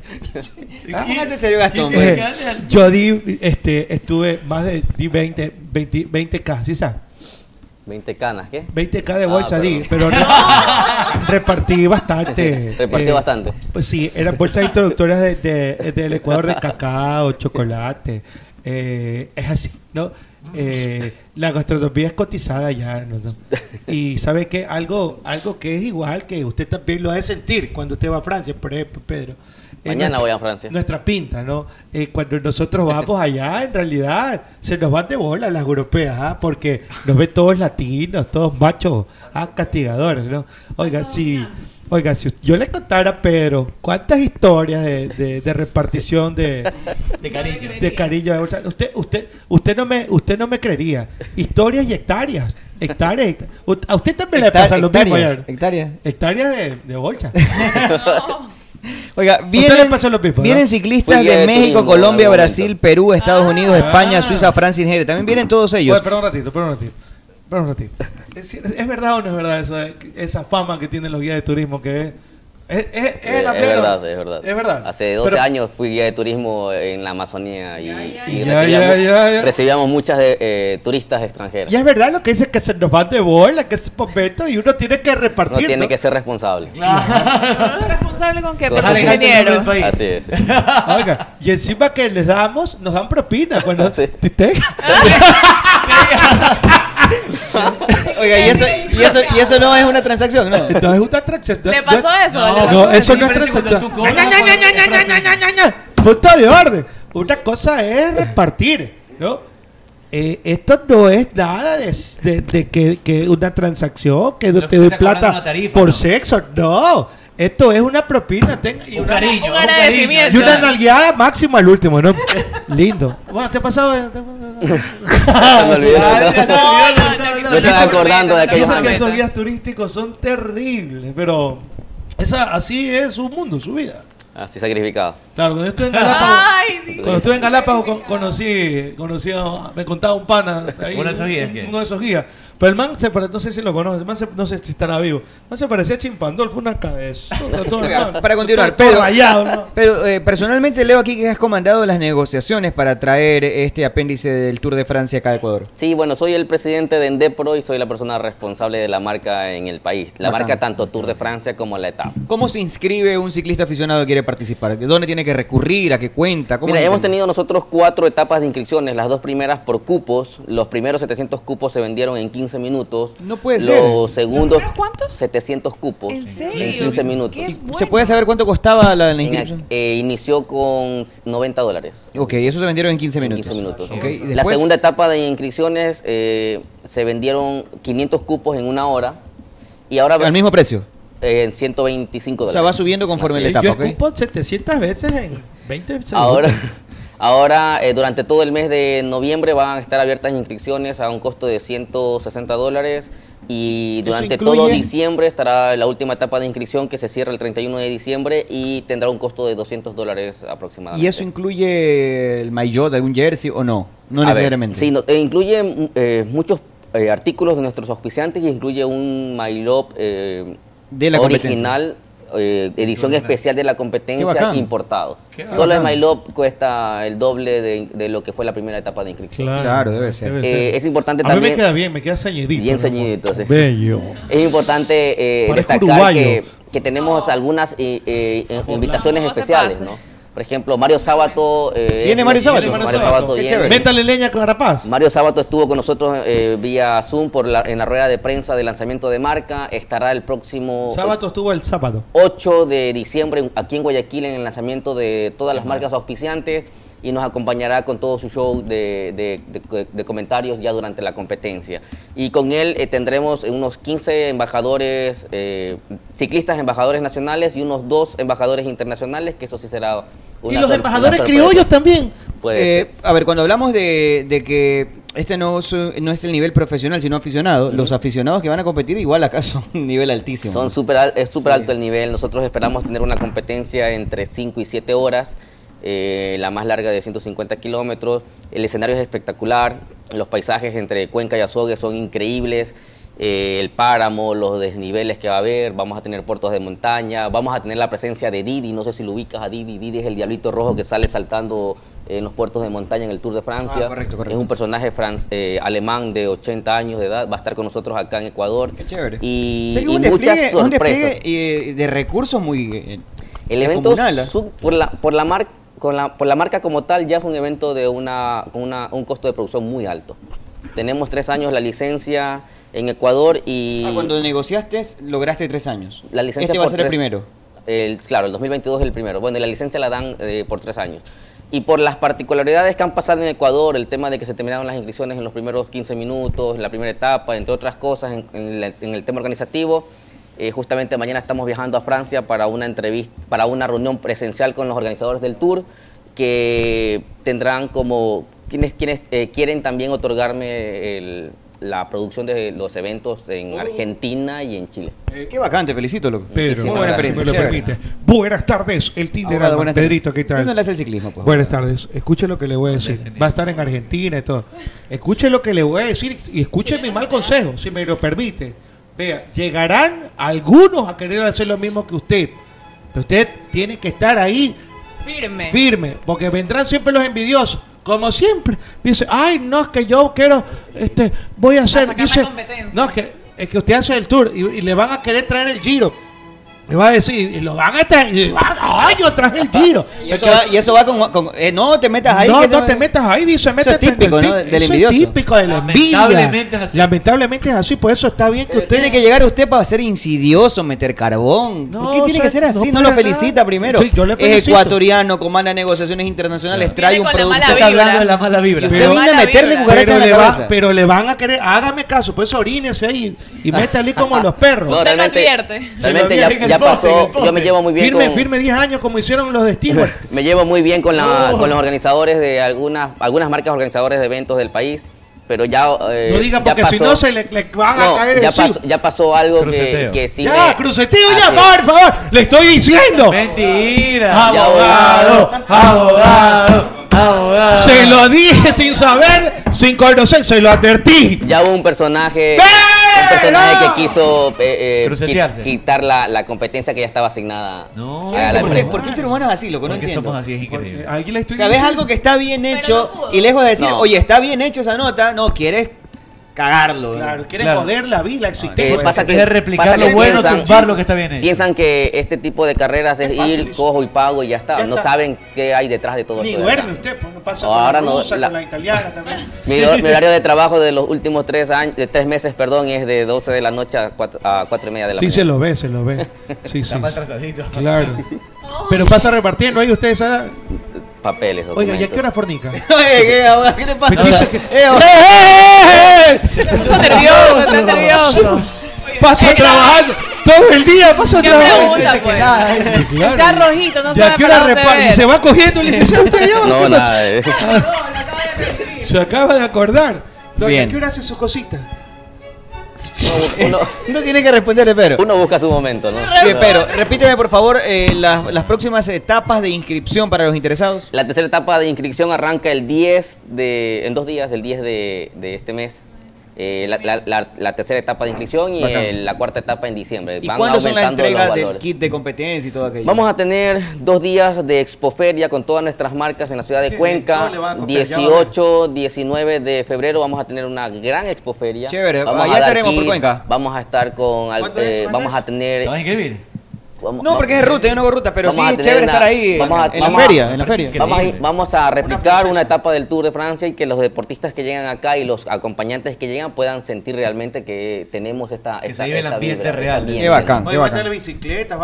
S33: Póngase serio, Gastón.
S20: Eh,
S33: pues.
S20: yo di, este, estuve más de di 20, 20, 20k, ¿sí sabes?
S32: 20 canas, ¿qué?
S20: 20k de
S32: Ah,
S20: bolsa di, pero re- repartí bastante.
S32: Repartí bastante.
S20: Pues sí, eran bolsas introductorias de, de- del Ecuador de cacao, chocolate. eh, es así, ¿no? Eh, la gastronomía es cotizada ya, ¿no? ¿no? Y sabe que algo, algo que es igual, que usted también lo ha de sentir cuando usted va a Francia, por ejemplo, Pedro. Eh,
S32: Mañana
S20: nuestra-
S32: voy a Francia.
S20: Nuestra pinta, ¿no? Eh, cuando nosotros vamos allá, en realidad se nos van de bola las europeas, ¿ah? porque nos ven todos latinos, todos machos, ah, castigadores, ¿no? Oiga, si, oiga, si yo le contara a Pedro cuántas historias de, de- de repartición de,
S15: De cariño.
S20: de cariño de bolsa, usted, usted, usted no me, usted no me creería. Historias y hectáreas, hectáreas. hectáreas. U- A usted también le pasa lo mismo,
S33: Hectáreas,
S20: ya.
S33: hectáreas.
S20: Hectáreas de, de bolsa.
S33: Oiga,
S20: Usted
S33: vienen,
S20: le pasó lo mismo, ¿no?
S33: vienen ciclistas
S20: Fue guía
S33: de
S20: de
S33: México,
S20: turismo
S33: Colombia,
S20: en algún
S33: Brasil, Perú, Estados Unidos, España, Suiza, Francia y Nigeria. También vienen todos ellos.
S20: Ah. Oye, perdón un ratito, perdón un ratito. Perdón un ratito. ¿Es, es verdad o no es verdad eso, eh, que- esa fama que tienen los guías de turismo que es... Es, es- es
S32: Eh,
S20: la
S32: es
S20: plena.
S32: verdad, es verdad.
S20: Es verdad.
S32: Hace 12
S20: Pero-
S32: años fui guía de turismo en la Amazonía y, y
S20: ya,
S32: recibíamos,
S20: ya, ya, ya.
S32: recibíamos muchas de, eh, turistas extranjeras.
S20: Y es verdad lo que dicen que se nos van de bola, que es momento y uno tiene que repartir.
S32: No tiene
S20: ¿no?
S32: que ser responsable.
S16: responsable con que
S20: Con
S16: porque
S20: el
S16: vinieron.
S32: Así es.
S20: Oiga, y encima que les damos, nos dan propina pues, cuando ¿Te-
S33: Oiga, y eso, y eso, y eso no es una transacción, ¿no?
S20: No es una transacción.
S33: ¿Le pasó eso?
S20: No, no, eso no es transacción. Punto de orden. Una cosa es repartir, ¿no? Eh, esto no es nada de, de- de que, que una transacción, que te doy
S15: está cobrando
S20: plata
S15: una tarifa,
S20: por
S15: ¿no?
S20: sexo. No, esto es una propina. ten- y, una,
S15: cariño, un
S20: y
S15: agradecimiento.
S20: una nalgueada máxima al último, ¿no? Lindo. Bueno, ¿te ha pasado?
S32: me olvidé, ¿no? Me estaba acordando de aquellos
S20: Dicen que
S32: años.
S20: esos guías turísticos son terribles, pero esa, así es su mundo, su vida.
S32: Así sacrificado.
S20: Claro, cuando yo estuve en Galápagos, cuando estuve en Galápagos con- conocí, conocí a- me contaba un pana, ahí,
S15: Uno de esos guías,
S20: un-
S15: ¿qué?
S20: uno de esos guías. Pero el man se pare- no sé si lo conoces, el man se- no sé si estará vivo. El man se parecía a Chimpandol, fue una cabeza.
S33: Para continuar, Pedro,
S20: pero
S33: Pedro, eh, personalmente leo aquí que has comandado las negociaciones para traer este apéndice del Tour de Francia acá a Ecuador.
S32: Sí, bueno, soy el presidente de Endepro y soy la persona responsable de la marca en el país. La
S33: Bacán.
S32: marca tanto Tour de Francia como la etapa.
S33: ¿Cómo se inscribe un ciclista aficionado que quiere participar? ¿Dónde tiene que recurrir? ¿A qué cuenta? ¿Cómo
S32: Mira,
S33: es el
S32: hemos
S33: tema?
S32: tenido nosotros cuatro etapas de inscripciones, las dos primeras por cupos. Los primeros 700 cupos se vendieron en 15 minutos.
S33: No puede
S32: los
S33: ser.
S32: segundos, ¿cuántos? 700 cupos en, 15 minutos.
S33: ¿Se puede saber cuánto costaba la, la
S32: En ac-
S33: inscripción?
S32: eh, inició con 90 dólares.
S33: Ok, eso se vendieron en 15 minutos.
S32: 15 minutos.
S33: Ok, y
S32: La
S33: después-
S32: segunda etapa de inscripciones eh, se vendieron 500 cupos en una hora y ahora
S33: ¿Al mismo precio?
S32: eh, en 125
S33: O
S32: dólares.
S33: sea, va subiendo conforme la
S20: Sí,
S33: etapa,
S20: yo
S33: ¿ok?
S20: escupo 700 veces en 20 segundos.
S32: Ahora, ahora eh, durante todo el mes de noviembre van a estar abiertas inscripciones a un costo de 160 dólares Y
S14: Eso
S32: durante
S14: incluye-
S32: todo diciembre estará la última etapa de inscripción que se cierra el 31 de diciembre y tendrá un costo de 200 dólares aproximadamente.
S14: ¿Y eso incluye el maillot, algún jersey o no? No
S32: A ver,
S14: necesariamente.
S32: sí, no, e incluye mm, eh, muchos eh, artículos de nuestros auspiciantes y incluye un Mailop eh,
S14: De la
S32: original, eh, edición
S14: Qué bacán.
S32: especial de la
S14: Qué
S32: competencia
S14: bacán.
S32: importado.
S14: Qué
S32: Solo el
S14: bacán.
S32: Mailop cuesta el doble de, de lo que fue la primera etapa de inscripción.
S20: Claro, Claro, debe ser. debe
S32: Eh,
S20: ser.
S32: es
S20: A
S32: importante
S20: mí me
S32: también.
S20: queda bien, me queda ceñidito,
S32: Bien
S20: ¿no?
S32: ceñidito, sí. Eh,
S20: Bello.
S32: Es importante eh,
S20: Parezco
S32: destacar
S20: uruguayo.
S32: que, que tenemos algunas eh, eh, eh, invitaciones especiales, ¿no? Por ejemplo, Mario Sábato. eh,
S20: ¿Viene Mario Sábato?
S32: Mario Sábato
S20: Qué
S32: viene.
S20: chévere. Métale leña con Arapaz.
S32: Mario Sábato estuvo con nosotros eh, vía Zoom por la- en la rueda de prensa de lanzamiento de marca. Estará el próximo
S20: Sábado estuvo el sábado.
S32: 8 de diciembre en- aquí en Guayaquil en el lanzamiento de todas las marcas auspiciantes y nos acompañará con todo su show de, de- de- de comentarios ya durante la competencia. Y con él eh, tendremos unos 15 embajadores, eh, ciclistas embajadores nacionales y unos dos embajadores internacionales, que eso sí será una
S14: los
S32: sor- una
S14: embajadores
S32: sorpresa. Pues,
S14: criollos
S17: también.
S32: Puede
S14: Eh, a ver, cuando hablamos de, de que este no, su- no es el nivel profesional, sino aficionado, los aficionados que van a competir igual acá son un nivel altísimo.
S32: Son super al- es súper alto el nivel. Nosotros esperamos tener una competencia entre 5 y 7 horas, eh, la más larga de 150 kilómetros. El escenario es espectacular, los paisajes entre Cuenca y Azogue son increíbles. eh, el páramo, los desniveles que va a haber, vamos a tener puertos de montaña, vamos a tener la presencia de Didi, no sé si lo ubicas a Didi, Didi es el diablito rojo que sale saltando en los puertos de montaña en el Tour de Francia.
S14: Ah, correcto, correcto.
S32: Es un personaje franz- eh, alemán de 80 años de edad, va a estar con nosotros acá en Ecuador. Qué
S14: chévere.
S32: Y,
S14: O sea, que
S32: y
S14: un
S32: muchas
S14: despliegue- un
S32: sorpresas.
S14: despliegue, eh, de recursos muy eh,
S32: El evento
S14: descomunal, ¿eh?
S32: su- por la por la marca con la, por la marca como tal ya es un evento de una, con una- un costo de producción muy alto. Tenemos tres años la licencia en Ecuador y
S14: Ah, cuando negociaste lograste tres años.
S32: la licencia
S14: este va a
S32: por
S14: ser el
S32: tres-
S14: primero.
S32: el- claro, el 2022 es el primero. Bueno, y la licencia la dan eh, por tres años. Y por las particularidades que han pasado en Ecuador, el tema de que se terminaron las inscripciones en los primeros 15 minutos, en la primera etapa, entre otras cosas, en, en la- en el tema organizativo, eh, justamente mañana estamos viajando a Francia para una entrevista, para una reunión presencial con los organizadores del tour, que tendrán como quienes, quienes eh, quieren también otorgarme el- la producción de los eventos en Argentina y en Chile.
S14: Eh, Qué vacante, felicito, loco.
S20: Pedro,
S14: Muchísimas
S20: muy buena
S14: gracias.
S20: experiencia, me lo
S14: Chévere.
S20: permite. Buenas tardes, el Tinder.
S14: Abogado, buenas tardes.
S20: Pedrito, ¿qué tal?
S14: Usted no le hace el ciclismo, pues,
S20: Buenas tardes. Escuche lo que le voy a decir. Va a estar en Argentina y todo. Escuche lo que le voy a decir y escuche mi mal consejo, si me lo permite. Vea, llegarán algunos a querer hacer lo mismo que usted. Pero usted tiene que estar ahí
S18: Firme.
S20: firme, porque vendrán siempre los envidiosos, como siempre. Dice, ay, no, es que yo quiero, este, voy a hacer, dice, no, es que, es que usted hace el tour y, y le van a querer traer el giro. Le va a decir, y lo van a traer, y van, ay, yo traje el giro.
S14: Y eso, va, y eso va con... con- eh, no te metas ahí.
S20: No,
S14: que se
S20: no
S14: va-
S20: te metas ahí, dice,
S14: Eso es
S20: métete en el
S14: típico,
S20: ti-
S14: ¿no? Del
S20: eso es
S14: envidioso.
S20: típico de la envidia.
S14: Lamentablemente es así.
S20: Lamentablemente es así, por eso está bien que usted...
S14: Tiene que llegar usted para ser insidioso, meter carbón.
S20: No,
S14: ¿Por qué tiene
S20: o sea,
S14: que ser así?
S20: no
S14: No, lo
S20: para
S14: felicita
S20: nada.
S14: primero.
S20: Sí, yo le
S14: es
S20: felicito.
S14: ecuatoriano, comanda negociaciones internacionales, trae
S15: Viene
S14: un
S15: con la
S14: producto.
S15: mala Está vibra. hablando de la mala vibra.
S14: Y usted
S15: Pero-
S14: viene a
S15: Mala
S14: meterle
S15: vibra.
S14: cucaracha
S20: pero,
S14: en
S20: le
S14: la
S20: va-
S14: cabeza.
S20: pero le van a querer, hágame caso, por eso orínese ahí y métale como los perros.
S32: No, realmente- realmente ya-
S20: Ah. En el
S32: ya
S20: poste,
S32: pasó,
S20: en el poste.
S32: yo me llevo muy bien
S20: Firme,
S32: con-
S20: firme 10 años como hicieron los de Stewart.
S32: Me llevo muy bien con, la,
S20: Oh.
S32: con los organizadores de algunas, algunas marcas organizadores de eventos del país, pero ya. eh,
S20: no diga
S32: ya
S20: porque si
S32: pasó-
S20: no se le, le van
S32: No,
S20: a caer
S32: ya,
S20: encima.
S32: pasó, ya pasó algo que, que sí.
S20: Ya,
S32: me-
S20: cruceteo
S32: Así
S20: ya,
S32: es.
S20: por favor. Le estoy diciendo. Mentira. Abogado, abogado, abogado. Se lo dije sin saber, sin conocer, se lo advertí.
S32: Ya hubo un personaje. Un personaje que quiso eh, eh,
S15: Crucetearse.
S32: qui- quitar la, la competencia que ya estaba asignada. a la
S14: ¿Por qué,
S32: empresa.
S14: por qué el ser humano es así, loco? No
S15: Porque
S14: entiendo.
S15: somos así, es increíble.
S14: O sea, ves algo que está bien hecho y lejos de decir,
S15: No.
S14: oye, está bien hecho esa nota, no, quieres cagarlo.
S20: Claro, quiere joder la vida, la existencia.
S32: Eh, pasa que, pasa que piensan- Piensan que este tipo de carreras es, ir, cojo y pago y ya está. no saben qué hay detrás de todo
S20: Ni
S32: esto. de
S20: duerme
S32: acá.
S20: usted, pues no pasa
S32: Ahora
S20: con la
S32: no,
S20: rusa,
S32: la-
S20: con la italiana también.
S32: Mi, hor- mi horario de trabajo de los últimos tres años, de tres meses, perdón, es de 12 de la noche a 4, a cuatro y media de la
S20: Sí, se
S32: mañana.
S20: lo ve, se lo ve. Sí,
S32: Está
S20: sí.
S32: maltratadito.
S20: Claro. Pero pasa repartiendo ahí ustedes. ¿ah?
S32: Papeles,
S20: Oiga, ¿y a
S32: documentos.
S20: qué hora fornica?
S14: ¿qué, abogado? ¿Qué le pasa?
S20: Me dice que-
S14: Eh, abogado.
S17: eh,
S20: Se
S18: puso nervioso, está nervioso.
S20: Paso
S18: Eh,
S20: trabajando todo el día, paso
S18: ¿Qué
S20: trabajando.
S18: pregunta,
S20: Dice que
S18: pues?
S20: nada, dice, claro.
S18: Está rojito, no
S20: ¿Y a
S18: sabe
S20: qué hora
S18: para dónde
S20: repar-
S18: ver.
S20: y se va cogiendo el licenciado usted ya?
S32: No,
S20: ¿Qué
S32: nada,
S20: pasa?
S32: eh.
S15: Ah,
S20: Se acaba de acordar. Doña,
S32: Bien.
S20: ¿a qué hora hace sus cositas?
S25: Eh, No tiene que responderle, pero.
S32: Uno busca su momento, ¿no?
S25: Bien, pero repíteme por favor eh, las, las próximas etapas de inscripción para los interesados.
S32: La tercera etapa de inscripción arranca el 10 de, en dos días, el 10 de, de este mes. Eh, la, la- la- la tercera etapa de inscripción y
S25: Bacán.
S32: eh, la cuarta etapa en diciembre.
S25: ¿Y
S32: Van
S25: cuándo son las
S32: aumentando los
S25: entregas del
S32: valores.
S25: kit de competencia y todo aquello?
S32: Vamos a tener dos días de expoferia con todas nuestras marcas en la ciudad de Cuenca.
S25: todo le van a copiar, ya
S32: 18, 19 de febrero vamos a tener una gran expoferia.
S25: Chévere,
S32: vamos
S25: allá
S32: a dar
S25: estaremos por
S32: kit,
S25: Cuenca.
S32: Vamos a estar con... al- eh, vamos a tener... ¿Te vas
S15: a inscribir?
S25: No, porque es de ruta, yo no hago ruta, pero sí
S32: Vamos
S25: es
S32: a tener
S25: chévere
S32: una-
S25: estar ahí
S32: vamos a-
S25: en la
S32: vamos a-
S25: feria, en la feria.
S32: Vamos a, vamos a replicar una etapa del Tour de Francia y que los deportistas que llegan acá y los acompañantes que llegan puedan sentir realmente que tenemos esta... esta-
S15: vive el
S32: esta
S15: ambiente
S32: vibra, ese
S15: real.
S32: ambiente.
S25: Qué bacán, qué bacán.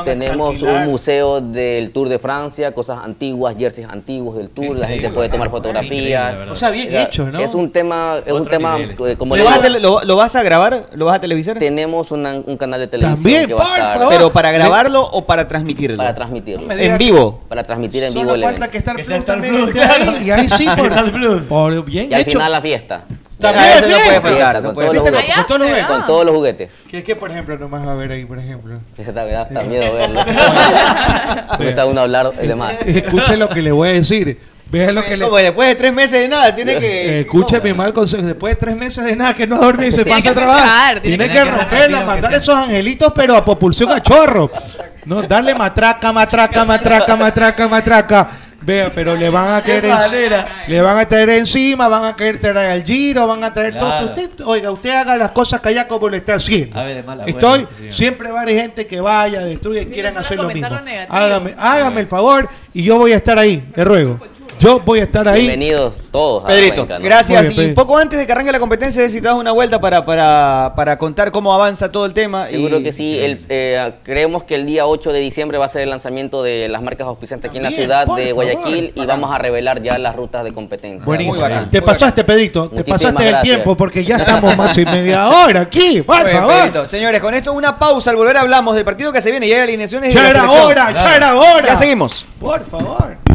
S32: Tenemos un museo del Tour de Francia, cosas antiguas, jerseys antiguos del Tour, la gente puede tomar fotografías.
S25: O sea, bien hecho, ¿no?
S32: Es un tema, es un tema eh, como
S25: ¿Lo
S32: le
S25: vas, a
S32: digo,
S25: tele- lo- lo vas a grabar? ¿Lo vas a televisar?
S32: Tenemos una- un canal de televisión
S25: También,
S32: que va a
S25: por
S32: estar-
S25: favor. Pero para grabarlo o para transmitirlo. Para
S32: transmitirlo.
S25: En vivo.
S32: Para transmitir en
S25: Solo
S32: vivo el
S25: falta
S32: evento.
S20: que estar
S25: Star
S20: también
S25: Plus,
S20: esté ahí,
S25: claro.
S20: Y ahí sí, por,
S25: Star
S20: por bien
S32: Y al
S20: hecho.
S32: final la fiesta.
S20: También,
S32: Ya, eso no
S20: bien.
S32: puede faltar,
S20: Fiesta,
S32: con
S20: no
S32: todos
S20: puede
S32: los
S20: faltar.
S32: juguetes.
S20: Con todos los juguetes.
S32: Con todos los juguetes.
S20: Que es que, por ejemplo, nomás va a ver ahí, por ejemplo.
S32: Da, da- da miedo verlo. Empieza uno a hablar de más.
S20: Escuche lo que le voy a decir. Vea lo que le...
S25: Como después de tres meses de nada, tiene que...
S20: Eh, Escuche mi mal consejo. Después de tres meses de nada que no dormí y se
S25: Tiene
S20: pasa a
S25: que
S20: trabajar.
S25: arrancar,
S20: Tiene,
S25: tiene
S20: que
S25: que arrancar,
S20: romperla,
S25: tiene que
S20: mandar
S25: ser.
S20: esos angelitos, pero a propulsión a chorro. No, darle matraca, matraca, matraca, matraca, matraca. Vea, pero le van a
S15: Qué
S20: querer.
S15: manera.
S20: Le van a traer encima, van a querer traer al giro, van a traer
S15: Claro.
S20: todo. Usted, oiga, usted haga las cosas que allá como le está haciendo.
S15: A ver, de mala
S20: Estoy,
S15: Ah, buena, sí, señor.
S20: siempre va a haber gente que vaya, destruye, quieran
S15: van a
S20: hacer lo
S15: comentar
S20: mismo.
S15: lo negativo.
S20: Hágame, hágame el favor y yo voy a estar ahí, le ruego. Yo voy a estar ahí.
S32: Bienvenidos todos. a
S25: Pedrito,
S32: Cuenca, ¿no?
S25: gracias.
S20: Muy bien,
S25: Y
S20: Pedro.
S25: poco antes de que arranque la competencia, si te das una vuelta para, para, para contar cómo avanza todo el tema.
S32: Seguro
S25: y-
S32: que sí. El, eh, creemos que el día 8 de diciembre va a ser el lanzamiento de las marcas auspiciantes aquí en la
S25: También,
S32: ciudad
S25: por
S32: de
S25: favor.
S32: Guayaquil y vamos a revelar ya las rutas de competencia.
S20: Buenísimo. te pasaste, Pedrito. Te
S32: Muchísimas
S20: pasaste el
S32: gracias.
S20: tiempo porque ya estamos más y media hora aquí. Por
S25: Muy bien,
S20: favor.
S25: Pedrito. Señores, con esto una pausa. Al volver hablamos del partido que se viene. Ya hay alineaciones. y
S29: Ya
S25: de la
S29: era
S25: selección.
S29: hora, ya Claro. era hora.
S25: Ya seguimos.
S20: Por favor.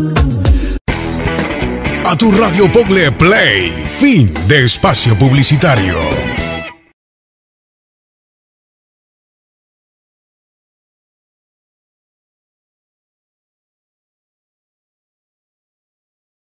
S28: A tu radio Pogle Play, fin de espacio publicitario.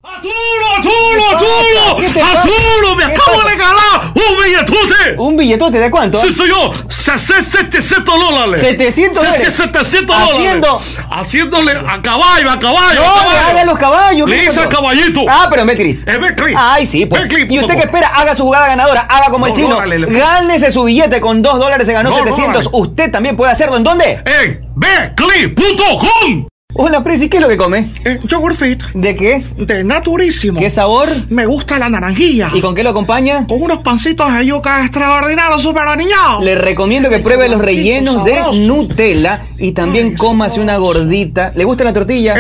S17: ¡Aturo, aturo! ¡Aturo! ¡Me acabo de regalar un billetote!
S14: ¿Un billetote de cuánto?
S17: Sí, soy yo. Se- se- 700 dólares.
S14: 700
S17: Se- se-
S14: dólares.
S17: 700 dólares.
S14: Haciendo-
S17: Haciéndole a caballo, a caballo.
S14: No,
S17: a
S14: le
S17: caballo.
S14: haga a los caballos.
S17: Le
S14: ¿qué
S17: hice
S14: pasó?
S17: a caballito.
S14: Ah, pero en Betcris.
S17: En Betcris.
S14: Ay, sí, pues.
S17: Betcris,
S14: y usted
S17: por
S14: que
S17: favor.
S14: espera, haga su jugada ganadora, haga como el
S17: No,
S14: chino.
S17: no, dale, le-
S14: Gánese su billete con 2 dólares, se ganó
S17: No, no,
S14: 700. usted también puede hacerlo. ¿En dónde?
S17: En Betcris.com.
S34: Hola, Prezi, ¿qué es lo que comes?
S17: Eh,
S10: yogurt fit.
S34: ¿De qué?
S10: De naturísimo.
S34: ¿Qué sabor?
S10: Me gusta la naranjilla.
S34: ¿Y con qué lo acompaña?
S10: Con unos pancitos de yuca extraordinarios, super aniñados.
S34: Le recomiendo que pruebe los rellenos de Nutella y también cómase una gordita. ¿Le gusta la tortilla?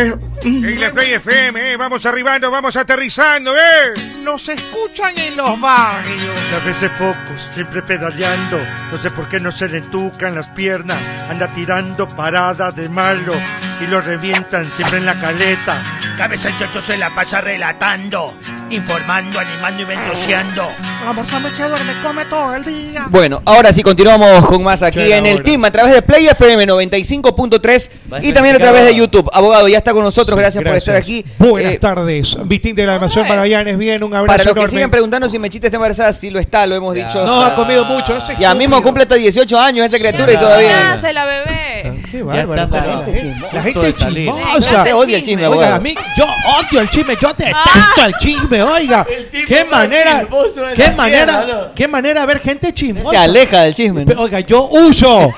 S29: Ey, la Play FM, eh, vamos arribando, vamos aterrizando, eh.
S10: Nos escuchan en los barrios.
S11: A veces focos, siempre pedaleando. No sé por qué no se le entucan las piernas. Anda tirando paradas de malo y lo revientan siempre en la caleta.
S12: Cabeza el chocho se la pasa relatando, informando, animando y ventoseando.
S10: La morsa me echa duerme, come todo el día.
S14: Bueno, ahora sí continuamos con más aquí
S10: Qué
S14: en el
S10: hora.
S14: team a través de Play FM 95.3 y también a través de YouTube. Abogado, ya está con nosotros, gracias, por estar aquí. Eh,
S20: Buenas tardes. Vitín de la Nación Magallanes, bien, un abrazo
S14: Para los que
S20: enorme.
S14: sigan preguntando si Mechita está embarazada, sí lo está, lo hemos dicho.
S20: No, ha comido mucho, no sé.
S14: Ya mismo cumple hasta 18 años esa criatura y todavía.
S18: Nace la bebé.
S20: Ah, Qué bárbaro.
S14: está
S20: La
S14: mal.
S20: gente,
S14: Punto
S20: la
S14: de
S20: gente es
S14: salir.
S20: chismosa.
S14: Te odia el chisme,
S20: Oiga,
S14: abogado.
S20: a mí, yo odio el chisme, yo detesto
S10: Ah.
S20: el chisme, oiga. Qué manera,
S15: chismoso de
S20: qué
S15: la
S20: manera,
S15: tierra,
S20: qué manera de ver gente chismosa.
S14: Se aleja del chisme. ¿no?
S20: Oiga, yo huyo.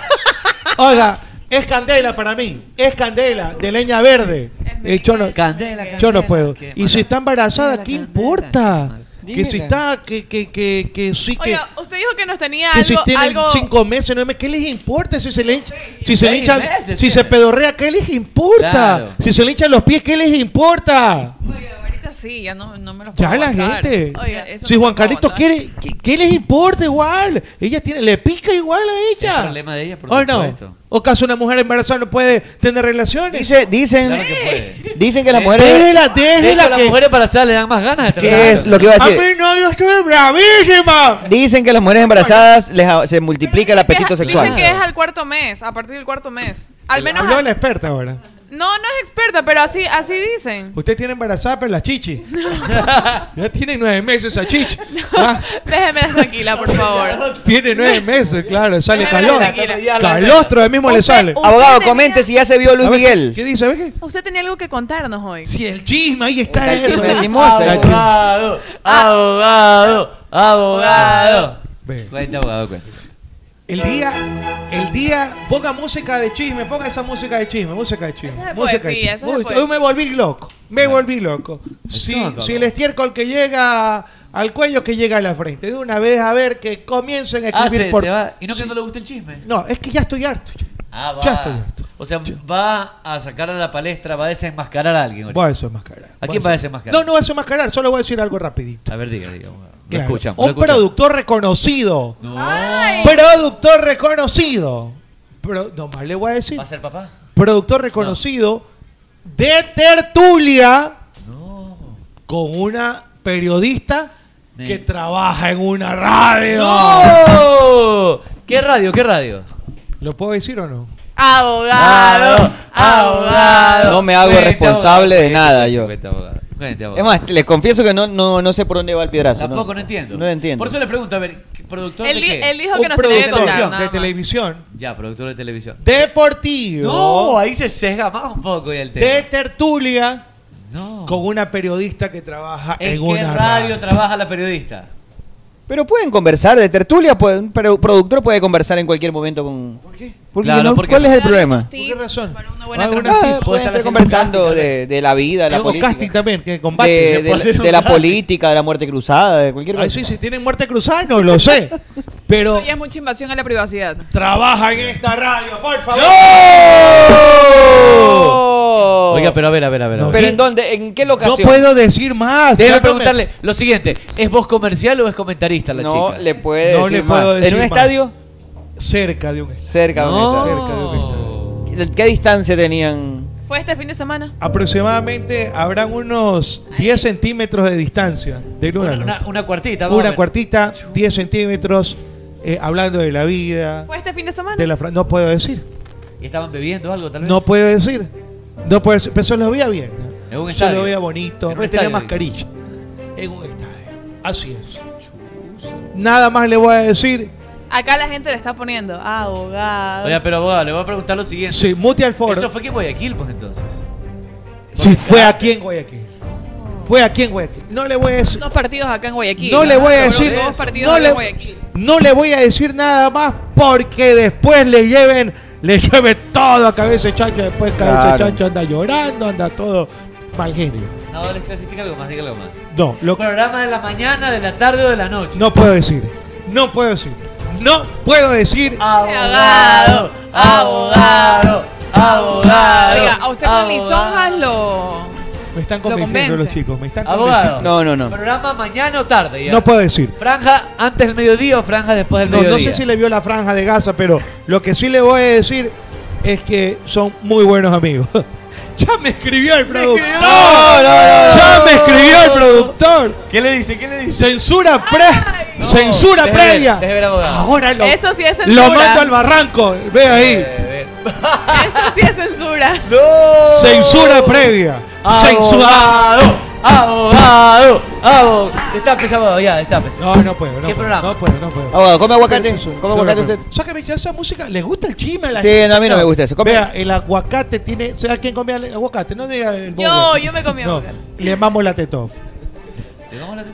S20: oiga, es candela para mí, es candela de leña verde. Eh, yo no, yo no puedo. Y si está embarazada, ¿qué importa? Que si
S18: Dímela.
S20: está, que, que, que, que sí que...
S18: Oiga, usted dijo que nos tenía
S20: Que si
S18: algo,
S20: tienen
S18: algo
S20: cinco meses, nueve meses, ¿qué les importa? Si se le hincha, si se le
S18: Seis
S20: hincha-
S18: meses
S20: si se pedorrea, ¿qué les importa?
S18: Claro.
S20: Si se le hinchan los pies, ¿qué les importa?
S18: ahorita sí, ya no, no me lo puedo
S20: Ya la
S18: aguantar.
S20: gente.
S18: Oiga, eso
S20: si
S18: no
S20: Juan
S18: lo puedo
S20: Carlitos
S18: aguantar.
S20: quiere, ¿qué, qué les importa igual? Ella tiene, le pica igual a ella.
S15: Es problema de ella, por
S20: ¿O no?
S15: supuesto.
S20: ¿O acaso una mujer embarazada no puede tener relaciones?
S14: Dice, dicen, dicen que las mujeres.
S20: Déjela, déjela
S14: que-
S15: las mujeres embarazadas le dan más ganas de
S14: ¿Qué
S15: trabajar.
S14: es lo que iba a decir?
S20: no, yo estoy bravísima.
S14: Dicen que las mujeres embarazadas les, a- se multiplica el apetito
S18: Dicen
S14: sexual.
S18: que es al cuarto mes, a partir del cuarto mes. Al menos
S20: Habló
S18: así-
S20: la experta ahora.
S18: No, no es experta, pero así, así dicen.
S20: Usted tiene embarazada, pero la chichi. ya tiene nueve meses esa chichi. Ah,
S18: Déjeme tranquila, por favor.
S20: Tiene nueve meses, claro, sale
S18: Déjame
S20: calor.
S18: tranquila.
S20: Calostro, ahí mismo le sale.
S18: usted Abogado, tenía- comente
S14: si ya se vio Luis Miguel.
S20: ¿Qué dice? ¿Ve qué?
S18: Usted tenía algo que contarnos hoy.
S20: Sí, el chisme, ahí está,
S14: el chisme,
S20: eso.
S14: la chismosa.
S20: La chismosa.
S15: Abogado, abogado,
S20: Ah,
S15: abogado. Cuenta, abogado, cuenta.
S20: El día, el día, ponga música de chisme, ponga esa música de chisme, música de chisme.
S18: Esa es
S20: música
S18: poesía,
S20: de
S18: esa
S20: chisme.
S18: es
S20: Uy,
S18: poesía.
S20: hoy me volví loco, me volví loco. Si,
S15: loco.
S20: si el estiércol que llega al cuello, que llega a la frente. De una vez, a ver, que comiencen a
S15: Ah,
S20: escribir
S15: se,
S20: por...
S15: se va. ¿Y no que no le gusta el chisme?
S20: No, es que ya estoy harto.
S15: Ah, va.
S20: Ya estoy
S15: O sea, va a sacar a la palestra, va a desenmascarar a alguien. ahorita.
S20: Voy a desenmascarar.
S15: ¿A quién va a desenmascarar?
S20: No, no voy a desenmascarar, solo voy a decir algo rapidito.
S15: A ver, diga, diga. abogado. Lo
S20: Claro.
S15: escuchamos.
S20: Un
S15: lo escuchamos.
S20: productor reconocido. Productor reconocido. Pro- no más le voy a decir.
S15: ¿Va a ser papá?
S20: Productor reconocido de tertulia con una periodista que trabaja en una radio.
S15: ¡No! ¿Qué radio? ¿Qué radio?
S20: ¿Lo puedo decir o no?
S18: Abogado, abogado.
S14: No me hago
S15: Cuenta,
S14: responsable de nada yo.
S15: Cuente, abogado.
S14: Es más, les confieso que no, no, no sé por dónde va el piedrazo.
S15: Tampoco no
S14: entiendo. No lo entiendo.
S15: Por eso le pregunto, a ver, ¿qué- ¿productor
S18: Él
S15: de
S18: di-
S15: qué?
S18: él dijo que Un nos tenía que productor contar, nada
S20: de más. televisión.
S15: Ya, productor de televisión.
S20: Deportivo.
S15: No, ahí se sesga más un poco ya el tema.
S20: de tertulia con una periodista que trabaja en,
S15: ¿En qué
S20: una
S15: radio, trabaja la periodista?
S14: Pero pueden conversar de tertulia, pueden- un pro- productor puede conversar en cualquier momento con... ¿Por qué?
S15: Claro, porque-
S14: ¿Cuál es el problema?
S20: ¿Por qué razón? Para una
S14: Ah, pueden estar conversando de, de la vida, de la
S20: Hago
S14: política.
S20: casting también, que combate.
S14: De,
S20: Yo puedo
S14: de-
S20: hacer
S14: de
S20: un
S14: la
S20: casting.
S14: política, de la muerte cruzada, de cualquier cosa.
S20: Ay, sí, si tienen muerte cruzada, no lo sé. Pero
S18: Eso ya es mucha invasión a la privacidad.
S20: trabaja en esta radio, por favor.
S15: Oiga, pero a ver, a ver, a ver. a ver.
S14: Oh. ¿Pero en dónde? ¿En qué
S20: No
S14: locación?
S20: puedo decir más.
S15: Déjame
S20: ya no me-
S15: preguntarle lo siguiente. ¿Es voz comercial o es comentarista la
S14: No,
S15: chica?
S14: le puede
S20: No
S14: decir
S20: le puedo
S14: más.
S20: decir
S14: ¿En un
S20: más.
S14: estadio?
S20: Cerca de un
S14: Cerca de un estadio.
S20: Cerca de un estadio.
S14: ¿Qué distancia tenían?
S18: ¿Fue este fin de semana?
S20: Aproximadamente habrán unos 10 centímetros de distancia de una, a la
S15: Una,
S20: otra.
S15: una cuartita. más o
S20: Una
S15: menos.
S20: cuartita, 10 centímetros, eh, hablando de la vida.
S18: ¿Fue este fin de semana?
S20: De la fra- no puedo decir.
S15: ¿Y estaban bebiendo algo tal vez?
S20: No puedo decir. No puedo decir. Pero se los veía bien.
S15: En un
S20: Se
S15: estadio.
S20: los veía bonito.
S15: En un
S20: No tenía
S15: estadio,
S20: mascarilla. En un estadio. Así es. Nada más le voy a decir.
S18: Acá la gente le está poniendo abogado.
S15: Oiga, pero abogado, le voy a preguntar lo siguiente.
S20: Sí, mute al foro.
S15: Eso fue aquí en Guayaquil, pues entonces.
S20: Si fue aquí en Guayaquil. Fue aquí en Guayaquil. No le voy a decir.
S18: Dos partidos acá en Guayaquil.
S20: No le voy a
S18: Dos
S20: decir.
S18: Dos partidos
S20: No
S18: acá en
S20: le,
S18: Guayaquil.
S20: no le voy a decir nada más porque después le lleven le llueve todo a cabeza de chancho, después cabeza de
S15: Claro.
S20: chancho anda llorando, anda todo mal genio.
S15: No, les clasifica algo más, diga algo más.
S20: No, lo,
S15: Programa de la mañana, de la tarde o de la noche.
S20: no puedo decir, no puedo decir, no puedo decir.
S15: Abogado, abogado, abogado.
S16: Ah, Oiga, a usted con mis hojas lo.
S20: Me están
S16: Lo
S20: convenciendo
S16: convence.
S20: los chicos, me están
S15: Abogado.
S20: convenciendo.
S15: Programa mañana o tarde. ya.
S20: No puedo decir.
S15: Franja antes del mediodía o franja después del
S20: No,
S15: mediodía.
S20: no sé si le vio la franja de Gaza, pero lo que sí le voy a decir es que son muy buenos amigos. ya me escribió el productor. Ya me escribió el productor.
S15: ¿Qué le dice? ¿Qué le dice?
S20: Censura pre censura
S15: Deje ver,
S20: previa.
S15: deje ver, abogado.
S20: Ahora lo,
S16: Eso sí es
S20: lo
S16: censura.
S20: mando al barranco. Ve ahí.
S15: Eh.
S16: Eso sí es censura.
S15: No.
S20: Censura previa. Censura.
S15: Abogado, abogado, abogado. Está pesado, ya, está pesado.
S20: No, no puedo, no
S15: ¿Qué
S20: puedo,
S15: programa?
S20: No puedo, no puedo.
S14: Abogado, ¿come aguacate? ¿Come
S20: No,
S14: aguacate
S20: no, no.
S14: usted?
S20: Sáqueme ya esa música. ¿Le gusta el chisme a la
S14: Sí,
S20: gente?
S14: no, a mí no me gusta eso. Come-
S20: Vea, el aguacate tiene. ¿Sabes quién comía el aguacate? No diga el
S16: Yo,
S20: bobo.
S16: yo me comí
S20: No,
S16: aguacate.
S20: Le mamo la tetov.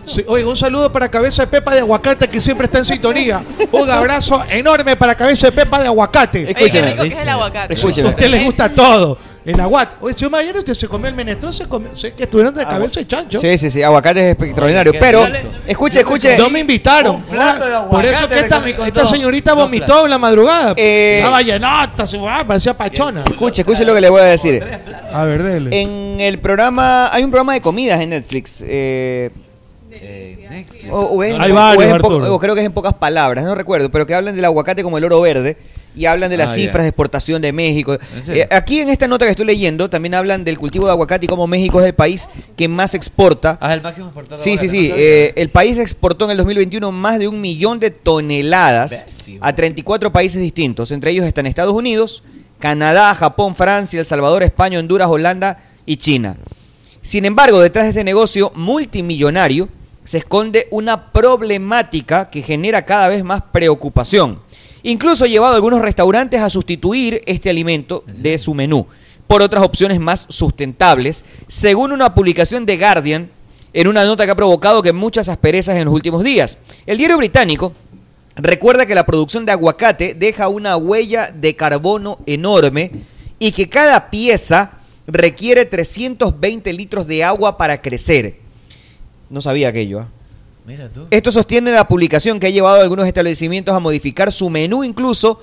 S20: Sí, oiga, un saludo para Cabeza de Pepa de Aguacate que siempre está en sintonía. Un abrazo enorme para Cabeza de Pepa de Aguacate.
S16: Oye, qué rico que es el aguacate.
S20: A usted le gusta todo. El aguacate. Oye, señor Mayer, usted se comió el menestrón, se comió. Sé que estuvieron de cabeza de chancho.
S14: Ah, Sí, sí, sí, aguacate es extraordinario.
S20: Oye, qué
S14: Pero,
S20: rico.
S14: escuche, escuche.
S20: No me invitaron. Por eso que esta, esta señorita vomitó en la madrugada.
S14: Eh,
S20: Estaba llenota, se- ah, parecía pachona.
S14: Escuche, escuche lo que le voy a decir.
S20: A ver, dele.
S14: En el programa, hay un programa de comidas en Netflix. Eh, o, o es,
S20: Hay
S14: o- o
S20: varios,
S14: es en po-
S20: Arturo.
S14: o creo que es en pocas palabras, no recuerdo, pero que hablan del aguacate como el oro verde y hablan de las
S33: Ah, ya.
S14: cifras de exportación de México.
S33: ¿En serio?
S14: Eh, aquí en esta nota que estoy leyendo también hablan del cultivo de aguacate y cómo México es el país que más exporta.
S15: Ah, el máximo exportador.
S14: Sí, sí,
S15: ahora,
S14: sí.
S15: ¿no?
S14: eh, el país exportó en el 2021 más de un millón de toneladas a 34 países distintos. Entre ellos están Estados Unidos, Canadá, Japón, Francia, El Salvador, España, Honduras, Holanda y China. Sin embargo, detrás de este negocio multimillonario se esconde una problemática que genera cada vez más preocupación. Incluso ha llevado a algunos restaurantes a sustituir este alimento de su menú por otras opciones más sustentables, según una publicación de Guardian en una nota que ha provocado que muchas asperezas en los últimos días. El diario británico recuerda que la producción de aguacate deja una huella de carbono enorme y que cada pieza requiere 320 litros de agua para crecer. No sabía aquello, ¿ah?
S15: Mira tú.
S14: Esto sostiene la publicación que ha llevado a algunos establecimientos a modificar su menú incluso.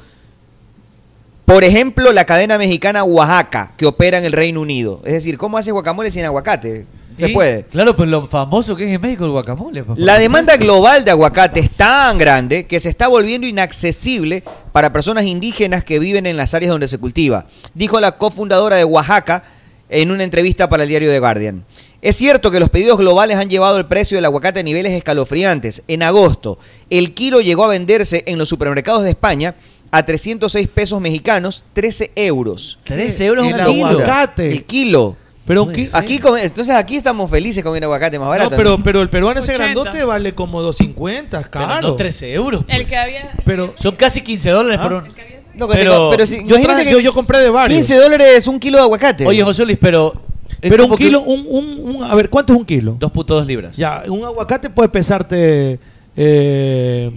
S14: Por ejemplo, la cadena mexicana Oaxaca, que opera en el Reino Unido. Es decir, ¿cómo hace guacamole sin aguacate? Se
S15: Sí,
S14: puede.
S15: Claro, pues lo famoso que es en México el guacamole. pues, papá.
S14: La demanda global de aguacate es tan grande que se está volviendo inaccesible para personas indígenas que viven en las áreas donde se cultiva, dijo la cofundadora de Oaxaca en una entrevista para el diario The Guardian. Es cierto que los pedidos globales han llevado el precio del aguacate a niveles escalofriantes. En agosto, el kilo llegó a venderse en los supermercados de España a 306 pesos mexicanos, 13 euros.
S15: 13 euros
S14: El
S15: un kilo.
S14: aguacate. El kilo.
S20: Pero
S14: un kilo. Aquí, come- entonces aquí estamos felices comiendo aguacate más barato.
S20: No, pero, pero el peruano ese
S16: 80.
S20: grandote vale como 250, caro.
S15: no 13 euros.
S16: El que había.
S20: Pero
S15: son casi 15
S14: Ah,
S15: dólares por un.
S14: No,
S15: pero-
S14: pero, pero si-
S15: yo
S14: imagínate
S15: traje-
S14: que
S15: yo- yo compré de varios.
S14: 15 dólares un kilo de aguacate.
S15: Oye, José Luis, pero. es
S20: Pero
S15: como
S20: un
S15: que-
S20: kilo, un, un, un- a ver, ¿cuánto es un kilo?
S15: 2.2 libras.
S20: Ya, un aguacate puede pesarte, eh,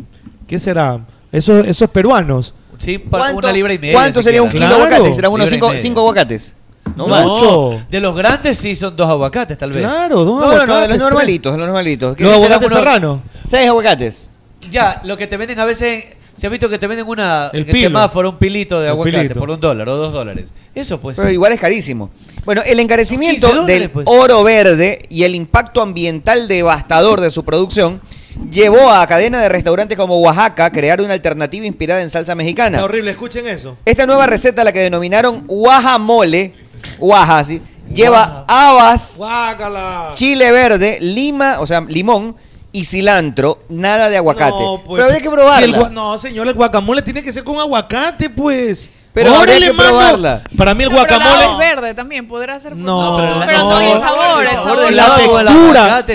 S20: ¿qué será? Esos, esos peruanos.
S15: Sí, para
S14: ¿Cuánto-
S15: una libra y media.
S14: ¿Cuánto
S15: si
S14: sería un
S15: quieres.
S14: kilo de aguacate? ¿Serán
S15: Libra
S14: unos
S15: y
S14: cinco,
S15: media.
S14: cinco aguacates? No,
S15: No,
S14: más.
S15: de los grandes sí son dos aguacates, tal vez.
S14: Claro, dos No, no, no, de aguacates, los tres. normalitos, de los normalitos. ¿Qué
S15: Sí,
S14: dicen
S15: serán
S14: algunos? Seis aguacates.
S15: Ya, lo que te venden a veces. Se ha visto que te venden una,
S14: El
S15: en el
S14: pilo.
S15: semáforo un pilito de
S14: El
S15: aguacate
S14: pilito.
S15: por un dólar o dos dólares. Eso pues.
S14: Pero igual es carísimo. Bueno, el encarecimiento
S15: 15 dólares,
S14: del
S15: pues.
S14: oro verde y el impacto ambiental devastador de su producción llevó a cadena de restaurantes como Oaxaca a crear una alternativa inspirada en salsa mexicana.
S20: Está horrible, escuchen eso.
S14: Esta nueva receta, la que denominaron guajamole, guaja, sí, lleva habas,
S20: Guácala.
S14: chile verde, lima, o sea, limón y cilantro, nada de aguacate.
S20: No, pues,
S14: Pero habría que
S20: si el
S14: probarla.
S20: gua- no, señor, el guacamole tiene que ser con aguacate, pues.
S14: Pero habría que
S20: mano!
S14: probarla.
S20: Para mí el
S16: Pero la
S20: guacamole...
S16: hoja es verde también, podrá ser.
S20: No,
S16: pero, son el sabor, el sabor.
S20: la textura,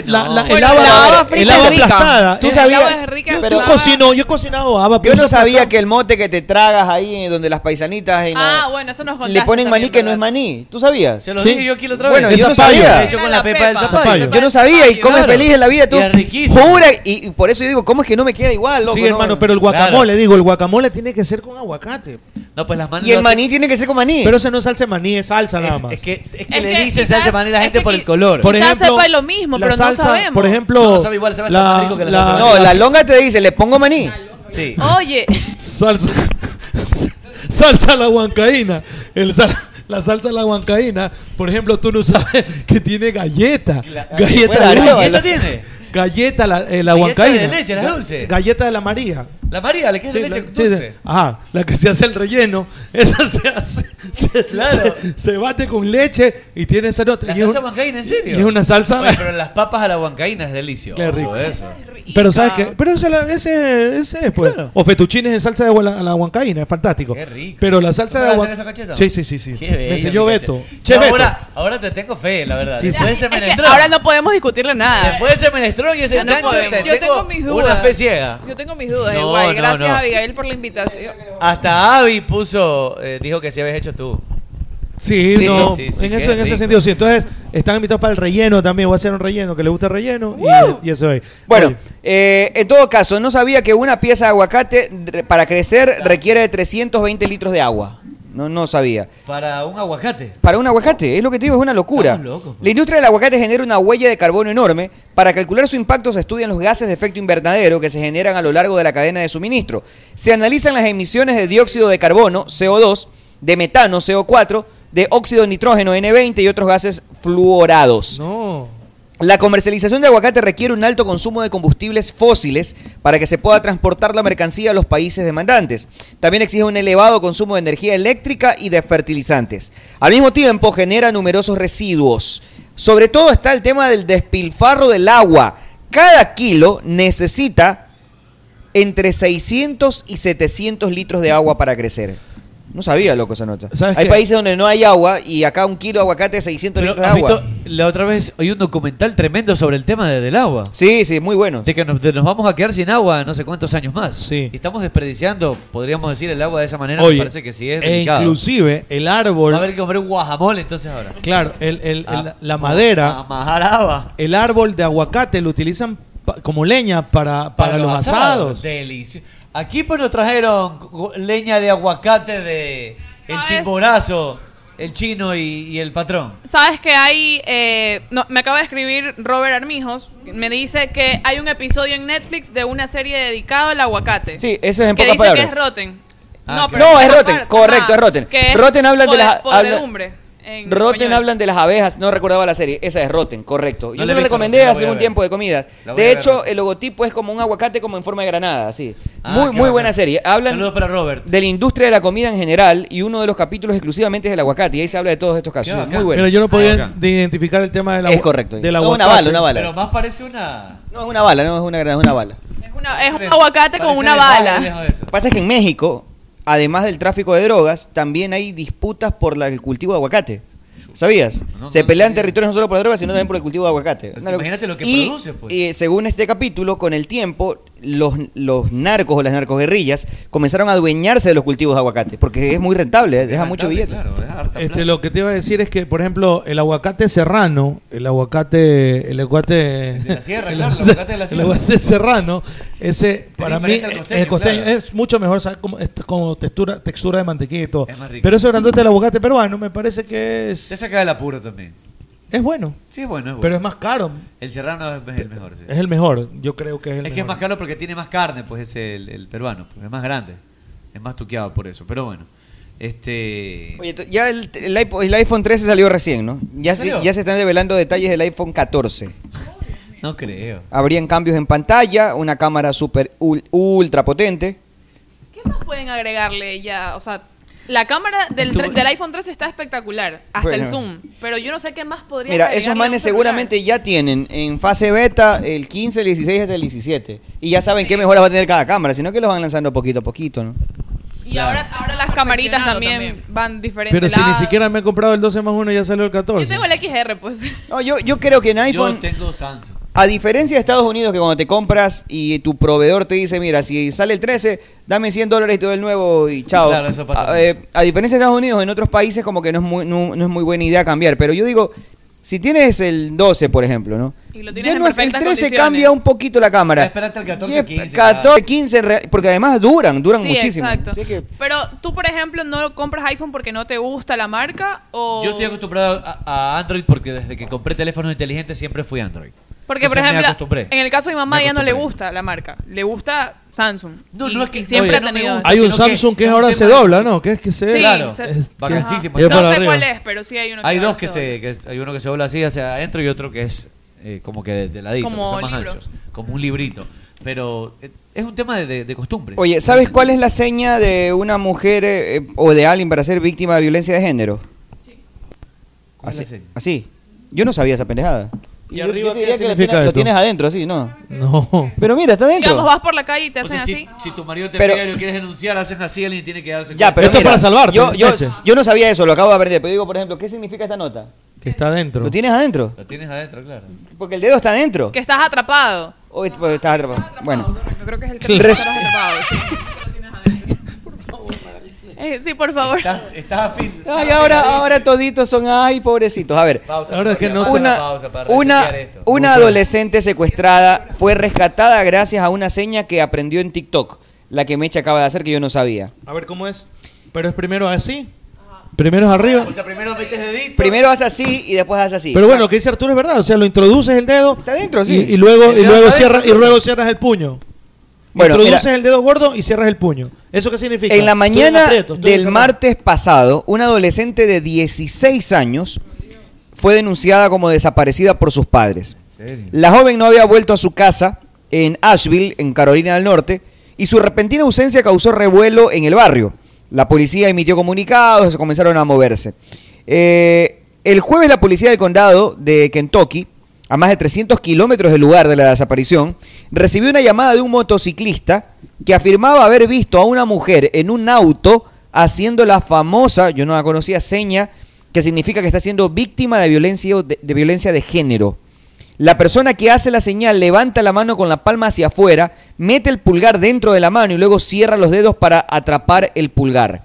S20: la, la- Ah. el
S16: Bueno,
S20: haba,
S16: la haba frita
S20: el haba
S16: es rica.
S20: aplastada.
S14: Tú
S20: El
S14: sabías-
S20: haba es rica, yo, yo cocino, yo he cocinado haba.
S14: Yo no sabía que el mote que te tragas ahí eh, donde las paisanitas en la-
S16: Ah, bueno, eso nos contaste.
S14: le ponen maní
S16: también,
S14: que no es maní. ¿Tú sabías?
S15: Se lo
S14: Sí.
S15: dije yo aquí la otra vez.
S14: Bueno, yo no sabía.
S15: Hecho con la pepa del zapallo.
S14: Yo no sabía y comes
S15: Claro.
S14: feliz en la vida tú.
S15: Y es riquísimo.
S14: Jura y, y por eso yo digo, ¿cómo es que no me queda igual, loco?
S20: Sí,
S14: No,
S20: hermano,
S14: no.
S20: pero el guacamole, digo, el guacamole tiene que ser con aguacate.
S15: No, pues las las manos.
S14: Y el maní tiene que ser con maní.
S20: Pero eso no es salsa de maní, es salsa nada más.
S15: Es que, es que
S18: Es
S15: le
S18: que
S15: dicen
S18: quizás-
S15: salsa de maní a la
S18: es
S15: gente
S18: que
S15: por el
S18: qui-
S15: color.
S18: Por quizás ejemplo, sepa lo mismo,
S20: la pero no salsa, sabemos. por ejemplo,
S15: No, sabe igual, sabe hasta
S20: la-
S15: más rico que la,
S20: la-
S15: salsa de
S14: No,
S15: maní.
S14: la longa te dice, le pongo maní.
S15: Sí.
S18: Oye,
S20: salsa salsa a la huancaína el sal- la salsa a la huancaína por ejemplo tú no sabes que tiene galleta galleta
S15: Bueno,
S20: de
S15: ¿galleta
S20: leche.
S15: tiene?
S20: galleta la, eh,
S15: Galleta
S20: la
S15: de
S20: huancaína
S15: leche, la
S20: Ga-
S15: dulce.
S20: galleta de la María
S15: La María, la que es de
S20: Sí,
S15: leche
S20: la- sí, de-
S15: dulce.
S20: ajá, la que se hace el relleno, esa se hace, se, se- se bate con leche y tiene esa nota.
S15: La
S20: Y es
S15: salsa
S20: un-
S15: huancaína, ¿en serio?
S20: y es una salsa-
S15: Oye, pero las papas a la huancaína es delicioso.
S20: Qué rico.
S15: Eso.
S20: Pero sabes qué, pero esa la- ese, ese es pues. O fetuchines en salsa de huela- a la huancaína, es fantástico.
S15: Qué rico.
S20: Pero la salsa de
S15: ¿Sabes
S20: agua.
S15: hacer eso, Cacheta?
S20: Sí, sí, sí, sí.
S15: Qué
S20: Me
S15: bello,
S20: enseñó
S15: mi
S20: Beto.
S15: Cacheta.
S20: Che,
S15: No,
S20: Beto.
S15: ahora, ahora te tengo fe, la verdad.
S20: Sí,
S15: Después
S20: sí.
S15: de ese
S20: Es que
S15: menestrón.
S18: ahora no podemos discutirle nada.
S15: Después de ese menestrón y ese
S18: Ya no
S15: chancho,
S18: podemos.
S15: te
S18: Yo tengo
S15: tengo
S18: mis
S15: una
S18: dudas.
S15: fe ciega.
S18: Yo tengo mis dudas,
S15: No,
S18: igual.
S15: no,
S18: Gracias,
S15: no.
S18: Abigail, por la invitación.
S15: Hasta Avi puso, eh, dijo que se habías hecho tú.
S20: Sí,
S15: Sí,
S20: no,
S15: sí, sí,
S20: en,
S15: qué
S20: eso, en ese
S15: rico.
S20: sentido, sí. Entonces, están invitados para el relleno también. Voy a hacer un relleno que le gusta el relleno y-
S15: Uh.
S20: y, eso es.
S14: Bueno, eh, en todo caso, no sabía que una pieza de aguacate re- para crecer requiere de 320 litros de agua. No, no sabía.
S15: Para un aguacate.
S14: Para un aguacate, es lo que te digo, es una locura.
S15: Estamos locos,
S14: La industria del aguacate genera una huella de carbono enorme. Para calcular su impacto se estudian los gases de efecto invernadero que se generan a lo largo de la cadena de suministro. Se analizan las emisiones de dióxido de carbono, CO2, de metano, CO4, de óxido de nitrógeno, N20 y otros gases fluorados.
S20: No.
S14: La comercialización de aguacate requiere un alto consumo de combustibles fósiles para que se pueda transportar la mercancía a los países demandantes. También exige un elevado consumo de energía eléctrica y de fertilizantes. Al mismo tiempo genera numerosos residuos. Sobre todo está el tema del despilfarro del agua. Cada kilo necesita entre 600 y 700 litros de agua para crecer. No sabía, loco, esa nota. Hay
S15: qué?
S14: países donde no hay agua y acá un kilo de aguacate es 600
S15: Pero,
S14: litros de
S15: ¿has
S14: agua.
S15: visto? la otra vez oí un documental tremendo sobre el tema de- del agua.
S14: Sí, sí, muy bueno.
S15: De que nos, de nos vamos a quedar sin agua no sé cuántos años más. Sí. Y estamos desperdiciando, podríamos decir, el agua de esa manera.
S20: Oye,
S15: me parece que sí es
S20: e
S15: delicado.
S20: inclusive el árbol.
S15: Va a haber que comprar un guajamole entonces ahora.
S20: Claro, el- el-
S15: Ah,
S20: el- la madera.
S15: ah, majaraba.
S20: El árbol de aguacate lo utilizan pa- como leña para, para, los, asados.
S15: Delicio. Aquí pues nos trajeron gu- leña de aguacate de el chimborazo, el chino y, y el patrón.
S18: Sabes que hay, eh, no, me acaba de escribir Robert Armijos, me dice que hay un episodio en Netflix de una serie dedicado al aguacate.
S14: Sí, eso es en
S18: que
S14: pocas
S18: dice
S14: palabras.
S18: que es Rotten.
S15: Ah,
S14: ok. No, es
S18: esa
S14: Rotten, correcto, es Rotten.
S18: que es
S14: Rotten hablan de las-
S18: pode-
S14: habla-
S18: podredumbre en
S14: Rotten
S18: español.
S14: hablan de las abejas, no recordaba la serie, esa es Rotten, correcto. Yo se
S15: la he
S14: la
S15: visto,
S14: recomendé
S15: la voy
S14: hace
S15: a
S14: un
S15: ver.
S14: tiempo de comidas.
S15: La voy a
S14: De
S15: ver,
S14: hecho,
S15: Rotten.
S14: el logotipo es como un aguacate como en forma de granada, así.
S15: Ah,
S14: muy
S15: qué
S14: muy buena
S15: bacán.
S14: serie. Hablan
S15: Saludos para Robert.
S14: de la industria de la comida en general y uno de los capítulos exclusivamente es del aguacate y ahí se habla de todos estos casos.
S15: Qué
S14: Es
S15: bacán.
S14: muy bueno.
S20: Mira, yo no podía de identificar el tema del agua.
S14: Es correcto.
S20: Del
S14: Ah, No,
S20: aguacate.
S14: una bala, una bala.
S15: Pero más parece una...
S14: No es una bala, no es una granada, es una bala.
S18: Una- es un aguacate con
S15: Parece
S18: una
S15: de
S18: bala.
S14: Lo que pasa es que en México, además del tráfico de drogas, también hay disputas por la- el cultivo de aguacate. ¿Sabías?
S15: no,
S14: Se
S15: no Pues
S14: pelean territorios no solo por las drogas, sino también por el cultivo de aguacate. Una loc-
S15: imagínate lo que
S14: y,
S15: produce, pues.
S14: y, según este capítulo, con el tiempo, los, los narcos o las narcoguerrillas comenzaron a adueñarse de los cultivos de aguacate, porque es muy rentable, eh, deja mucho billete.
S20: Este, lo que te iba a decir es que, por ejemplo, el aguacate serrano, el aguacate, el aguacate de
S15: la sierra, claro, el aguacate de la sierra.
S20: aguacate serrano, ese para mí
S15: diferente al
S20: es-
S15: costeño,
S20: el costeño,
S15: claro.
S20: es mucho mejor, sabe como, es como textura, textura de mantequilla y todo.
S15: más rico.
S20: Pero ese grandote del aguacate peruano me parece que es
S15: Te saca del apuro también.
S20: es bueno.
S15: Sí, es bueno, es bueno.
S20: Pero es más caro.
S15: El serrano es el mejor. sí.
S20: Es el mejor, yo creo que es el
S15: Es que es
S20: mejor.
S15: más caro porque tiene más carne, pues es el, el peruano, pues, es más grande, es más tuqueado por eso, pero bueno. Este
S14: Oye, t- ya el, el iPo- el iPhone 13 salió recién, ¿no? Ya
S15: ¿En
S14: se,
S15: serio?
S14: ya se están revelando detalles del iPhone 14.
S15: no creo.
S14: Habrían cambios en pantalla, una cámara super ul- ultra potente.
S18: ¿Qué más pueden agregarle ya? O sea, la cámara del,
S14: Estuvo-
S18: tre- del iPhone 13 está espectacular, hasta el
S14: Bueno.
S18: zoom, pero yo no sé qué más podría
S14: Mira, esos
S18: agregarle a un
S14: manes
S18: celular.
S14: seguramente ya tienen en fase beta el 15, el 16 hasta el 17. Y ya saben qué mejoras va a tener cada cámara, sino que los van lanzando poquito a poquito, ¿no?
S18: Y ahora, ahora las camaritas también, van diferentes.
S20: Pero si ni
S18: lados.
S20: siquiera me he comprado el 12 más 1 ya salió el
S18: Yo
S20: 14.
S18: tengo el XR, pues.
S14: No, yo, yo creo que en iPhone,
S15: Yo tengo Samsung.
S14: a diferencia de Estados Unidos, que cuando te compras y tu proveedor te dice, mira, si sale el 13, dame 100 dólares y te doy el nuevo y chao.
S15: Claro, eso pasa
S14: A, eh, a diferencia de Estados Unidos, en otros países como que no es muy, no, no es muy buena idea cambiar. Pero yo digo, Si tienes el 12, por ejemplo, ¿no?
S18: Y lo tienes
S14: Ya
S18: en
S14: no es, este el
S18: perfectas
S14: 13
S18: condiciones.
S14: cambia un poquito la cámara.
S15: Espérate al 14,
S14: Y es
S15: 15,
S14: 14, 15, real- porque además duran, duran
S18: Sí,
S14: muchísimo.
S18: exacto. Pero tú, por ejemplo, no compras iPhone porque no te gusta la marca o...
S15: Yo estoy acostumbrado a, a Android porque desde que compré teléfonos inteligentes siempre fui Android.
S18: Porque, por
S15: Entonces, me
S18: ejemplo,
S15: acostumbré.
S18: en el caso de mi mamá,
S15: Me
S18: ella no le
S15: acostumbré.
S18: gusta la marca. Le gusta Samsung. No,
S15: no es que-
S18: siempre
S15: Oye,
S18: ha
S15: no me
S18: tenido...
S15: gusta.
S20: Hay un
S15: sino que
S20: Samsung que,
S15: es un
S20: ahora
S15: tema
S20: se
S15: de-
S20: dobla, ¿no? Que es que se
S18: Sí,
S15: claro.
S18: se-
S15: Es- Bacanísimo.
S18: Ajá.
S15: Y es
S18: No
S15: para
S18: sé
S15: arriba.
S18: cuál es, pero sí hay uno que
S15: Hay
S18: ahora
S15: dos
S18: se
S15: que se, que es- hay uno que se dobla así hacia adentro y otro que es eh, como que de, de ladito,
S18: Como
S15: que son más
S18: libro.
S15: anchos, como un librito. Pero eh, es un tema de, de- de costumbre.
S14: Oye, ¿sabes cuál es la seña de una mujer eh, eh, o de alguien para ser víctima de violencia de género?
S15: ¿Cuál es la
S14: Así,
S15: seña?
S14: así. Yo no sabía esa pendejada.
S20: ¿Y
S14: Yo-
S20: arriba
S14: yo
S20: qué
S14: diría que lo
S20: significa
S14: tienes- Lo
S20: esto?
S14: tienes adentro, así, ¿no?
S20: No.
S14: Pero mira, está adentro.
S18: Digamos, vas por la calle y te
S15: O
S18: hacen
S15: sea, si,
S18: así.
S15: si tu marido te
S14: Pero-
S15: pega y lo quieres denunciar, haces así, alguien tiene que darse
S14: Ya, pero
S15: cuenta.
S14: mira, Yo, yo, yo no sabía eso, lo acabo de aprender. Pero digo, por ejemplo, ¿qué significa esta nota?
S20: que está adentro.
S14: ¿Lo tienes adentro?
S15: Lo tienes adentro, claro.
S14: Porque el dedo está adentro.
S18: Que estás atrapado.
S14: Hoy pues, estás atrapado. Bueno.
S18: Yo creo que es el que
S14: Res-
S18: estás atrapado. sí. Eh, Sí, por favor.
S15: Estás afín.
S14: Ay, ahora, ah. ahora toditos son, ay, pobrecitos. A ver,
S15: ahora es que no
S14: una,
S15: pausa para
S14: una,
S15: resetear esto.
S14: una adolescente secuestrada fue rescatada gracias a una seña que aprendió en TikTok, la que Mecha acaba de hacer que yo no sabía.
S20: A ver cómo es. Pero es primero así. Primero es arriba.
S15: O sea, primero metes dedito.
S14: Primero haces así y después haces así.
S20: Pero bueno, lo que dice Arturo es verdad. O sea, lo introduces el dedo.
S14: Está adentro,
S20: y,
S14: sí.
S20: y luego,
S14: El
S20: y
S14: dedo
S20: luego
S14: está
S20: cierras, y
S14: adentro.
S20: luego cierras el puño.
S14: Bueno,
S20: introduces
S14: mira.
S20: el dedo gordo y cierras el puño. ¿Eso qué significa?
S14: En la
S20: Estoy
S14: mañana
S20: aprieto, estoy
S14: del
S20: encerrado.
S14: martes pasado, una adolescente de 16 años fue denunciada como desaparecida por sus padres. La joven no había vuelto a su casa en Asheville, en Carolina del Norte, y su repentina ausencia causó revuelo en el barrio. La policía emitió comunicados, comenzaron a moverse. Eh, el jueves la policía del condado de Kentucky, a más de 300 kilómetros del lugar de la desaparición, recibió una llamada de un motociclista que afirmaba haber visto a una mujer en un auto haciendo la famosa, yo no la conocía, seña que significa que está siendo víctima de violencia, o de- de violencia de género. La persona que hace la señal levanta la mano con la palma hacia afuera, mete el pulgar dentro de la mano y luego cierra los dedos para atrapar el pulgar.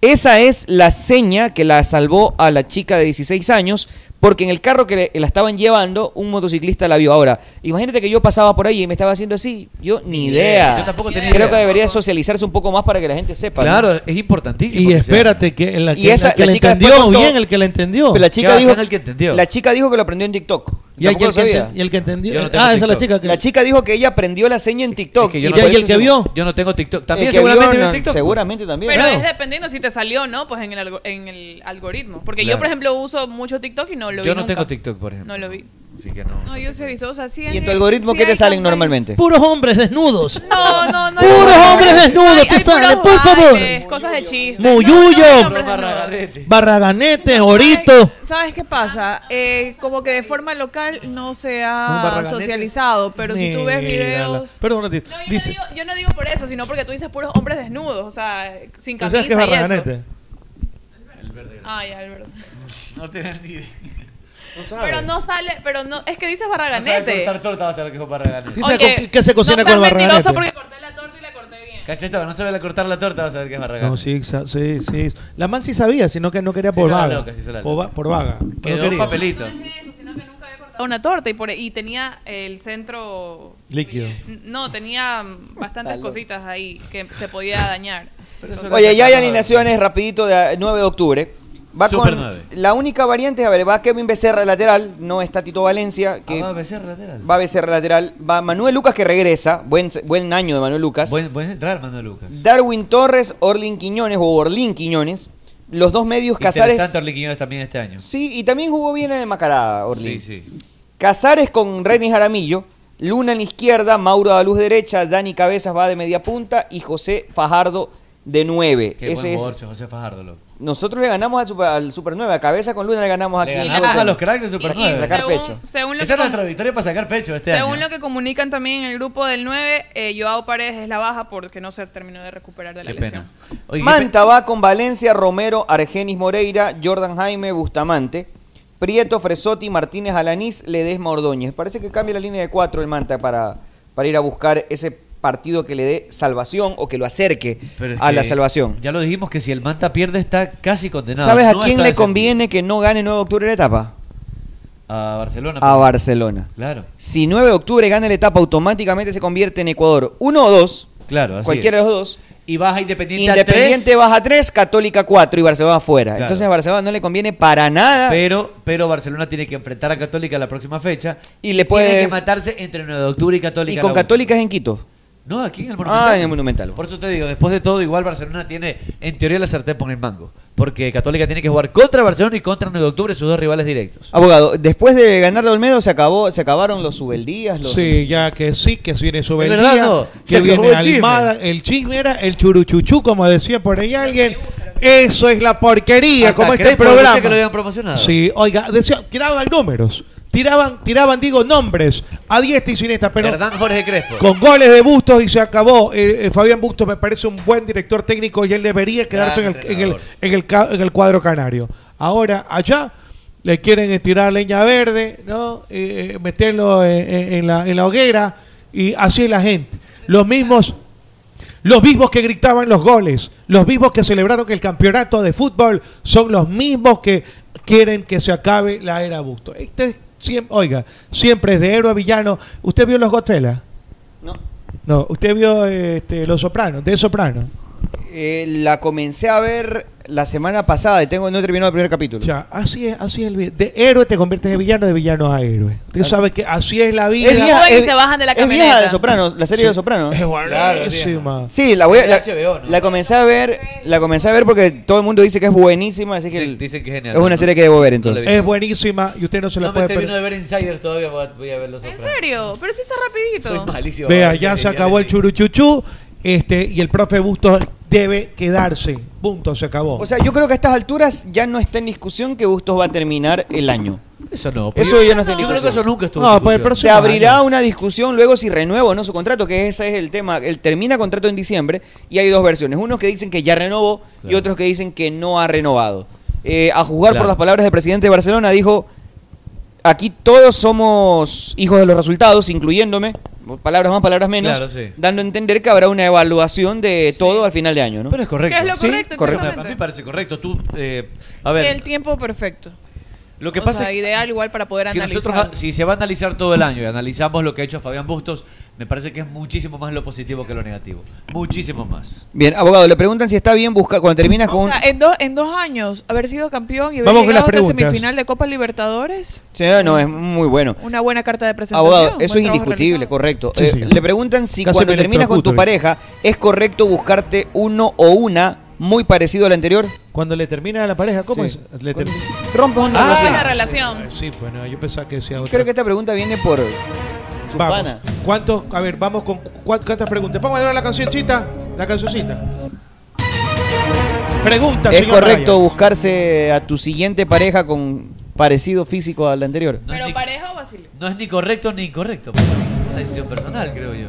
S14: Esa es la seña que la salvó a la chica de 16 años, porque en el carro que le- la estaban llevando, un motociclista la vio. Ahora, imagínate que yo pasaba por ahí y me estaba haciendo así. Yo ni idea.
S15: Yo tampoco tenía
S14: Creo
S15: idea.
S14: que debería socializarse un poco más para que la gente sepa. ¿no?
S15: Claro, es importantísimo.
S20: Y
S15: que sea.
S20: espérate, que en la
S14: Y
S20: que,
S14: esa-
S20: la que
S14: la
S20: le
S14: chica después
S20: entendió
S14: contó-
S20: bien, el que la entendió.
S14: Pero la chica dijo La
S20: La
S14: chica dijo que lo aprendió en TikTok.
S20: Y hay
S14: Tampoco
S20: el que
S14: sabía.
S20: enten- y el que entendió- Yo no tengo ah, esa es la TikTok. chica que-
S14: La chica dijo que ella aprendió la seña en TikTok.
S15: que yo no
S14: por
S15: tengo-
S14: eso se-
S15: Yo no tengo TikTok.
S14: El
S15: También
S14: que
S15: seguramente
S14: vio,
S15: veo
S14: no,
S15: TikTok.
S14: Seguramente también.
S18: Pero es dependiendo si te salió o no, pues en el, algo- en el algoritmo. Porque yo,
S15: Claro.
S18: por ejemplo, uso mucho TikTok y no lo vi.
S15: Yo no
S18: nunca.
S15: tengo TikTok, por ejemplo.
S18: No lo vi.
S15: Así que no.
S18: No, yo soy aviso. O sea, sí
S14: ¿Y en
S18: hay-
S14: tu algoritmo
S18: sí
S14: qué te
S18: hay
S14: salen
S18: campañas.
S14: normalmente?
S17: Puros hombres desnudos.
S18: No, no, no.
S17: Puros
S18: hay-
S17: hombres desnudos
S18: hay-
S17: te
S18: hay puros
S17: salen, por favor.
S18: bailes, Cosas de chistes.
S17: Muyuyo.
S18: No, no hay hombres desnudos.
S17: Barraganete, orito.
S18: ¿Sabes qué pasa? Eh, como que de forma local no se
S20: Un
S18: ha
S20: barraganete.
S18: socializado, pero si tú ves videos...
S20: Perdón un ratito. Dice.
S18: Yo, yo no digo por eso, sino porque tú dices puros hombres desnudos, o sea, sin
S20: ¿tú
S18: camisa
S20: ¿Sabes qué es este?
S18: y eso.
S20: barraganete?
S18: Ay, Alberto.
S15: No tenés ni idea. No
S18: Pero no sale, pero no, es que dices barraganete.
S15: cortar torta, vas a ver que es un barraganete.
S20: Sí, sabe Oye, con- qué se cocina
S18: no
S20: con el
S18: seas mentiroso
S20: barraganete.
S18: porque corté la torta y la corté bien.
S15: Cachetón, no sabe la cortar la torta, vas a ver que es barraganete.
S20: No, sí, exa- sí, sí. La man sí sabía, sino que no quería
S15: Sí
S20: por
S15: se la
S20: vaga.
S15: loca, sí se la
S20: por,
S15: loca.
S20: va- por vaga.
S15: Quedó
S20: no quería.
S15: papelito.
S18: Cortaba Una torta y, por, y tenía el centro...
S20: Líquido.
S18: No, tenía mm, bastantes cositas ahí que se podía dañar.
S14: Oye, ya hay alineaciones rapidito de eh, 9 de octubre. Va
S15: Super
S14: con
S15: 9.
S14: la única variante, a ver, va Kevin Becerra lateral, no está Tito Valencia, que
S15: Ah, va a ser lateral.
S14: va Becerra lateral, va Manuel Lucas que regresa, buen, buen año de Manuel Lucas.
S15: Buen, buen entrar, Manuel Lucas.
S14: Darwin Torres, Orlin Quiñones o Orlín Quiñones, los dos medios Casares.
S15: Interesante Orly Quiñones también este año.
S14: Sí, y también jugó bien en el Macarada, Orlín.
S15: Sí, sí.
S14: Casares con René Jaramillo, Luna en izquierda, Mauro Daluz derecha, Dani Cabezas va de media punta y José Fajardo de 9.
S15: Qué buen jugador, José Fajardo, loco.
S14: Nosotros le ganamos al Super, al Super 9, a cabeza con Luna le ganamos aquí.
S15: Le
S14: en el
S15: ganamos
S14: Club
S15: a los
S14: Tenis.
S15: cracks de Super
S14: Y- y
S15: 9.
S14: sacar pecho.
S18: Según lo
S15: Esa es
S18: que-
S15: nuestra victoria para sacar pecho este
S18: Según
S15: año.
S18: lo que comunican también en el grupo del 9, eh, Joao Paredes es la baja porque no se terminó de recuperar de la
S15: Qué
S18: lesión.
S15: pena. Oye, qué
S14: Manta va con Valencia, Romero, Argenis Moreira, Jordan Jaime, Bustamante, Prieto, Fresotti, Martínez Alanís, Ledesma Ordóñez. Parece que cambia la línea de cuatro el Manta para, para ir a buscar ese partido que le dé salvación o que lo acerque
S15: Pero es
S14: a la
S15: que
S14: salvación.
S15: Ya lo dijimos que si el Manta pierde está casi condenado.
S14: ¿Sabes a
S15: No
S14: quién
S15: está
S14: le
S15: descendido.
S14: conviene que no gane 9 de octubre la etapa?
S15: a Barcelona. pues.
S14: a Barcelona.
S15: Claro.
S14: Si 9 de octubre gana la etapa, automáticamente se convierte en Ecuador. Uno o dos.
S15: Claro, así
S14: Cualquiera
S15: es.
S14: de los dos.
S15: Y baja Independiente,
S14: Independiente
S15: a tres,
S14: baja 3, Católica 4 y Barcelona afuera.
S15: Claro.
S14: Entonces a Barcelona no le conviene para nada.
S15: Pero, pero Barcelona tiene que enfrentar a Católica la próxima fecha.
S14: Y le
S15: Tiene
S14: puedes-
S15: que matarse entre 9 de octubre y Católica.
S14: y
S15: la
S14: con
S15: última.
S14: Católica es en Quito.
S15: No, aquí en el Monumental.
S14: Ah, en el Monumental.
S15: Por eso te digo, después de todo, igual Barcelona tiene, en teoría, la sartén por el mango. Porque Católica tiene que jugar contra Barcelona y contra 9 de octubre, sus dos rivales directos.
S14: Abogado, después de ganar de Olmedo se acabó, se acabaron los subeldías, los
S20: Sí, ya Ah, que sí, que viene sobre el
S14: verdad,
S20: día,
S14: no? Se
S20: que
S14: acabó
S20: viene
S14: el chisme.
S20: Almada, el chisme era el churuchuchú, como decía por ahí alguien. Eso es la porquería,
S15: Hasta
S20: como este
S15: Crespo decía
S20: programa.
S15: que lo habían promocionado.
S20: Sí, oiga, decía, tiraban números, tiraban, tiraban, digo, nombres a diestra y siniestra, pero
S15: Hernán Jorge Crespo.
S20: con goles de Bustos y se acabó. Eh, eh, Fabián Bustos me parece un buen director técnico y él debería quedarse en el, en, el, en el ca- en el cuadro canario. Ahora, allá le quieren estirar leña verde, ¿no? Eh, eh, meterlo en, en- en la, en la hoguera y así es la gente. Los mismos los mismos que gritaban los goles, los mismos que celebraron el campeonato de fútbol, son los mismos que quieren que se acabe la era Busto. Este es siem- oiga, siempre es de héroe a villano. ¿Usted vio los Godzilla?
S14: No.
S20: No, usted vio eh, este, Los Sopranos, de Soprano.
S14: Eh, la comencé a ver la semana pasada y tengo no he terminado el primer capítulo.
S20: Así es, así es el vi- De héroe te conviertes de villano, de villano a héroe. Usted sabe que así es la vida.
S14: Es vieja,
S20: Joven y
S14: es-
S20: se bajan de la
S14: es vieja
S20: camioneta.
S14: de Sopranos, la serie
S20: Sí.
S14: de Sopranos.
S20: Es
S15: Ah.
S20: buenísima.
S14: Sí, la voy a, la,
S20: Es de HBO, ¿no?
S14: la comencé a ver, la comencé a ver porque todo el mundo dice que es buenísima, así que
S15: Dicen- dicen que es genial.
S14: es una serie que debo ver entonces.
S20: Es buenísima Ah, y usted no se la
S15: No me
S20: puede
S15: termino
S20: perder.
S15: de ver Insider todavía, voy a, voy a ver los
S18: ¿En serio? Pero si está rapidito.
S15: Soy malísimo. eh,
S20: Vea, ya se acabó el churuchuchú este, y el profe Bustos debe quedarse. Punto, se acabó.
S14: O sea, yo creo que a estas alturas ya no está en discusión que Bustos va a terminar el año.
S15: Eso no.
S14: Eso ya no está en
S15: Yo creo que
S14: discusión.
S15: eso nunca estuvo
S20: No, en pues el discusión. próximo
S14: Se abrirá una discusión luego si renueva o no su contrato, que ese es el tema. Él termina contrato en diciembre y hay dos versiones. Unos que dicen que ya renovó y otros que dicen que no ha renovado. Eh, a juzgar
S15: Claro.
S14: por las palabras del presidente de Barcelona, dijo, aquí todos somos hijos de los resultados, incluyéndome, palabras más, palabras menos,
S15: Claro, sí.
S14: dando a entender que habrá una evaluación de todo al final de año. ¿no? Pero
S15: es correcto.
S18: Que es lo
S14: Sí,
S18: correcto,
S15: A mí me
S18: exactamente.
S15: parece correcto. Tú, eh, a ver,
S18: El tiempo perfecto.
S15: lo que
S18: O
S15: pasa
S18: sea,
S15: es que
S18: ideal igual para poder
S15: si
S18: analizar.
S15: nosotros a- si se va a analizar todo el año y analizamos lo que ha hecho Fabián Bustos, me parece que es muchísimo más lo positivo que lo negativo. Muchísimo más.
S14: Bien, abogado, le preguntan si está bien buscar cuando terminas con
S18: O
S14: un...
S18: sea, en, dos- en dos años, haber sido campeón y haber
S14: Vamos con
S18: llegado
S14: las
S18: hasta
S14: preguntas.
S18: semifinal de Copa Libertadores,
S14: Sí, no, es muy bueno.
S18: una buena carta de presentación.
S14: Abogado, eso
S18: buen
S14: es
S18: trabajo
S14: indiscutible, correcto.
S18: Sí,
S14: Eh,
S18: señor.
S14: le preguntan si
S18: Casi
S14: cuando
S18: me
S14: terminas con tu
S18: electrocuto,
S14: pareja
S20: eh.
S14: es correcto buscarte uno o una muy parecido al anterior.
S20: Cuando le termina a la pareja, ¿cómo es? Le termina.
S14: Rompes una
S18: Ah,
S14: relación.
S18: la relación.
S20: Sí, bueno, yo pensaba que decía otra.
S14: Creo que esta pregunta viene por
S20: Vamos.
S14: pana.
S20: ¿Cuántos? A ver, vamos con cu- cuántas preguntas. Vamos a dar la cancioncita, la cancioncita. Pregunta,
S14: ¿Es
S20: señor
S14: correcto buscarse a tu siguiente pareja con parecido físico al anterior?
S18: ¿Pero pareja o vacile?
S15: No es ni correcto ni incorrecto. Es una decisión personal, creo yo.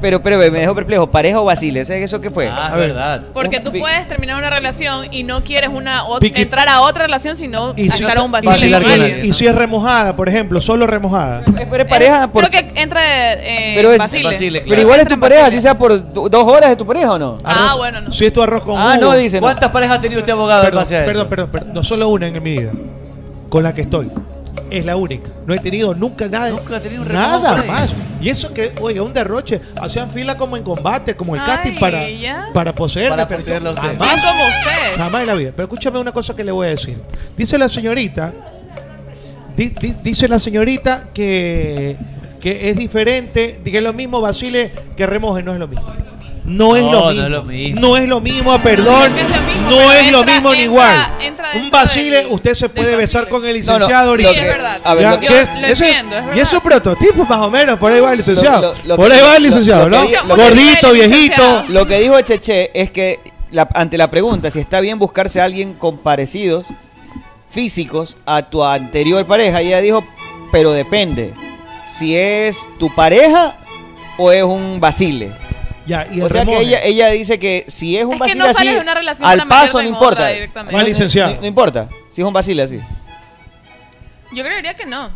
S14: Pero, pero me dejó perplejo. ¿Pareja o Basile? ¿Sabes eso qué fue?
S15: Ah, es verdad.
S18: Porque tú puedes terminar una relación y no quieres una ot-
S20: Vicky-
S18: entrar a otra relación, sino
S20: Y si,
S18: estar a un
S20: y si-
S18: vacile. con alguien.
S20: y si es remojada, por ejemplo, solo remojada.
S15: Eh,
S14: Pero es pareja por-
S18: Creo que entra eh,
S14: pero, es-
S18: vacile.
S14: pero igual es tu pareja, así sea por do- dos horas de tu pareja o no.
S18: Ah, bueno, no.
S20: Si es tu arroz con
S14: Ah,
S20: jugo.
S14: no, dice, no.
S15: ¿Cuántas parejas ha tenido usted abogado en
S20: Perdón,
S15: base a eso?
S20: perdón, perdón, perdón. No solo una en mi vida. Con la que estoy. Es la única. No he tenido nunca nada. nada
S15: remojo,
S20: más. Y eso que, oiga, un derroche. Hacían fila como en combate, como el casting para, para poseerme.
S15: Para
S20: pero yo
S15: poseerla a usted.
S20: Jamás,
S18: Como usted.
S20: jamás en la vida. Pero escúchame una cosa que le voy a decir. Dice la señorita. di- di- dice la señorita que, que es diferente. Que es lo mismo Basile que remoje. No es lo mismo. No es, lo
S15: No, no
S20: mismo.
S15: es lo mismo.
S20: No es lo mismo, ah, perdón. No
S18: pero
S20: es lo
S18: entra-
S20: mismo ni
S18: entra-
S20: igual.
S18: entra
S20: Un Basile, usted se puede besar con el
S14: No, no,
S20: licenciado
S14: lo
S20: ahorita.
S14: que- Sí, es verdad. a ver,
S20: Ya,
S14: lo que-
S20: que es-
S14: Yo lo
S20: ese-
S14: entiendo, es
S20: Y es un prototipo más o menos, por ahí va el licenciado.
S14: Lo- lo-
S20: por ahí va el
S14: lo-
S20: licenciado,
S14: lo
S20: ¿no?
S14: que- lo que-
S20: Gordito, viejito.
S14: Lo que dijo Cheche es que la- ante la pregunta si está bien buscarse a alguien con parecidos físicos a tu anterior pareja, y ella dijo, pero depende. Si es tu pareja o es un basile.
S20: Ya, y el
S14: o sea
S20: remoje.
S14: que ella, ella dice que si es un
S18: Es que
S14: basile
S18: no
S14: así,
S18: sales de una relación para
S14: al paso
S18: meterte
S14: no
S18: en otra
S14: importa.
S18: directamente.
S20: Va, licenciado.
S14: No, no importa, si es un basile así.
S18: Yo creería que no.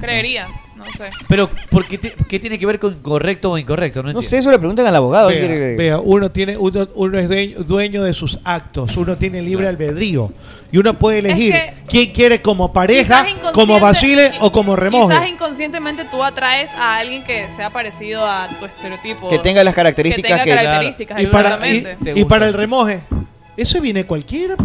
S18: Creería.
S16: No sé.
S15: Pero, ¿por qué, te- qué tiene que ver con correcto o incorrecto? No, entiendo.
S14: eso le preguntan al abogado.
S15: ¿qué quiere que-
S20: vea, uno, tiene, uno, uno es dueño, dueño de sus actos, uno tiene libre albedrío y uno puede elegir
S18: que-
S20: quién quiere como pareja,
S18: Quizás
S20: como
S18: inconsciente-
S20: Basile o como remoje.
S18: Quizás inconscientemente tú atraes a alguien que sea parecido a tu estereotipo.
S14: Que tenga las características
S18: que tenga
S14: que-
S18: características,
S20: Y para, y-
S18: exactamente.
S20: y para el remoje, eso viene cualquiera.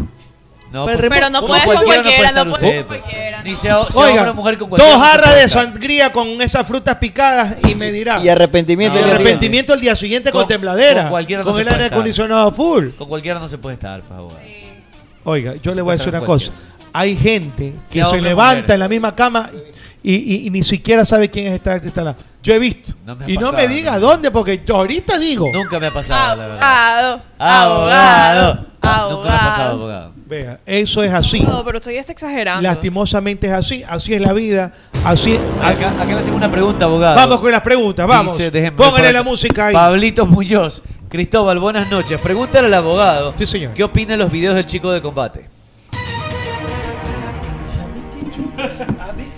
S15: No,
S20: Para el
S18: Pero
S20: remoje-
S18: no
S20: ¿Cómo
S18: puedes con
S20: cualquiera puede
S18: cualquiera,
S20: estar
S18: no
S20: usted?
S18: puedes con cualquiera.
S15: pues. Ni sea, sea
S20: Oiga,
S15: una mujer con cualquiera
S20: dos
S15: que se
S20: jarras de
S15: parezca.
S20: sangría con esas frutas picadas y me dirá.
S14: Y arrepentimiento
S20: Y
S14: al día
S20: arrepentimiento al día siguiente con, tembladera.
S15: con cualquiera no
S20: con
S15: se
S20: el
S15: puede
S20: aire
S15: estar.
S20: acondicionado full.
S15: Con cualquiera no se puede estar, pues, por favor.
S20: Oiga, yo
S15: Se
S20: le voy a
S15: puede
S20: decir
S15: estar
S20: una
S15: con
S20: cosa. Hay gente que
S15: Sea
S20: se
S15: hombre o
S20: levanta
S15: mujer.
S20: en la misma cama y, y- y ni siquiera sabe quién es esta, esta la- Yo he visto.
S15: me ha
S20: y no
S15: pasado,
S20: me diga dónde, porque yo ahorita digo.
S15: Nunca me ha pasado, la verdad.
S18: Abogado.
S15: Abogado. Nunca me ha
S18: Abogado.
S15: pasado, abogado.
S20: Vea, eso es así.
S18: No, pero estoy está exagerando.
S20: Lastimosamente es así. Así es la vida. Así
S15: Acá, acá le hacen una pregunta, abogado.
S20: Vamos con las preguntas, vamos.
S15: Dice, déjenme ver por
S20: Póngale
S15: acá.
S20: la música ahí.
S15: Pablito Muñoz. Cristóbal, buenas noches. Pregúntale al abogado.
S20: Sí, señor.
S15: ¿Qué opina de los videos del chico de combate?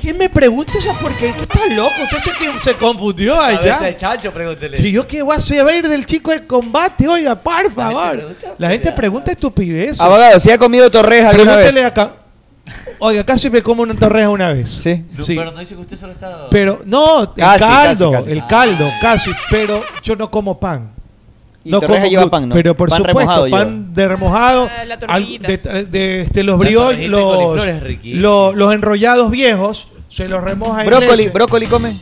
S20: ¿Quién me pregunta esa porquería? ¿Qué está loco? Usted se, que se confundió
S15: A
S20: allá.
S15: veces, chacho, pregúntele.
S20: Si yo qué voy a saber del chico de combate, oiga, por favor. La gente pregunta estupidez.
S14: Abogado, si ha comido torreja alguna vez.
S20: Acá. Oiga, casi me como una torreja una vez. Sí.
S15: No, Pero no dice que usted solo está...
S20: Pero no, el
S15: Casi,
S20: caldo,
S15: casi, casi.
S20: el caldo, casi, pero yo no como pan.
S14: Y torreja lleva
S20: gluten,
S14: pan, ¿no?
S20: Pero por
S14: Pan
S20: supuesto,
S14: remojado
S20: pan de remojado, al- de, de, este, los
S15: La
S20: brioches,
S15: torrejita de
S20: los,
S15: coliflor es riquísima.
S20: los, los enrollados viejos, se los remoja en
S14: Brócoli,
S20: leche.
S14: brócoli come.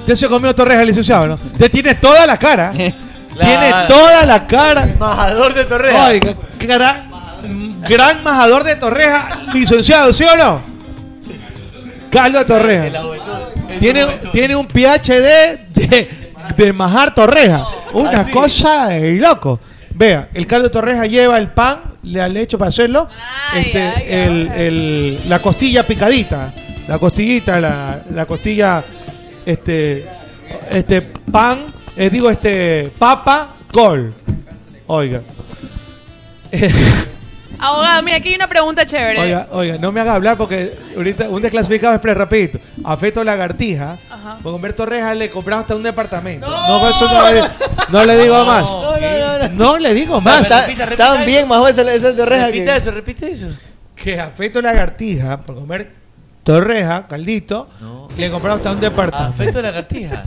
S20: Usted se comió torreja, licenciado, ¿no? Usted tiene toda la cara. Tiene
S15: Claro.
S20: toda la cara.
S15: Majador de torreja.
S20: Oiga, cara- gran majador de torreja, licenciado, ¿sí o no? Carlos Torreja. Tiene, tiene un PhD de, de majar torreja. Una cosa de loco. Vea, el caldo de torreja lleva el pan, la leche para hacerlo, este, el- el- la costilla picadita, la costillita, la, la costilla, este, este pan, eh, digo este papa, col. Oiga,
S18: Abogado, mira, aquí hay una pregunta chévere.
S20: oiga, oiga, no me haga hablar porque ahorita un desclasificado express rapidito. Afeto lagartija.
S18: Ajá.
S20: Con Pues Humberto Rejas le compraron hasta un departamento. No, eso no, le, no le digo más. No, le digo más.
S14: Está- Están bien, más esa esa torreja que.
S15: eso, repite eso.
S20: Que afeto lagartija por comer torreja, caldito, le compraron hasta un departamento.
S15: Afecto Ah, de lagartija.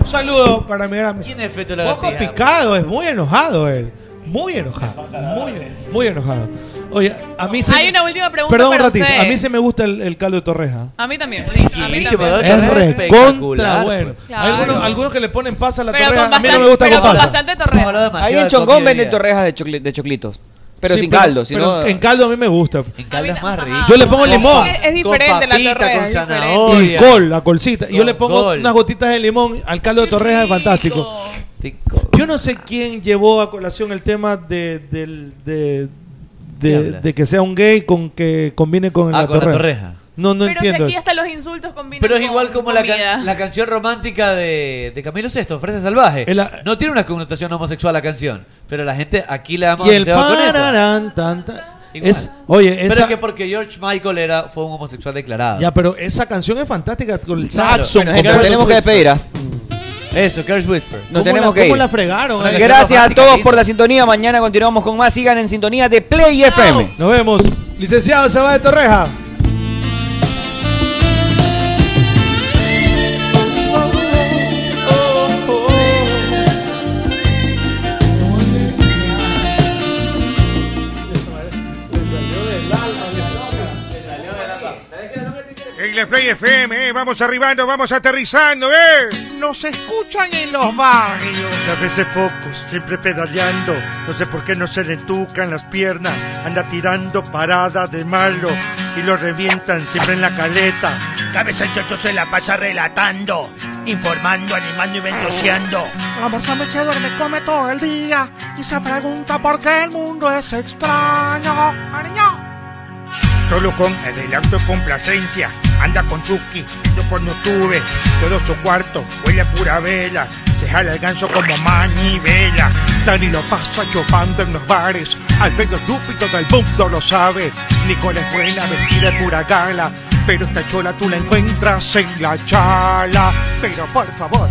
S20: Un saludo para mi gran
S15: ¿Quién es Feto
S20: Poco
S15: lagartija?
S20: picado, es muy enojado él. Muy enojado. Muy, muy enojado. Oye, a mí se.
S18: Hay una última pregunta
S20: Perdón un
S18: para
S20: ratito.
S18: usted.
S20: A mí se me gusta el, el caldo de torreja.
S18: A mí también. A mí
S15: Riquísimo,
S18: también.
S15: Torreja
S20: Es recontra
S15: espectacular,
S20: bueno.
S18: pues.
S20: Algunos,
S18: Claro.
S20: algunos que le ponen pasa a la
S18: Pero
S20: torreja,
S18: con
S20: a mí no me
S18: bastante-
S20: gusta
S18: pero
S20: con
S18: con
S20: pasa.
S18: bastante torreja.
S14: Ahí en Chongón venden torrejas de, chocle- de choclitos. Pero
S20: Sí,
S14: sin caldo, si
S20: pero
S14: no.
S20: En caldo a mí me gusta.
S15: En caldo es más rico.
S20: Yo le pongo limón.
S18: Es- es diferente la torreja,
S15: Con
S18: es diferente.
S20: Y
S15: zanahoria.
S20: col, la colcita. Y yo le pongo
S15: col.
S20: unas gotitas de limón al caldo de torreja, es fantástico. Yo no sé quién llevó a colación el tema de, del- de, de- de que sea un gay con que combine con,
S15: Ah,
S20: la,
S15: con la
S20: torreja.
S15: torreja.
S20: No, no
S18: Pero si
S20: entiendo
S18: aquí
S20: eso.
S18: hasta los insultos combinan
S15: Pero es igual
S18: con
S15: como la,
S18: comida.
S15: can- la canción romántica de, de Camilo VI, Fresa Salvaje. No tiene una connotación homosexual la canción, pero la gente aquí la ama
S20: Y el
S15: se va con eso.
S20: pararán, tan, tan.
S15: Igual.
S20: Es, oye,
S15: Pero es
S20: esa,
S15: que porque George Michael era, fue un homosexual declarado.
S20: ya, pero esa canción es fantástica con el
S15: Claro.
S20: saxo.
S15: Bueno,
S20: con
S15: Gerardo,
S20: todo
S15: tenemos
S20: el
S15: que
S20: twist.
S15: despedir, ¿ah? Eso, Curse Whisper.
S14: Nos tenemos
S20: la-
S14: que
S20: cómo
S14: ir.
S20: la fregaron?
S14: Una
S20: eh?
S14: canción Gracias a todos por la sintonía. Mañana continuamos con más. Sigan en sintonía de Play FM.
S20: Nos vemos. Licenciado se va de Torreja.
S9: En la Play FM, eh, vamos arribando, vamos aterrizando, eh.
S29: Nos escuchan en los barrios.
S13: A veces focos, siempre pedaleando. No sé por qué no se le entucan las piernas. Anda tirando parada de malo y lo revientan siempre en la caleta.
S12: Cabeza el chocho se la pasa relatando, informando, animando y ventoseando.
S29: La morsa me se duerme, come todo el día y se pregunta por qué el mundo es extraño. Ariño.
S9: Solo con adelanto y complacencia. Anda con Chucky, yo cuando tuve todo su cuarto, huele a pura vela. Se jala el ganso como manivela.
S11: Dani lo pasa chupando en los bares. Alfredo estúpido del mundo lo sabe. Nicole es buena, vestida de pura gala.
S9: Pero esta chola tú la encuentras en la chala. Pero por favor,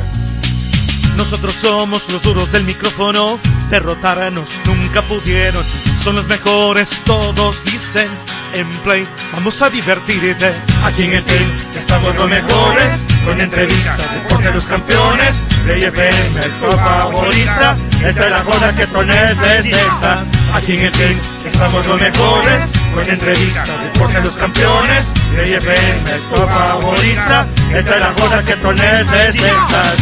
S13: Nosotros somos los duros del micrófono, derrotarnos nunca pudieron. Son los mejores, todos dicen. En play, vamos a divertirte. Aquí en el team estamos los mejores, con entrevistas, deporte de los campeones. Play FM, tu favorita. Esta es la joda que tú necesitas. Aquí en el team estamos los mejores, con entrevistas, deporte de los campeones. Play FM, tu favorita. Esta es la joda que tú necesitas.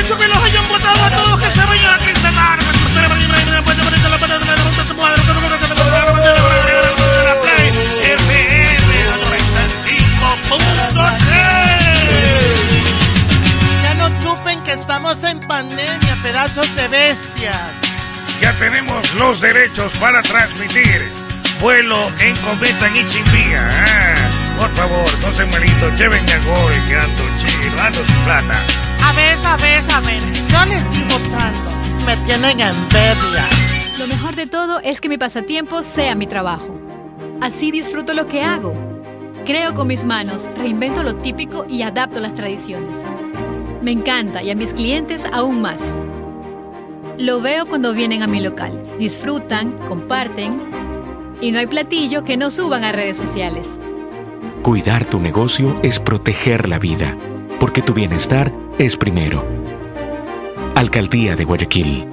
S22: Eso que los hayan votado a todos que se vayan a Cristanar.
S17: Ya no chupen que estamos en pandemia, pedazos de bestias.
S22: Ya tenemos los derechos para transmitir vuelo en cometa en Ichimbía. Ah, por favor, no se malito, llévenme a gol, que ando chido, ando sin plata.
S17: A ver, a ver, a ver. Yo le estoy votando. Me tienen envidia.
S1: Lo mejor de todo es que mi pasatiempo sea mi trabajo. Así disfruto lo que hago. Creo con mis manos, reinvento lo típico y adapto las tradiciones. Me encanta y a mis clientes aún más. Lo veo cuando vienen a mi local. Disfrutan, comparten y no hay platillo que no suban a redes sociales.
S35: Cuidar tu negocio es proteger la vida, porque tu bienestar es primero. Alcaldía de Guayaquil.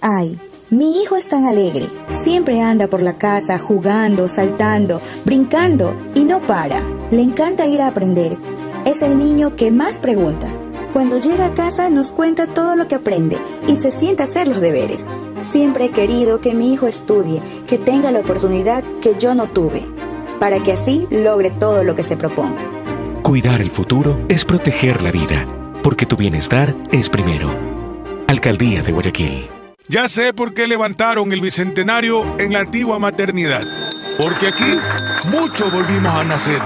S3: Ay, mi hijo es tan alegre. Siempre anda por la casa jugando, saltando, brincando y no para. Le encanta ir a aprender. Es el niño que más pregunta. Cuando llega a casa nos cuenta todo lo que aprende y se sienta a hacer los deberes. Siempre he querido que mi hijo estudie, que tenga la oportunidad que yo no tuve, para que así logre todo lo que se proponga.
S35: Cuidar el futuro es proteger la vida, porque tu bienestar es primero. Alcaldía de Guayaquil.
S4: Ya sé por qué levantaron el bicentenario en la antigua maternidad. Porque aquí muchos volvimos a nacer.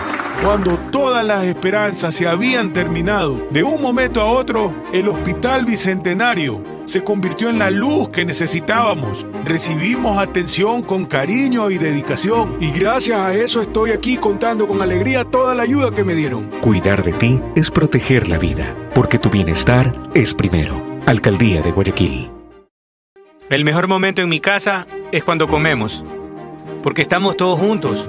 S4: Cuando todas las esperanzas se habían terminado, de un momento a otro, el Hospital Bicentenario se convirtió en la luz que necesitábamos. Recibimos atención con cariño y dedicación.
S36: Y gracias a eso estoy aquí contando con alegría toda la ayuda que me dieron.
S35: Cuidar de ti es proteger la vida, porque tu bienestar es primero. Alcaldía de Guayaquil.
S7: El mejor momento en mi casa es cuando comemos, porque estamos todos juntos,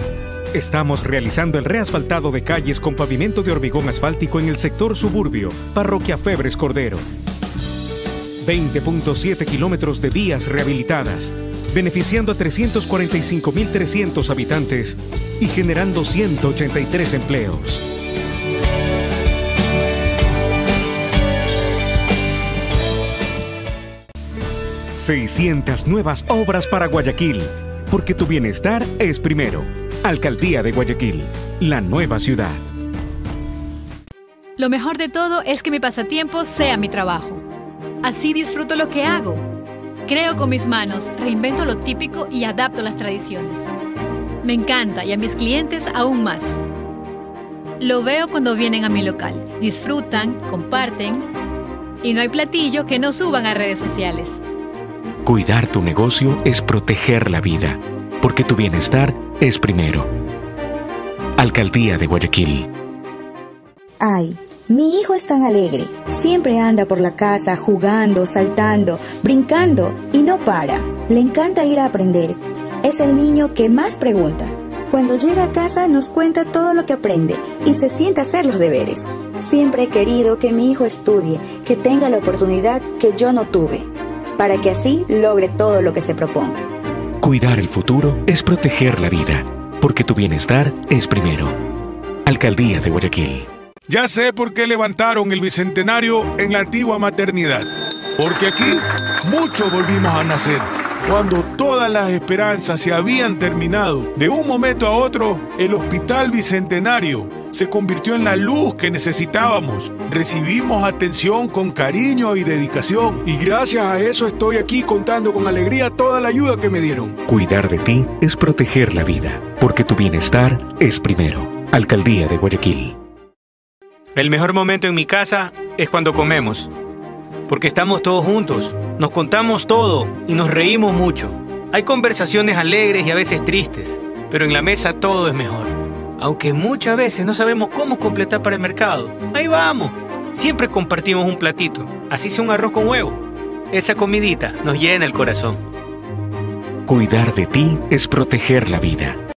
S6: Estamos realizando el reasfaltado de calles con pavimento de hormigón asfáltico en el sector suburbio, Parroquia Febres Cordero. 20.7 kilómetros de vías rehabilitadas, beneficiando a 345.300 habitantes y generando 183 empleos. ...600 nuevas obras para Guayaquil... ...porque tu bienestar es primero... ...Alcaldía de Guayaquil... ...la nueva ciudad...
S1: Lo mejor de todo es que mi pasatiempo sea mi trabajo. Así disfruto lo que hago. Creo con mis manos, reinvento lo típico y adapto las tradiciones. Me encanta y a mis clientes aún más. Lo veo cuando vienen a mi local. Disfrutan, comparten y no hay platillo que no suban a redes sociales.
S35: Cuidar tu negocio es proteger la vida, porque tu bienestar es primero. Alcaldía de Guayaquil.
S3: Ay, mi hijo es tan alegre. Siempre anda por la casa jugando, saltando, brincando y no para. Le encanta ir a aprender. Es el niño que más pregunta. Cuando llega a casa nos cuenta todo lo que aprende y se sienta a hacer los deberes. Siempre he querido que mi hijo estudie, que tenga la oportunidad que yo no tuve, para que así logre todo lo que se proponga.
S6: Cuidar el futuro es proteger la vida, porque tu bienestar es primero. Alcaldía de Guayaquil.
S4: Ya sé por qué levantaron el bicentenario en la antigua maternidad. Porque aquí muchos volvimos a nacer. Cuando todas las esperanzas se habían terminado, de un momento a otro, el Hospital Bicentenario se convirtió en la luz que necesitábamos. Recibimos atención con cariño y dedicación.
S37: Y gracias a eso estoy aquí contando con alegría toda la ayuda que me dieron.
S6: Cuidar de ti es proteger la vida, porque tu bienestar es primero. Alcaldía de Guayaquil.
S7: El mejor momento en mi casa es cuando comemos, porque estamos todos juntos, nos contamos todo y nos reímos mucho. Hay conversaciones alegres y a veces tristes, pero en la mesa todo es mejor. Aunque muchas veces no sabemos cómo completar para el mercado, ahí vamos. Siempre compartimos un platito, así sea un arroz con huevo. Esa comidita nos llena el corazón.
S6: Cuidar de ti es proteger la vida,